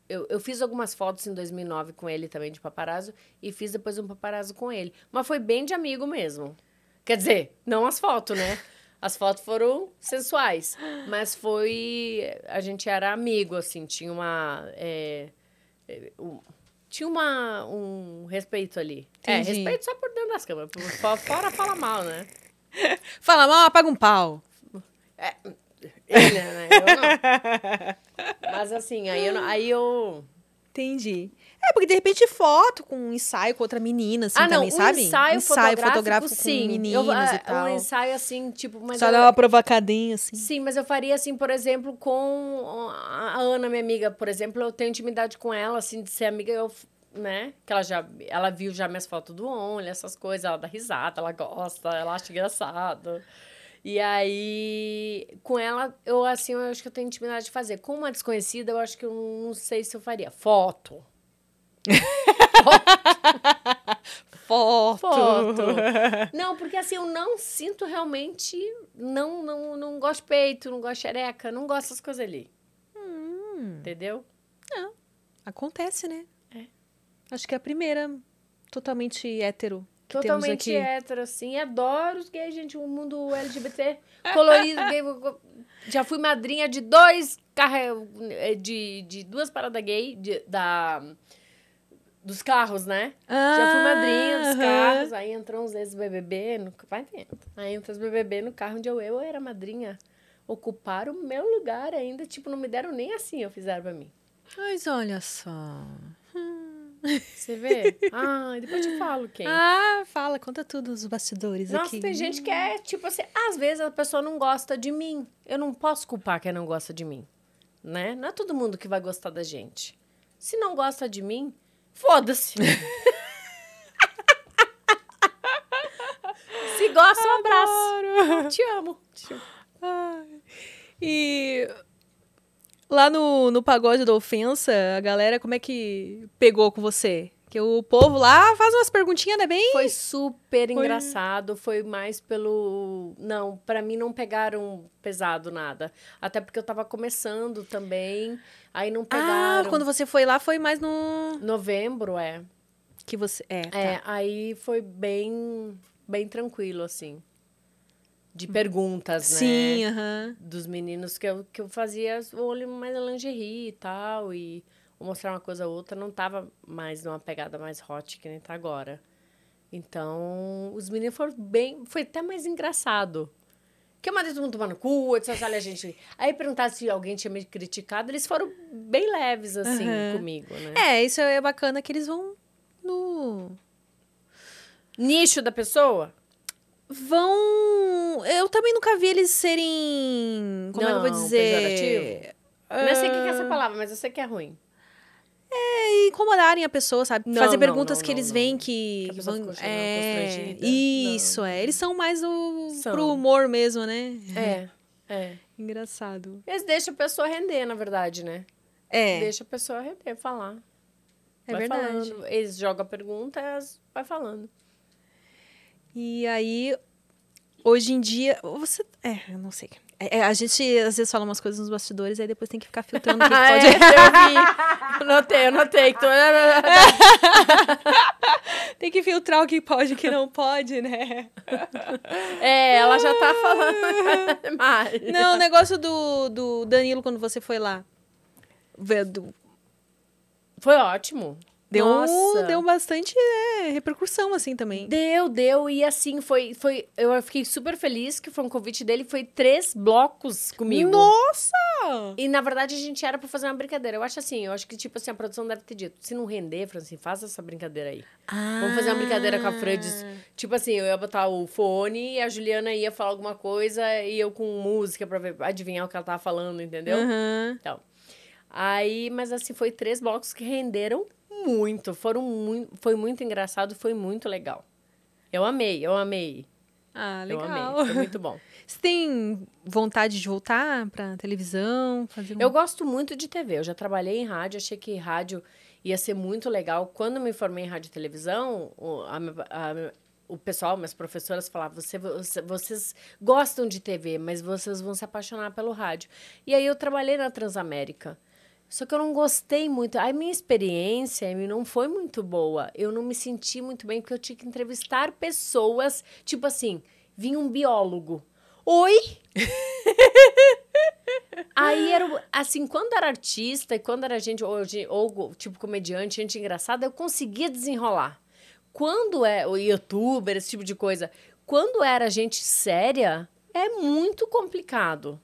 B: eu, eu fiz algumas fotos em 2009 com ele também de paparazzo e fiz depois um paparazzo com ele. Mas foi bem de amigo mesmo. Quer dizer, não as fotos, né? As fotos foram sensuais, mas foi a gente era amigo assim, tinha uma é, é, um- tinha uma um respeito ali.
A: Entendi.
B: É, respeito só por dentro das câmeras, por fo- fora fala mal, né?
A: Fala mal, apaga um pau.
B: Ele, né? Eu não. Mas assim, aí eu, não- aí eu
A: Entendi. É, porque de repente foto com um ensaio com outra menina, assim,
B: ah, não,
A: também,
B: um
A: sabe?
B: ensaio, fotográfico,
A: com
B: sim.
A: meninos
B: Eu- ah,
A: e tal.
B: Um ensaio assim, tipo... Mas
A: Só
B: eu-
A: dá uma provocadinha, assim.
B: Sim, mas eu faria assim, por exemplo, com a a Ana, minha amiga, por exemplo, eu tenho intimidade com ela, assim, de ser amiga, eu, né? Que ela já, ela viu já minhas fotos do Only, essas coisas, ela dá risada, ela gosta, ela acha engraçado. E aí, com ela, eu assim, eu acho que eu tenho intimidade de fazer. Com uma desconhecida, eu acho que eu não sei se eu faria. Foto.
A: Foto.
B: Foto. Não, porque assim, eu não sinto realmente, não, não, não gosto de peito, não gosto de xereca, não gosto dessas coisas ali.
A: Hum.
B: Entendeu?
A: Acontece, né? É. Acho que é a primeira totalmente hétero que temos aqui.
B: Totalmente hétero, assim. Adoro os gays, gente. O mundo LGBT colorido, gay. Já fui madrinha de dois carros, de, de duas paradas gay de- da, dos carros, né? Já fui madrinha dos carros, aí entrou uns vezes BBB, no, vai dentro. Aí entrou os BBB no carro onde eu, eu era madrinha. Ocuparam o meu lugar ainda, tipo, não me deram nem assim, eu fizeram pra mim.
A: Mas olha só.
B: Você vê? ah, depois eu te falo quem.
A: Ah, fala, conta tudo os bastidores
B: Nossa,
A: aqui.
B: tem gente que é tipo assim, às vezes a pessoa não gosta de mim. Eu não posso culpar quem não gosta de mim, né? Não é todo mundo que vai gostar da gente. Se não gosta de mim, foda-se. Se gosta, um abraço. Te amo.
A: Ai. E lá no, no pagode da ofensa, a galera como é que pegou com você? Que o povo lá faz umas perguntinhas, né, bem?
B: Foi super engraçado, foi mais pelo não, pra mim não pegaram pesado nada. Até porque eu tava começando também, aí não
A: Ah,
B: pegaram.
A: quando você foi lá foi mais no
B: Novembro, é.
A: que você é, tá.
B: É, aí foi bem, bem tranquilo, assim. De perguntas,
A: Sim,
B: né?
A: aham.
B: Dos meninos que eu, que eu fazia o olho mais a lingerie e tal. E um mostrar uma coisa ou outra. Não tava mais numa pegada mais hot que nem tá agora. Então, os meninos foram bem. Foi até mais engraçado. Que eu mandei todo mundo tomar no cu, é eu disse, olha, gente. Aí perguntar se alguém tinha me criticado, eles foram bem leves, assim,
A: Aham.
B: comigo, né?
A: É, isso é bacana que eles vão no
B: Nicho da pessoa?
A: vão Eu também nunca vi eles serem, como é que eu vou
B: Não,
A: dizer?
B: pejorativo? Eu não sei o que que é essa palavra, mas eu sei que é ruim.
A: e incomodarem a pessoa, sabe?
B: Não,
A: Fazer
B: não,
A: perguntas
B: não,
A: que
B: não,
A: eles
B: não.
A: veem que.
B: Que a pessoa
A: vão-
B: ficou chorando,
A: é,
B: constrangida.
A: isso,
B: Não.
A: é. Eles são mais o,
B: São.
A: pro humor mesmo, né?
B: É, é.
A: Engraçado.
B: Eles deixam a pessoa render, na verdade, né?
A: É,
B: Deixa a pessoa render, falar.
A: é
B: vai
A: verdade.
B: Falando. Eles jogam a pergunta, elas vai falando.
A: E aí, hoje em dia. Você. É, eu não sei. É, é, a gente às vezes fala umas coisas nos bastidores, aí depois tem que ficar filtrando o que que pode.
B: É. eu vi. Notei, eu notei. Que É, tô...
A: Tem que filtrar o que pode e o que não pode, né?
B: É, ela já tá falando mais.
A: Não, o negócio do, do Danilo quando você foi lá. Vê, do-
B: Foi ótimo.
A: Deu, um-
B: Nossa.
A: deu bastante é, repercussão, assim, também.
B: Deu, deu. E assim, foi, foi... Eu fiquei super feliz que foi um convite dele. Foi três blocos comigo.
A: Nossa!
B: E na verdade a gente era pra fazer uma brincadeira. Eu acho assim, eu acho que tipo assim, a produção deve ter dito: se não render, Francine, faz essa brincadeira aí. Vamos
A: Ah.
B: fazer uma brincadeira com a Frandes. Tipo assim, eu ia botar o fone e a Juliana ia falar alguma coisa e eu com música pra ver- adivinhar o que ela tava falando, entendeu?
A: Aham.
B: Aí, mas assim, foi três blocos que renderam muito. Foram muito. Foi muito engraçado, foi muito legal. Eu amei, eu amei.
A: Ah,
B: Eu
A: legal.
B: amei. Foi muito bom.
A: Você tem vontade de voltar pra televisão? Fazer um...
B: Eu gosto muito de TV. Eu já trabalhei em rádio, achei que rádio ia ser muito legal. Quando me formei em rádio e televisão, o, a minha- a minha- o pessoal, minhas professoras falavam: "Você- você- vocês gostam de TV, mas vocês vão se apaixonar pelo rádio. E aí eu trabalhei na Transamérica. Só que eu não gostei muito. A minha experiência Amy, não foi muito boa. Eu não me senti muito bem, porque eu tinha que entrevistar pessoas. Tipo assim, vinha um biólogo. Oi! Aí era, o- assim, quando era artista e quando era gente, ou, ge- ou, tipo comediante, gente engraçada, eu conseguia desenrolar. Quando é o youtuber, esse tipo de coisa, quando era gente séria, é muito complicado.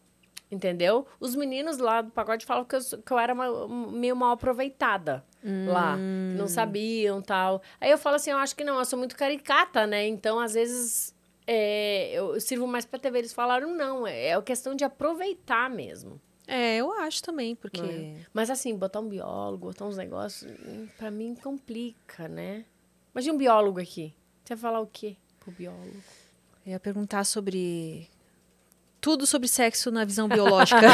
B: Entendeu? Os meninos lá do pagode falam que eu, sou- que eu era uma- meio mal um, aproveitada. lá, que não sabiam tal. Aí eu falo assim, eu acho que não, eu sou muito caricata, né? Então, às vezes, é, eu, eu sirvo mais pra TV. Eles falaram, não, é, é questão de aproveitar mesmo.
A: É, eu acho também, porque.
B: Não é? Mas assim, botar um biólogo, botar uns negócios, hum, pra mim complica, né? Imagina um biólogo aqui. Você vai falar o quê pro biólogo?
A: Eu ia perguntar sobre. Tudo sobre sexo na visão biológica.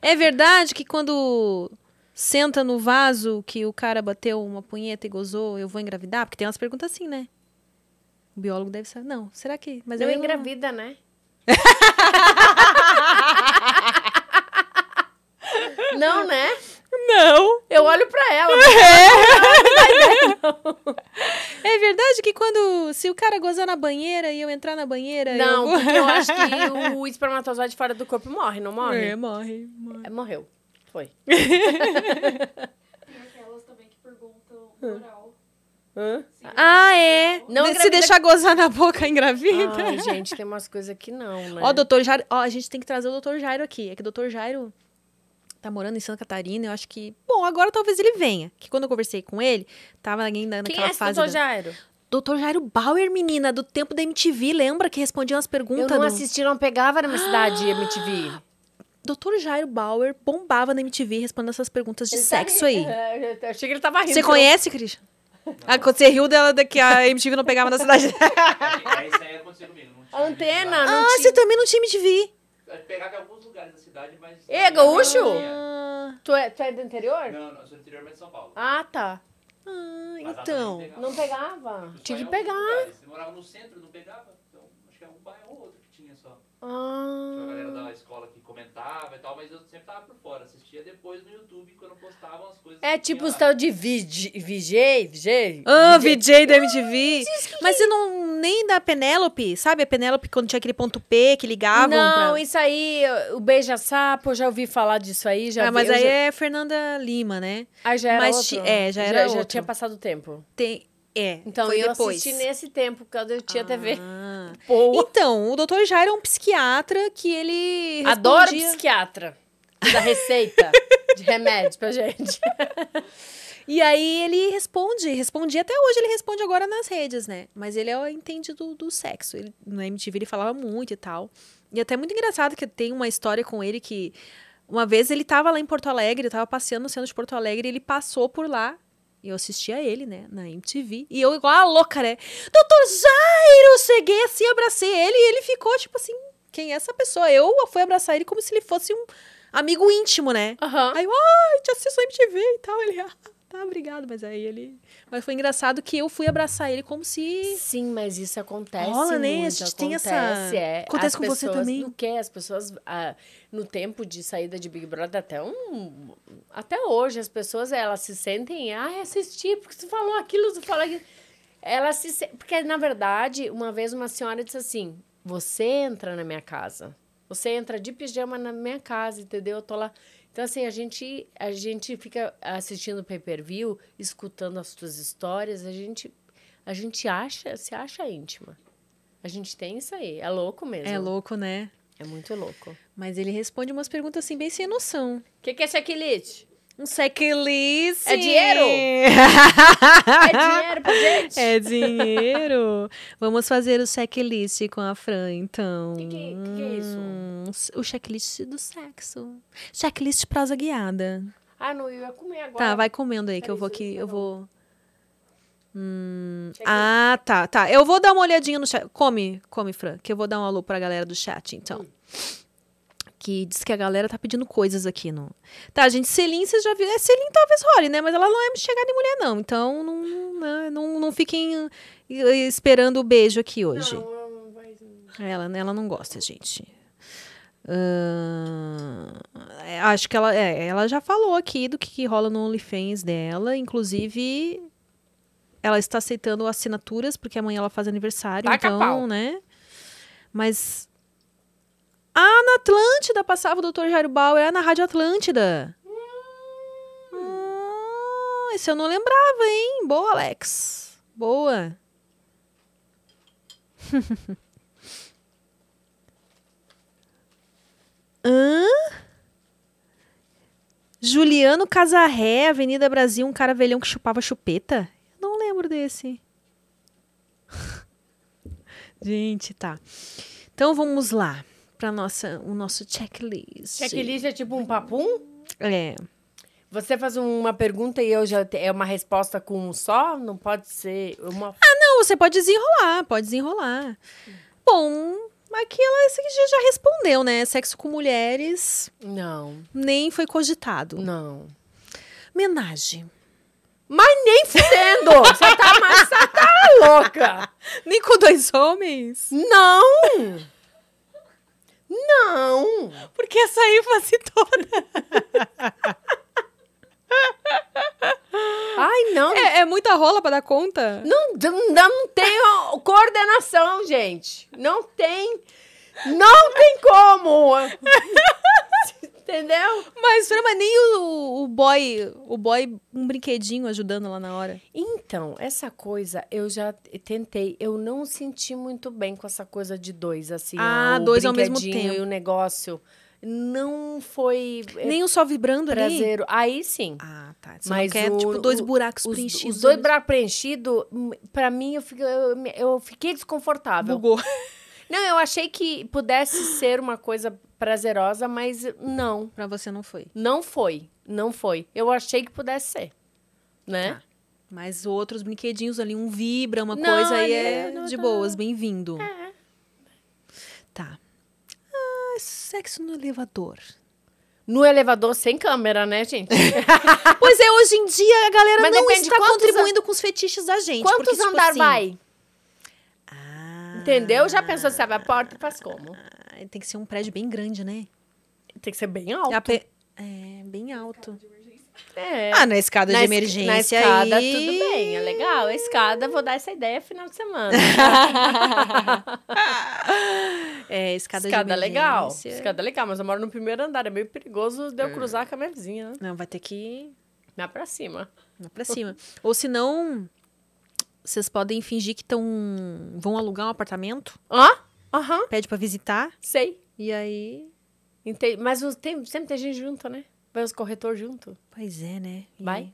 A: é verdade que quando senta no vaso que o cara bateu uma punheta e gozou, eu vou engravidar? Porque tem umas perguntas assim, né? O biólogo deve saber. Não, será que. Mas
B: não
A: eu
B: engravida, né? não, né?
A: Não!
B: Eu olho pra ela.
A: É verdade que quando. Se o cara gozar na banheira e eu entrar na banheira.
B: Não,
A: eu vou-
B: porque eu acho que o espermatozoide fora do corpo morre, não morre?
A: É, morre, morre.
B: É, morreu. Foi.
C: Tem aquelas também que perguntam moral. Se
A: Ah, é.
B: Não
A: De- Se
B: engravida- Ah,
A: deixar gozar na boca, engravida.
B: Ai, gente, tem umas coisas que não, né?
A: Ó, doutor Jairo. Ó, a gente tem que trazer o doutor Jairo aqui. É que o doutor Jairo tá morando em Santa Catarina. Eu acho que. Bom, agora talvez ele venha. Que quando eu conversei com ele, tava ainda
B: Quem
A: naquela
B: é esse
A: fase.
B: doutor
A: da-
B: Jairo?
A: Doutor Jairo Bauer, menina, do tempo da MTV, lembra que respondia umas perguntas?
B: Eu não
A: do-
B: assisti, não pegava na minha cidade MTV.
A: Doutor Jairo Bauer bombava na MTV respondendo essas perguntas de sexo aí.
B: É, Eu achei que ele tava rindo.
A: Você conhece, Cris? Ah, quando você riu dela daqui a MTV não pegava na cidade.
D: É, Aí isso aí aconteceu comigo. não tinha
B: Antena, não
A: ah,
B: tinha.
A: você também não tinha MTV.
D: lugar. Pegava em alguns lugares da cidade, mas.
B: É, gaúcho?
A: Ah,
B: Tu é, tu é do interior?
D: Não, não, eu sou do interior, mas de São Paulo.
B: Ah, tá.
A: ah,
D: Mas lá
A: então.
D: também pegava.
B: Não pegava?
D: Só
B: Tinha
D: em
B: que
D: alguns
B: pegar.
D: lugares. Você um morava no centro, não pegava. Então, acho que é um bairro ou outro que tinha só. Tinha uma galera
B: Ah.
D: da escola que comentava e tal, mas eu sempre tava por fora. Assistia depois no YouTube quando postavam as coisas.
B: É
D: que
B: tipo
D: tinha
B: os
D: lá.
B: tal de VJ, VJ, VJ.
A: Ah, VJ da MTV.
B: é
A: Mas você não. Nem da Penélope, sabe? A Penélope quando tinha aquele ponto P que ligavam.
B: Não,
A: pra...
B: isso aí, o beija-sapo, eu já ouvi falar disso aí. Já
A: Ah, mas
B: vi, eu
A: aí
B: já-
A: é Fernanda Lima, né?
B: aí já era
A: mas
B: outro.
A: ti- é, já era
B: já,
A: outro.
B: tinha passado o tempo.
A: Tem. É.
B: Então,
A: foi
B: eu
A: depois.
B: assisti nesse tempo, quando eu tinha TV.
A: Ah.
B: Boa.
A: Então, o doutor Jairo é um psiquiatra que ele respondia...
B: Adoro psiquiatra. Da receita de remédio pra gente.
A: E aí ele responde, respondia até hoje, ele responde agora nas redes, né? Mas ele é o entendido do sexo. Ele, no MTV ele falava muito e tal. E até muito engraçado que tem uma história com ele que uma vez ele tava lá em Porto Alegre, tava passeando no centro de Porto Alegre, e ele passou por lá. E eu assistia ele, né, na MTV. E eu igual a louca, né? Doutor Jairo! Cheguei assim, abracei ele e ele ficou tipo assim: quem é essa pessoa? Eu fui abraçar ele como se ele fosse um amigo íntimo, né?
B: Aham.
A: Aí eu, ai, te assisto na MTV e tal. Ele, ah, tá, obrigado. Mas aí ele. Mas foi engraçado que eu fui abraçar ele como se.
B: Sim, mas isso acontece.
A: Rola, né?
B: muito,
A: A gente tem essa-
B: acontece, É.
A: Acontece
B: As
A: com você
B: pessoas-
A: também?
B: No que as pessoas, ah, no tempo de saída de Big Brother, até um, até hoje as pessoas elas se sentem, ah, assisti porque tu falou aquilo, tu falou aquilo. Elas se, se- porque na verdade uma vez uma senhora disse assim, você entra na minha casa, você entra de pijama na minha casa, entendeu? Eu tô lá. Então, assim, a gente, a gente fica assistindo o pay-per-view, escutando as tuas histórias, a gente, a gente acha, se acha íntima. A gente tem isso aí. É louco mesmo.
A: É louco, né?
B: É muito louco. O
A: Mas ele responde umas perguntas assim, bem sem noção.
B: que, que é checklist?
A: Um sequelice.
B: É dinheiro? É dinheiro pra gente?
A: É dinheiro. Vamos fazer o checklist com a Fran, então.
B: Que que- que que é isso?
A: Hum, O checklist do sexo. Checklist de prosa guiada.
B: Ah, não, eu ia comer agora.
A: Tá, vai comendo aí que eu vou
B: Peraí,
A: aqui,
B: isso
A: eu
B: não.
A: vou. Hum,
B: Checklist.
A: ah, tá, tá. Eu vou dar uma olhadinha no chat. Come, come, Fran, que eu vou dar um alô pra galera do chat, então. Que diz que a galera tá pedindo coisas aqui no. Tá, gente, Celin, vocês já viram. É, Celin talvez role, né? Mas ela não é chegada em mulher, não. Então, não, não, não, não fiquem eh, esperando o beijo aqui hoje.
B: Não, eu não vai.
A: Ela, ela não gosta, gente. Ahn, é, acho que ela, é, ela já falou aqui do que, que rola no OnlyFans dela. Inclusive, ela está aceitando assinaturas, porque amanhã ela faz aniversário.
B: Taca
A: então,
B: pau.
A: né? Mas. Ah, na Atlântida passava o Dr. Jairo Bauer. Ah, na Rádio Atlântida. Hum, esse eu não lembrava, hein? Boa, Alex. Boa. Hã? Juliano Casarré, Avenida Brasil, um cara velhão que chupava chupeta? Não lembro desse. Gente, tá. Então vamos lá para nossa o nosso checklist.
B: Checklist é tipo um papum?
A: É.
B: Você faz uma pergunta e eu já te- é uma resposta com um só? Não pode ser uma.
A: Não, você pode desenrolar, pode desenrolar. Bom, aqui ela esse dia já respondeu, né? Sexo com mulheres
B: Não,
A: nem foi cogitado.
B: não.
A: Menagem.
B: Nem fudendo! Você tá, mas você tá louca!
A: Nem com dois homens?
B: Não! Não!
A: Porque essa ênfase toda.
B: Ai, não!
A: É, é muita rola pra dar conta?
B: Não, não, não tem ó, coordenação, gente. Não tem. Não tem como! Entendeu?
A: Mas, Fran, mas nem o, o boy, o boy, um brinquedinho ajudando lá na hora.
B: Então, essa coisa eu já t- tentei. Eu não senti muito bem com essa coisa de dois, assim.
A: Ah,
B: o
A: dois ao mesmo
B: brinquedinho
A: tempo.
B: E o negócio. Não foi é,
A: nem o só vibrando ali.
B: prazeiro. Aí sim.
A: Ah, tá. Você
B: Mas
A: não quer,
B: o-
A: tipo, dois
B: o-
A: buracos
B: Os,
A: preenchidos.
B: os dois braços preenchidos, pra mim, eu fiquei, eu, me- eu fiquei desconfortável.
A: Bugou.
B: Não, eu achei que pudesse ser uma coisa prazerosa, mas não.
A: Pra você não foi.
B: Não foi. Não foi. Eu achei que pudesse ser.
A: Tá.
B: Né?
A: Mas outros brinquedinhos ali, um vibra, uma
B: Não,
A: coisa aí
B: ali
A: é
B: não
A: de
B: tá.
A: boas, bem-vindo.
B: É.
A: Tá. Ah, sexo no elevador.
B: No elevador sem câmera, né, gente?
A: pois é, hoje em dia a galera
B: Mas
A: não
B: depende de
A: está
B: quantos
A: contribuindo com os fetiches da gente.
B: Quantos
A: porque, tipo
B: andar
A: assim-
B: vai?
A: Ah,
B: Entendeu? Já pensou se abre a porta e faz como?
A: Tem que ser um prédio bem grande, né?
B: Tem que ser bem alto.
A: A pe- É, bem alto.
C: de emergência.
B: É.
A: Ah, na escada
B: Na
A: de
B: es-
A: emergência
B: Na escada,
A: aí-
B: tudo bem, é legal. A escada, vou dar essa ideia final de semana.
A: é, escada,
B: escada
A: de
B: legal.
A: emergência.
B: Escada legal, mas eu moro no primeiro andar. É meio perigoso de eu cruzar com a minha vizinha, né?
A: Não, vai ter que ir
B: Lá pra cima.
A: lá pra cima. Ou senão, vocês podem fingir que estão... Vão alugar um apartamento,
B: Hã? Aham,
A: pede pra visitar,
B: sei.
A: e aí...
B: Entendi. Mas os- tem- sempre tem gente junto, né? Vai os corretores junto.
A: Pois é, né? E
B: Vai.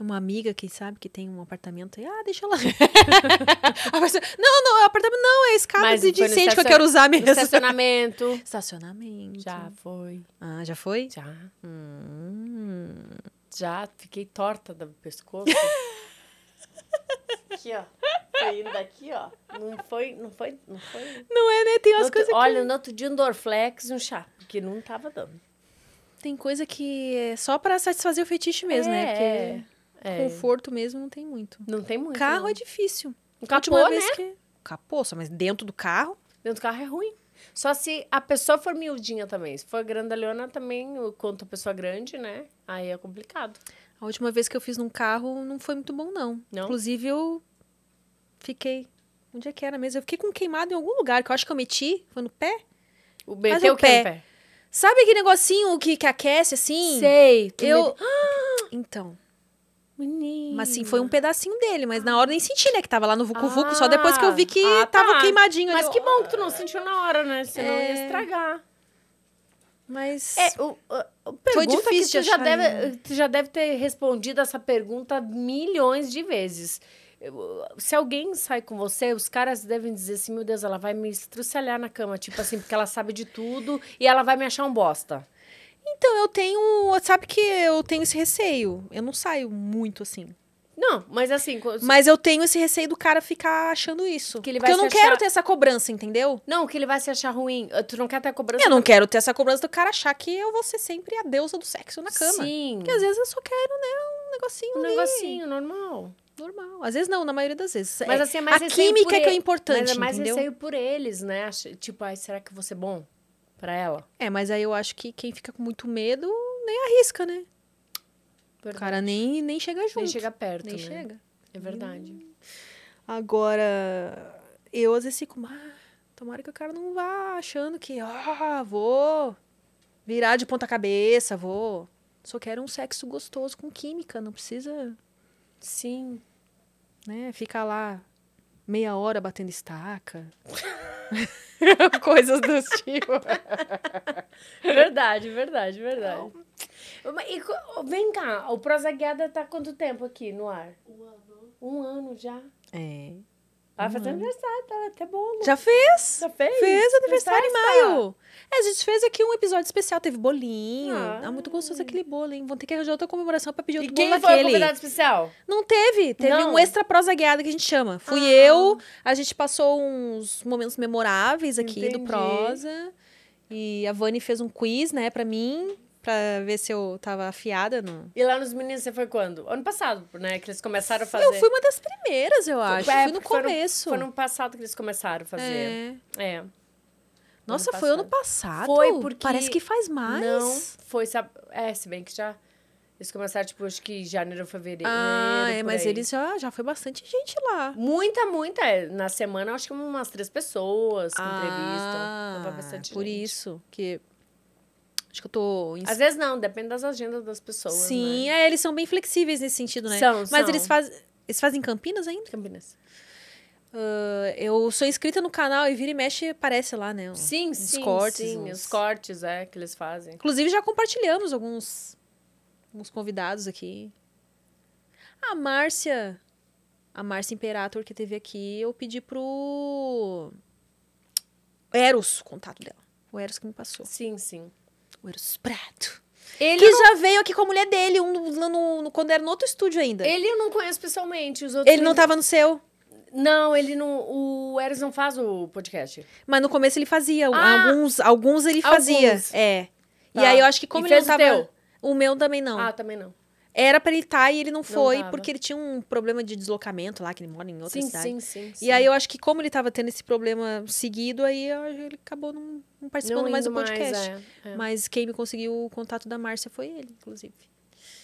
A: Uma amiga, quem sabe, que tem um apartamento. E, ah, deixa ela. A pessoa, não, não, é apartamento não, é a escada
B: Mas
A: de de
B: foi no
A: incêndio que eu
B: estacion-
A: quero usar
B: No
A: mesmo.
B: estacionamento.
A: Estacionamento.
B: Já foi.
A: Ah, já foi?
B: Já.
A: Hum.
B: Já fiquei torta do pescoço. aqui, ó. Foi indo aqui, ó. Não foi, não foi, não foi.
A: Não é, né? Tem
B: No
A: umas
B: outro,
A: coisas que...
B: olha, no outro dia um Dorflex e um chá, porque não tava dando.
A: Tem coisa que é só pra satisfazer o fetiche mesmo, né?
B: É,
A: Porque conforto mesmo não tem muito.
B: Não tem muito.
A: carro
B: não.
A: é difícil.
B: Um
A: A
B: capô,
A: última
B: né?
A: vez que... Capô, só, mas dentro do carro?
B: Dentro do carro é ruim. Só se a pessoa for miudinha também. Se for grandalhona também, o- quanto a pessoa grande, né? Aí é complicado.
A: A última vez que eu fiz num carro não foi muito bom, não.
B: Não?
A: Inclusive, eu fiquei... Onde é que era mesmo? Eu fiquei com queimado em algum lugar, que eu acho que eu meti. Foi no pé?
B: O
A: Mas
B: BT
A: o
B: o que no
A: pé?
B: pé?
A: Sabe aquele negocinho que, que aquece, assim?
B: Sei. que
A: Eu... Então,
B: me- Menina.
A: mas sim, foi um pedacinho dele, mas na hora eu nem senti, né, que tava lá no Vucu Vucu, só
B: Ah,
A: depois que eu vi que
B: ah,
A: tava
B: tá.
A: queimadinho. ali,
B: Mas
A: eu-
B: que bom que tu não sentiu na hora, né? Senão
A: É.
B: ia estragar.
A: Mas...
B: É, o, o, o pergunta
A: difícil de
B: que tu já,
A: achar
B: deve, tu já deve ter respondido essa pergunta milhões de vezes. Eu- Se alguém sai com você, os caras devem dizer assim: meu Deus, ela vai me estruçalhar na cama, tipo assim, porque ela sabe de tudo e ela vai me achar um bosta.
A: Então, eu tenho. Sabe que eu tenho esse receio. Eu não saio muito assim.
B: Não, mas assim. co-
A: Mas eu tenho esse receio do cara ficar achando isso.
B: Que ele vai
A: Porque eu não
B: se
A: quero
B: achar-
A: ter essa cobrança, entendeu?
B: Não, que ele vai se achar ruim. ah, Tu não quer ter cobrança
A: Eu não quero ter essa cobrança do cara achar que eu vou ser sempre a deusa do sexo na cama.
B: Sim.
A: Porque às vezes eu só quero, né, um negocinho.
B: Um
A: ali,
B: negocinho normal.
A: Normal. Às vezes não, na maioria das vezes.
B: Mas
A: É,
B: assim, é mais
A: a
B: receio
A: química
B: por
A: é que é
B: ele-
A: importante,
B: Mas é mais
A: entendeu?
B: receio por eles, né? Acha- Tipo, ai, será que eu vou ser bom pra ela?
A: É, mas aí eu acho que quem fica com muito medo nem arrisca, né? O cara nem, nem chega junto.
B: Nem chega perto,
A: Nem
B: né?
A: chega. Hum.
B: É verdade.
A: Agora, eu às vezes fico, ah, tomara que o cara não vá achando que, ah, vou virar de ponta cabeça, vou. Só quero um sexo gostoso com química, não precisa,
B: Sim.
A: né, ficar lá meia hora batendo estaca. Coisas do tipo.
B: verdade, verdade, verdade. E co- vem cá, o Prosa Guiada tá há quanto tempo aqui no ar?
C: Um ano.
B: Um ano já.
A: É.
B: Vai fazer aniversário, tá até bom. Tá
A: Já fez?
B: Já fez?
A: Fez aniversário em
B: Festa.
A: maio. É, a gente fez aqui um episódio especial, teve bolinho.
B: Ah.
A: Ah, muito gostoso aquele bolo, hein? Vão ter que arranjar outra comemoração pra pedir
B: E
A: outro
B: quem
A: bolo
B: foi o
A: daquele.
B: convidado especial?
A: Não teve, teve
B: Não?
A: um extra prosa guiada que a gente chama. Fui
B: Ah.
A: eu, a gente passou uns momentos memoráveis aqui do
B: Entendi.
A: prosa. E a Vani fez um quiz, né, pra mim, pra ver se eu tava afiada no...
B: E lá nos meninos você foi quando? Ano passado, né? Que eles começaram a fazer.
A: Eu fui uma das primeiras, eu acho.
B: é,
A: fui no
B: porque foram-
A: começo.
B: Foi no passado que eles começaram a fazer.
A: É.
B: É.
A: Nossa,
B: Ano
A: foi ano passado?
B: Foi, porque-
A: Parece que faz mais.
B: Não, foi, sabe? É, se bem que já. Eles começaram, tipo, acho que janeiro, fevereiro.
A: Ah, é,
B: por
A: mas
B: aí.
A: eles já, já foi bastante gente lá.
B: Muita, muita. é, Na semana, acho que umas três pessoas que
A: Ah,
B: entrevistam. Tava bastante
A: por
B: gente.
A: isso que... Acho que eu tô... Em...
B: Às vezes não, depende das agendas das pessoas.
A: Sim,
B: né?
A: é, eles são bem flexíveis nesse sentido, né?
B: São,
A: Mas
B: são.
A: eles fazem. Eles fazem em Campinas ainda?
B: Campinas.
A: Ah, eu sou inscrita no canal e vira e mexe aparece lá, né?
B: Sim,
A: Uns
B: sim.
A: cortes,
B: sim,
A: uns-
B: Os cortes, é, que eles fazem.
A: Inclusive, já compartilhamos alguns, alguns convidados aqui. A Márcia. A Márcia Imperator que teve aqui, eu pedi pro. Eros, o contato dela. O Eros que me passou.
B: Sim, sim.
A: O Eros Prato.
B: Ele,
A: Que já veio aqui com a mulher dele, um, lá no, no- quando era no outro estúdio ainda. Ele,
B: ele eu não conheço pessoalmente. Os outros
A: não tá tava no seu,
B: Não, ele não. O Eros não faz o podcast.
A: mas no começo ele fazia.
B: Ah!
A: alguns, alguns ele fazia.
B: Alguns.
A: É. E
B: Tá.
A: aí eu acho que como
B: E
A: ele não
B: fez o
A: tava.
B: teu?
A: O meu também não.
B: Ah, também não.
A: Era pra ele estar e ele não foi,
B: tava.
A: porque ele tinha um problema de deslocamento lá, que ele mora em outra
B: sim,
A: cidade.
B: sim, sim, sim.
A: E aí eu acho que como ele tava tendo esse problema seguido, aí eu acho que ele acabou não, não participando
B: não
A: mais do
B: indo
A: podcast.
B: é, é.
A: Mas quem me conseguiu o contato da Márcia foi ele, inclusive.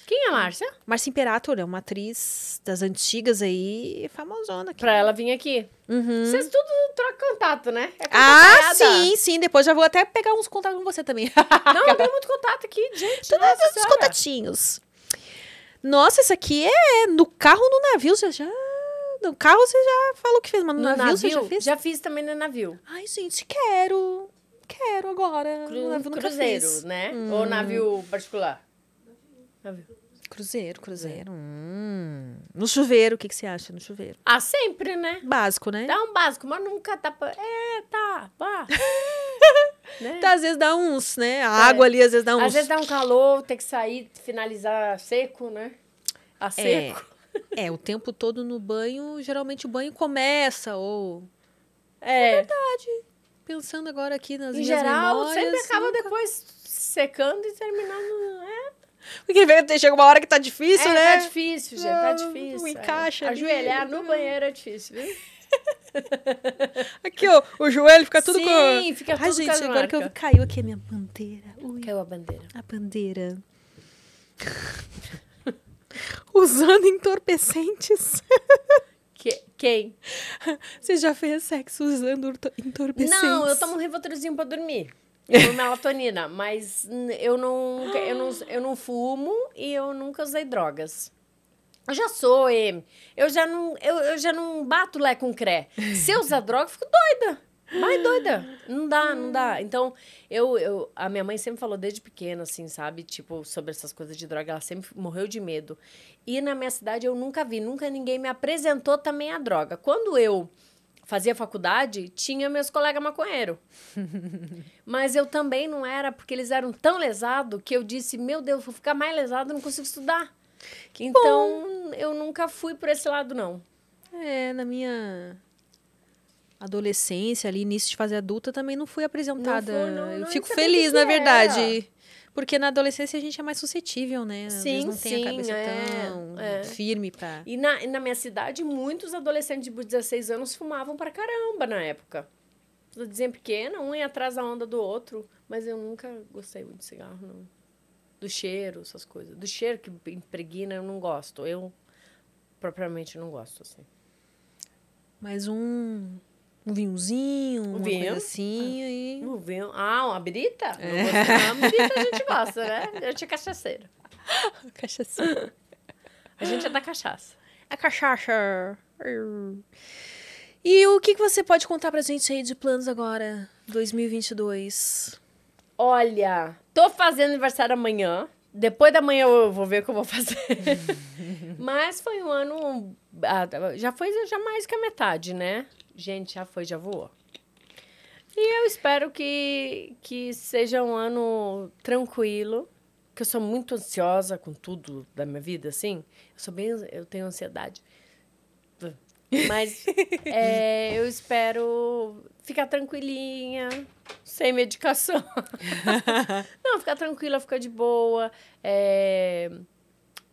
B: Quem é a Márcia?
A: Márcia Imperator é uma atriz das antigas aí, famosona. aqui.
B: Pra ela vir aqui.
A: Uhum.
B: Vocês tudo trocam contato, né? É
A: Ah,
B: contatada.
A: sim, sim. Depois já vou até pegar uns contatos com você também.
B: Não, não tem muito contato aqui, gente. nossa
A: Os
B: senhora.
A: contatinhos. Nossa, isso aqui é no carro no navio. Você já. No carro você já falou que fez, mas no, navio, você já fez?
B: fiz também no navio.
A: Ai, gente, quero. Quero agora.
B: Cru-
A: Ah, no navio nunca
B: cruzeiro,
A: fiz. Hum.
B: né? Ou navio particular? Navio.
A: Cruzeiro, cruzeiro. Hum. No chuveiro, o que, que você acha no chuveiro?
B: Ah, sempre, né?
A: Básico, né?
B: Dá um básico, mas nunca tá pra... É, tá, vá. né? É.
A: Tá, às vezes dá uns, né? A água ali às vezes dá uns.
B: Às vezes dá um calor, tem que sair, finalizar seco, né? A
A: É.
B: seco.
A: É, o tempo todo no banho, geralmente o banho começa, ou.
B: É.
A: Pensando agora aqui nas
B: Em
A: minhas
B: geral,
A: memórias,
B: sempre acaba
A: nunca-
B: depois secando e terminando... É,
A: Porque vem- chega uma hora que tá difícil,
B: é,
A: né?
B: tá difícil, gente, tá
A: Não,
B: difícil.
A: não
B: é.
A: encaixa ali.
B: Ajoelhar no banheiro é difícil, viu?
A: Aqui, ó, o joelho fica tudo
B: Sim,
A: com.
B: fica tudo
A: Ai, gente,
B: com a
A: agora que eu vi,
B: marca.
A: caiu aqui a minha bandeira. Ui,
B: Caiu a bandeira.
A: a bandeira. Usando entorpecentes.
B: Que, quem?
A: Você já fez sexo usando orto- entorpecentes?
B: Não, eu tomo um Rivotrozil pra dormir. Eu melatonina, mas n- eu não, eu, não, eu não fumo e eu nunca usei drogas. Eu já sou, M. Eu já não, eu, eu já não bato lé com cré. Se eu usar droga, eu fico doida. Mais doida. Não dá, não dá. Então, eu, eu. A minha mãe sempre falou desde pequena, assim, sabe? Tipo, sobre essas coisas de droga. Ela sempre morreu de medo. E na minha cidade eu nunca vi, nunca ninguém me apresentou também a droga. Quando eu fazia faculdade, tinha meus colegas maconheiros. Mas eu também não era, porque eles eram tão lesados que eu disse, meu Deus, vou ficar mais lesado, não consigo estudar. então, eu nunca fui por esse lado, não.
A: É, na minha adolescência, ali, início de fase adulta, também não fui apresentada.
B: Não fui, não,
A: eu
B: não
A: fico
B: sabia o que
A: feliz,
B: que
A: na
B: era.
A: verdade. Porque na adolescência a gente é mais suscetível, né? Às vezes
B: Sim,
A: não tem
B: sim,
A: a cabeça
B: é,
A: tão
B: é.
A: firme pra.
B: E na, e na minha cidade, muitos adolescentes de 16 anos fumavam pra caramba na época. Tô dizendo pequena, um ia atrás da onda do outro. Mas eu nunca gostei muito de cigarro, não. Do cheiro, essas coisas. Do cheiro que impregna, eu não gosto. Eu, propriamente, não gosto, assim.
A: Mais um, um vinhozinho, uma
B: vinho?
A: coisa assim. aí-
B: Não vem- Ah, uma birita? Não gosto, não. Uma birita a gente gosta, né? A gente é cachaceiro.
A: Cachaça.
B: A gente é da cachaça.
A: A cachaça. E o que, que você pode contar pra gente aí de planos agora, 2022?
B: Olha, tô fazendo aniversário amanhã. Depois da manhã eu vou ver o que eu vou fazer. Mas foi um ano. ah, Já foi já mais que a metade, né? Gente, já foi, já voou. E eu espero que, que seja um ano tranquilo, que eu sou muito ansiosa com tudo da minha vida, assim. Eu sou bem, eu tenho ansiedade. Mas é, eu espero ficar tranquilinha, sem medicação. Não, ficar tranquila, ficar de boa. É,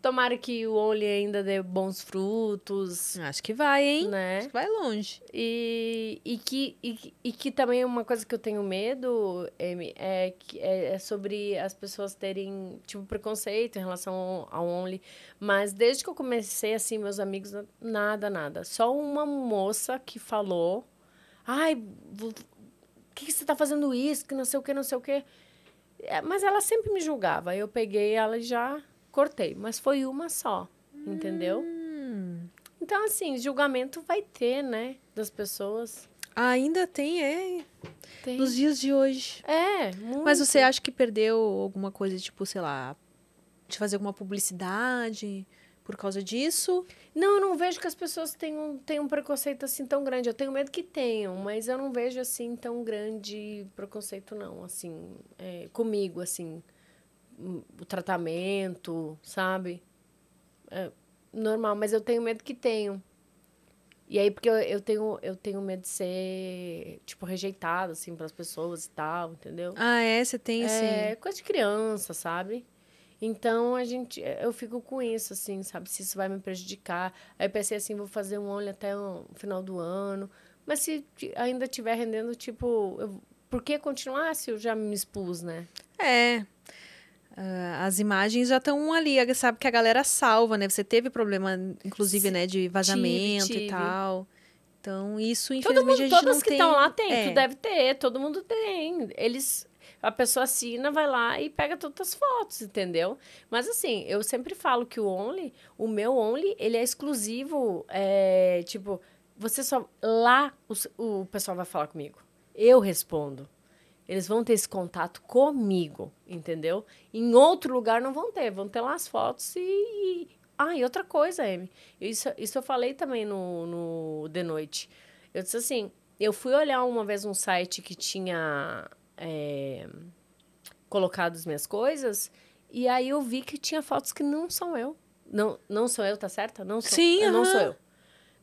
B: tomara que o Only ainda dê bons frutos,
A: Acho que vai, hein?
B: né?
A: Acho que vai longe.
B: E, e, que, e, que- e que também uma coisa que eu tenho medo, Amy, é, que, é, é sobre as pessoas terem, tipo, preconceito em relação ao, ao Only. Mas desde que eu comecei, assim, meus amigos, na- nada, nada. Só uma moça que falou, ai, vo- que, que você tá fazendo isso, que não sei o que, não sei o que. Mas ela sempre me julgava. Eu peguei ela e já cortei. Mas foi uma só, entendeu? Então, assim, julgamento vai ter, né? Das pessoas.
A: Ainda tem, é,
B: Tem.
A: nos dias de hoje.
B: É, muito.
A: Mas você acha que perdeu alguma coisa, tipo, sei lá, de fazer alguma publicidade por causa disso?
B: Não, eu não vejo que as pessoas tenham, tenham um preconceito assim tão grande. Eu tenho medo que tenham, mas eu não vejo assim tão grande preconceito, não. Assim, é, comigo, assim, hum, o tratamento, sabe? É, normal, mas eu tenho medo que tenham. E aí, porque eu, eu tenho, eu tenho medo de ser, tipo, rejeitada, assim, pelas pessoas e tal, entendeu?
A: Ah, é? Você tem,
B: É, coisa de criança, sabe? Então a gente, eu fico com isso, assim, sabe? Se isso vai me prejudicar. Aí eu pensei assim, vou fazer um olho até o final do ano. Mas se ti- ainda estiver rendendo, tipo, eu, por que continuar se eu já me expus, né?
A: sim. É. Ah, as imagens já estão ali, sabe que a galera salva, né? Você teve problema, inclusive, né, de vazamento
B: tive.
A: e tal. Então, isso,
B: Todo
A: infelizmente, a
B: mundo,
A: gente
B: todas
A: não
B: que
A: tem...
B: estão lá tem,
A: é.
B: tu deve ter, todo mundo tem. Eles. A pessoa assina, vai lá e pega todas as fotos, entendeu? Mas assim, eu sempre falo que o Only, o meu Only, ele é exclusivo. é, tipo, você só. Lá o, s- o pessoal vai falar comigo. Eu respondo. Eles vão ter esse contato comigo, entendeu? Em outro lugar não vão ter, vão ter lá as fotos e. e- Ah, e outra coisa, Amy. Isso, isso eu falei também no, no De Noite. Eu disse assim: eu fui olhar uma vez um site que tinha é, colocado as minhas coisas, e aí eu vi que tinha fotos que não são eu. Não, não sou eu, tá certa? Não sou,
A: Sim,
B: eu. Não
A: aham.
B: sou eu.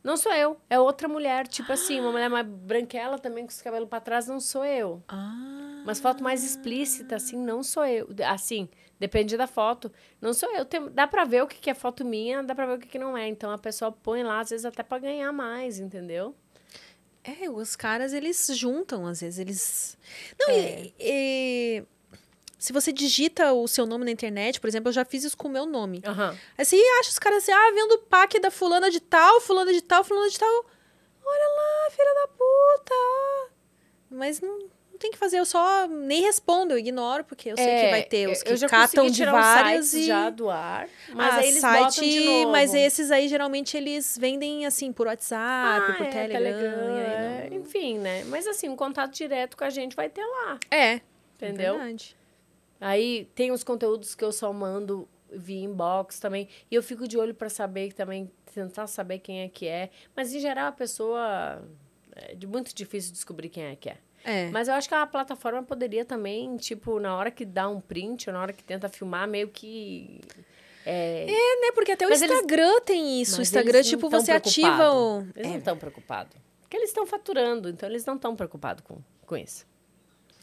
B: Não sou eu. É outra mulher, tipo assim, uma mulher mais branquela também com os cabelos pra trás, não sou eu.
A: Ah.
B: Mas foto mais explícita, assim, não sou eu. Assim, depende da foto. Não sou eu. Tem- dá pra ver o que, que é foto minha, dá pra ver o que, que não é. Então a pessoa põe lá, às vezes, até pra ganhar mais, entendeu?
A: É, os caras, eles juntam, às vezes, eles... Não,
B: É.
A: e, e- Se você digita o seu nome na internet, por exemplo, eu já fiz isso com o meu nome.
B: Aham.
A: Aí você acha os caras assim, ah, vendo o pack da fulana de tal, fulana de tal, fulana de tal. Olha lá, filha da puta. ah. Mas não, não tem que fazer, eu só nem respondo, eu ignoro, porque eu sei que vai ter os que catam
B: É, consegui
A: de
B: tirar os
A: várias
B: sites
A: e...
B: já do ar, mas
A: Ah,
B: aí eles botam de novo.
A: Mas é, esses aí, geralmente, eles vendem, assim, por WhatsApp,
B: Ah,
A: por
B: é,
A: Telegram. e aí não-
B: é, Enfim, né? Mas assim, um contato direto com a gente vai ter lá,
A: É,
B: entendeu?
A: Verdade.
B: Aí tem os conteúdos que eu só mando via inbox também. E eu fico de olho pra saber também, tentar saber quem é que é. Mas em geral a pessoa. É de- muito difícil descobrir quem é que é.
A: É.
B: Mas eu acho que a plataforma poderia também, tipo, na hora que dá um print, ou na hora que tenta filmar, meio que. É,
A: né? Porque até o
B: Mas eles-
A: Instagram tem isso.
B: Mas
A: O Instagram,
B: eles não
A: tipo,
B: tão
A: você ativa o.
B: preocupado. Eles não estão preocupados. Porque eles estão faturando, então eles não estão preocupados com, com isso.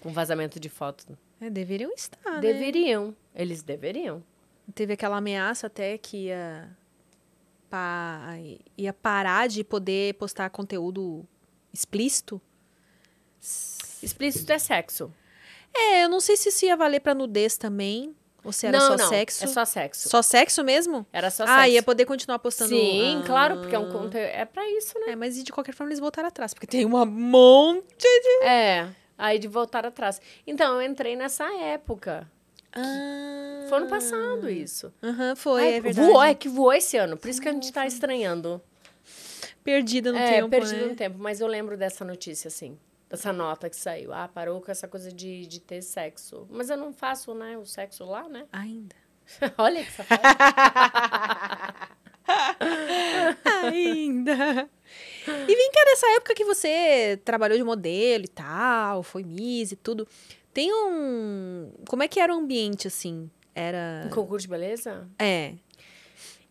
B: Com vazamento de fotos.
A: É, deveriam estar. né?
B: deveriam. Eles deveriam.
A: Teve aquela ameaça até que ia, pa- ia parar de poder postar conteúdo explícito.
B: Explícito é sexo.
A: É, eu não sei se isso ia valer pra nudez também. Ou se era
B: não,
A: só
B: não.
A: sexo.
B: É só sexo.
A: Só sexo mesmo?
B: Era só
A: ah,
B: sexo.
A: ia poder continuar postando.
B: Sim,
A: Ah.
B: claro, porque é um conteúdo. É pra isso, né?
A: É, mas de qualquer forma eles voltaram atrás, porque tem uma monte.
B: É. Aí de voltar atrás. Então, eu entrei nessa época.
A: Ah.
B: Foi ano passado isso.
A: Aham, foi,
B: Ai,
A: é verdade.
B: Voou, é que voou esse ano. Por isso que a gente tá estranhando.
A: perdida no tempo.
B: perdida
A: né?
B: no tempo, mas eu lembro dessa notícia, assim. Dessa nota que saiu. Ah, parou com essa coisa de, de ter sexo. Mas eu não faço, né, o sexo lá, né?
A: Ainda.
B: Olha que safada.
A: Ainda. E vem cá, nessa época que você trabalhou de modelo e tal, foi Miss e tudo. Tem um. Como é que era o ambiente, assim? Era.
B: Um concurso de beleza?
A: É.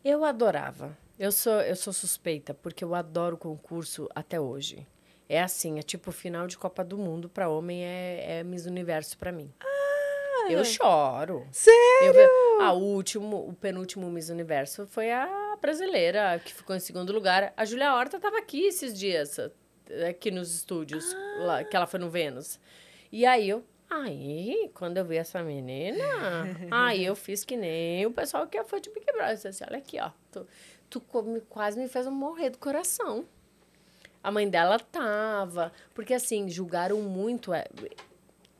B: Eu adorava. Eu sou, eu sou suspeita, porque eu adoro concurso até hoje. É assim, é tipo final de Copa do Mundo pra homem é, é Miss Universo pra mim. Eu choro. Sério? a último, o penúltimo Miss Universo foi a brasileira que ficou em segundo lugar. A Julia Horta tava aqui esses dias, é, aqui nos estúdios, lá, que ela foi no Vênus. E aí eu, aí, quando eu vi essa menina, aí eu fiz que nem o pessoal que foi de Big Brother. Eu disse assim, olha aqui, ó, tu, tu co- me- quase me fez eu morrer do coração. A mãe dela tava, porque assim, julgaram muito. é,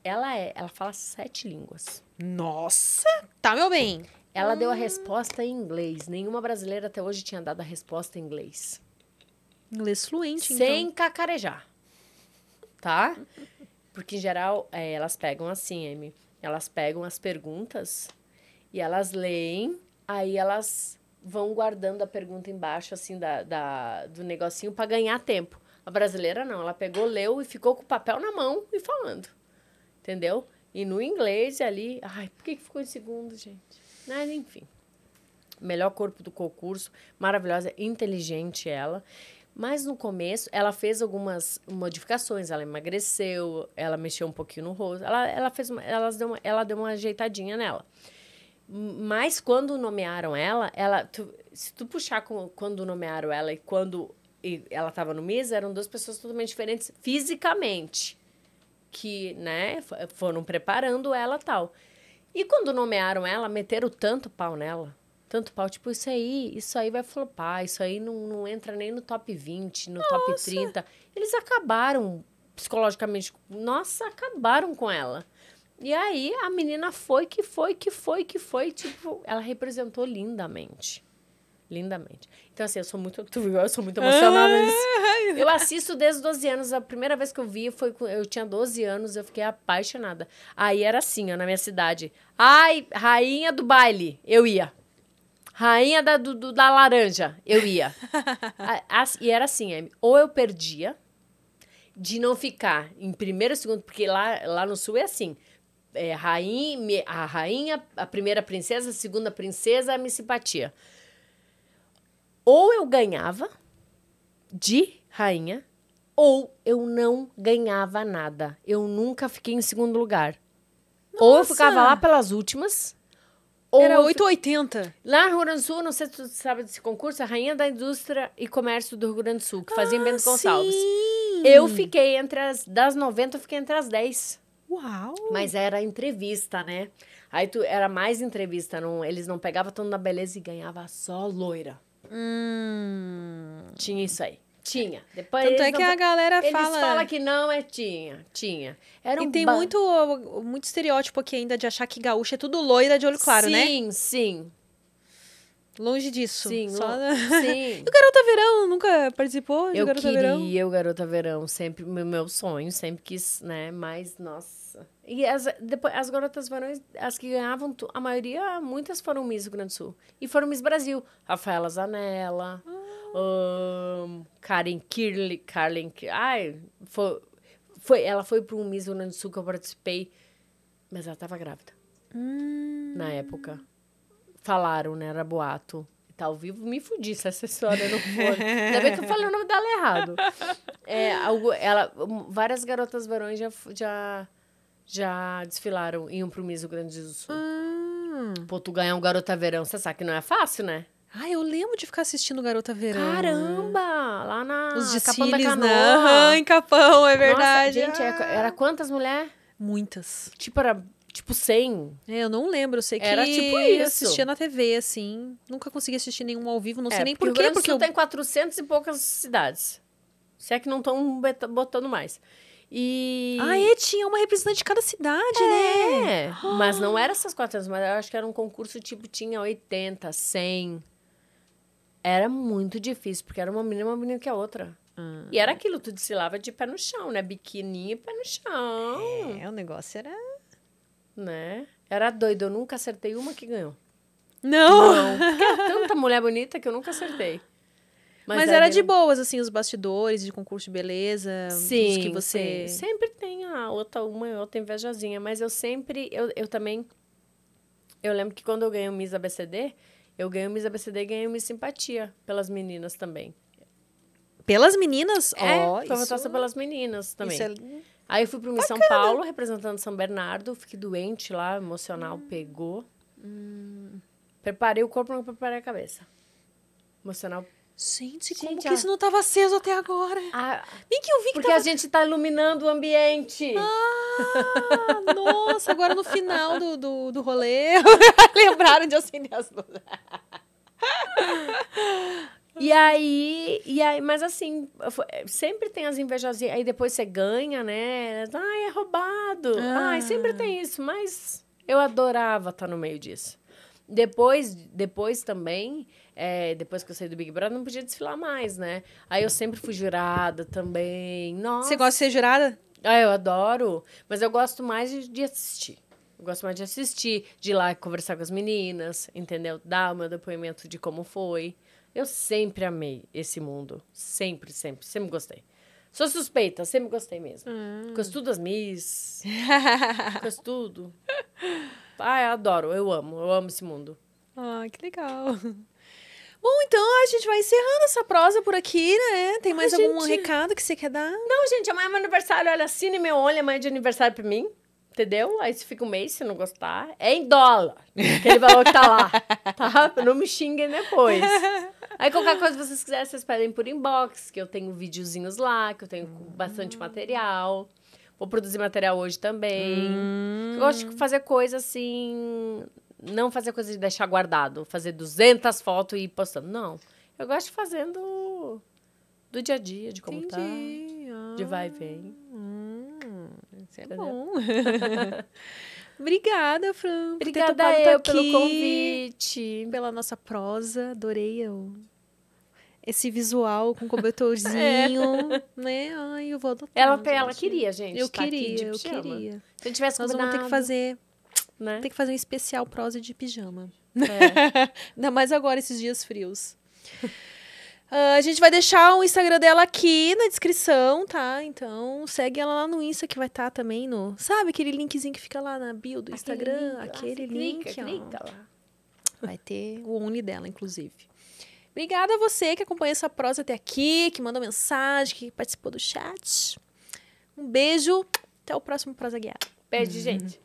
B: Ela é, ela fala sete línguas.
A: Nossa! Tá, meu bem.
B: Ela deu a resposta em inglês. Nenhuma brasileira até hoje tinha dado a resposta em inglês.
A: Inglês fluente,
B: Sem
A: então.
B: cacarejar. Tá? Porque, em geral, é, elas pegam assim, Amy. Elas pegam as perguntas e elas leem, aí elas vão guardando a pergunta embaixo, assim, da, da- do negocinho pra ganhar tempo. A brasileira não, ela pegou, leu e ficou com o papel na mão e falando. Entendeu? E no inglês ali. Ai, por que que ficou em segundo, gente? Mas enfim. Melhor corpo do concurso, maravilhosa, inteligente ela. Mas no começo, ela fez algumas modificações. Ela emagreceu, ela mexeu um pouquinho no rosto. Ela, ela, fez uma, elas deu uma, ela deu uma ajeitadinha nela. Mas quando nomearam ela, ela tu- se tu puxar com, quando nomearam ela e quando e ela estava no Miss, eram duas pessoas totalmente diferentes fisicamente. Que, né, fo- foram preparando ela tal. E quando nomearam ela, meteram tanto pau nela. Tanto pau, tipo, isso aí, isso aí vai flopar, isso aí não, não entra nem no top 20, no top 30. Eles acabaram psicologicamente. Nossa, acabaram com ela. E aí a menina foi, que foi, que foi, que foi. Tipo, ela representou lindamente. Lindamente. Então, assim, eu sou muito. Tu viu? Eu sou muito emocionada nisso. Eu assisto desde 12 anos. A primeira vez que eu vi foi com- eu tinha 12 anos, eu fiquei apaixonada. Aí era assim, ó, na minha cidade. Ai, rainha do baile, eu ia. Rainha da, do- do- da laranja, eu ia. A- as- e era assim, Amy, ou eu perdia de não ficar em primeiro, segundo, porque lá, lá no sul é assim. é, rainha, me- a rainha, a primeira princesa, a segunda princesa, a Miss Simpatia. Ou eu ganhava, de rainha ou eu não ganhava nada. Eu nunca fiquei em segundo lugar. Ou eu
A: Nossa!
B: ficava lá pelas últimas. Ou
A: Era
B: eu
A: 880.
B: fi- Lá no Rio Grande do Sul, não sei se tu sabe desse concurso, a Rainha da Indústria e Comércio do Rio Grande do Sul, que fazia em Bento Gonçalves.
A: Ah, Sim.
B: Eu fiquei entre as... Das 90, eu fiquei entre as 10.
A: Uau!
B: Mas era entrevista, né? Aí tu, era mais entrevista. Não, eles não pegavam tanto na beleza e ganhava só loira.
A: Hum.
B: Tinha isso aí. Tinha. Depois
A: Tanto
B: eles
A: é que
B: não-
A: a galera
B: Eles
A: fala.
B: falam que não é tinha. Tinha. Era um
A: E tem
B: ba-
A: muito, muito estereótipo aqui ainda de achar que gaúcha é tudo loira de olho claro, né?
B: Sim, sim.
A: Longe disso.
B: Sim,
A: Só...
B: lo- sim.
A: E o Garota Verão tá nunca participou de
B: Eu
A: Garota Verão?
B: queria o Garota Verão, sempre, meu, meu sonho, sempre quis, né? Mas, nossa. E as, depois, as Garotas Verões, as que ganhavam, tu- a maioria, muitas foram Miss do Grande do Sul. E foram Miss Brasil. Rafaela Zanella,
A: Ah.
B: ahn, Karen Kirley, Karen Kir- Ai, foi, foi, ela foi para um Miss do Grande do Sul que eu participei, mas ela tava grávida. na época. Falaram, né? Era boato. Tá ao vivo, me fudi se essa história não for. Ainda bem que eu falei o nome dela errado. É, algo, ela, um, várias garotas verões já, f- já, já desfilaram em um pro Miss do Grande do
A: Ah.
B: Sul.
A: Hum.
B: Pô, tu ganhar um garota verão, você sabe que não é fácil, né?
A: Ah, eu lembro de ficar assistindo Garota Verão.
B: Caramba! Lá na
A: Os
B: Capão da
A: desfiles,
B: Canoa.
A: né? Aham, em Capão, é verdade.
B: Nossa, gente,
A: Ah.
B: é- era quantas mulheres?
A: Muitas.
B: Tipo, era tipo 100.
A: É, Eu não lembro, eu sei que
B: Era tipo
A: eu
B: isso. É,
A: assistia na TV, assim. Nunca consegui assistir nenhum ao vivo, não sei nem
B: porque
A: por
B: o
A: quê,
B: Rio Grande do
A: porque
B: Sul
A: eu...
B: tem 400 e poucas cidades. Se é que não estão botando mais. E...
A: Ah, é, tinha uma representante de cada cidade, né?
B: É, mas não era essas 400, mas eu acho que era um concurso tipo, tinha 80, 100. Era muito difícil, porque era uma menina, uma menina que a outra.
A: Ah.
B: E era aquilo, tu desfilava de pé no chão, né? Biquininho e pé no chão,
A: É, o negócio era.
B: né? Era doido, eu nunca acertei uma que ganhou.
A: Não!
B: Não, porque é tanta mulher bonita que eu nunca acertei.
A: Mas, era de boas, assim, os bastidores de concurso de beleza. os
B: Sim,
A: que você.
B: sim. Sempre tem a outra, uma e outra invejazinha, mas eu sempre, eu, eu também, eu lembro que quando eu ganhei o Miss ABCD, eu ganhei o Miss ABCD e ganhei o Miss Simpatia pelas meninas também.
A: Pelas meninas?
B: é,
A: ó,
B: foi
A: isso-
B: votação pelas meninas também.
A: isso é-
B: Aí eu fui pro Miss São Paulo, representando São Bernardo, fiquei doente lá, emocional,
A: Hum.
B: pegou. Preparei o corpo, não preparei a cabeça. Emocional.
A: Gente, como
B: Gente,
A: que
B: ó.
A: isso não tava aceso até agora?
B: Ah,
A: Nem que eu vi que
B: porque a gente tá iluminando o
A: Ah,
B: ambiente.
A: tava... Nossa, agora no final do, do, do rolê, lembraram de acender as luzes.
B: E aí, e aí, mas assim, fo- sempre tem as invejazinhas. Aí depois você ganha, né? Ai, é roubado.
A: Ah.
B: Ai, sempre tem isso, mas eu adorava estar no meio disso. Depois, depois também, é, depois que eu saí do Big Brother, não podia desfilar mais, né? Aí eu sempre fui jurada também. Nossa.
A: Você gosta de ser jurada?
B: Ah, eu adoro. Mas eu gosto mais de, de assistir. Eu gosto mais de assistir, de ir lá e conversar com as meninas, entendeu? Dar o meu depoimento de como foi. Eu sempre amei esse mundo. Sempre, sempre. Sempre gostei. Sou suspeita, sempre gostei mesmo. Porque eu estudo as Miss, porque eu estudo. Ah, eu adoro, eu amo, eu amo esse mundo.
A: Ah, que legal. Bom, então a gente vai encerrando essa prosa por aqui, né? Tem mais algum
B: gente.
A: recado que você quer dar?
B: Não, gente, amanhã é meu aniversário. Olha, assine meu olho amanhã é de aniversário pra mim. Entendeu? Aí você fica um mês, se não gostar. É em dólar. Aquele valor que tá lá. Tá? Não me xinguem depois. Aí qualquer coisa que vocês quiserem, vocês pedem por inbox, que eu tenho videozinhos lá, que eu tenho bastante material. Vou produzir material hoje também.
A: Hum.
B: Eu gosto de fazer coisa assim. Não fazer coisa de deixar guardado, fazer 200 fotos e ir postando. Não. Eu gosto de fazendo do dia a dia, de como tá.
A: Ah,
B: De vai e vem.
A: hum, isso é
B: Entendeu?
A: bom. Obrigada, Fran, por ter
B: Obrigada
A: topado tá
B: eu
A: aqui.
B: pelo convite.
A: pela nossa prosa, adorei o- esse visual com cobertorzinho, né? Ai, eu vou adotar.
B: Ela, ela
A: gente.
B: queria, gente.
A: Eu
B: tá aqui
A: queria,
B: de
A: eu
B: pijama.
A: queria.
B: Se eu tivesse
A: Nós
B: combinado,
A: vamos ter que fazer,
B: né?
A: ter que fazer um especial prosa de pijama.
B: É.
A: Ainda mais agora, esses dias frios. Ah, a gente vai deixar o Instagram dela aqui na descrição, tá? Então segue ela lá no Insta que vai estar também no. Sabe aquele linkzinho que fica lá na bio do Instagram? Aquele link,
B: clica,
A: ó.
B: clica lá.
A: Vai ter o Only dela, inclusive. Obrigada a você que acompanha essa prosa até aqui, que mandou mensagem, que participou do chat. Um beijo. Até o próximo Prosa Guiada. Hum.
B: Beijo, gente.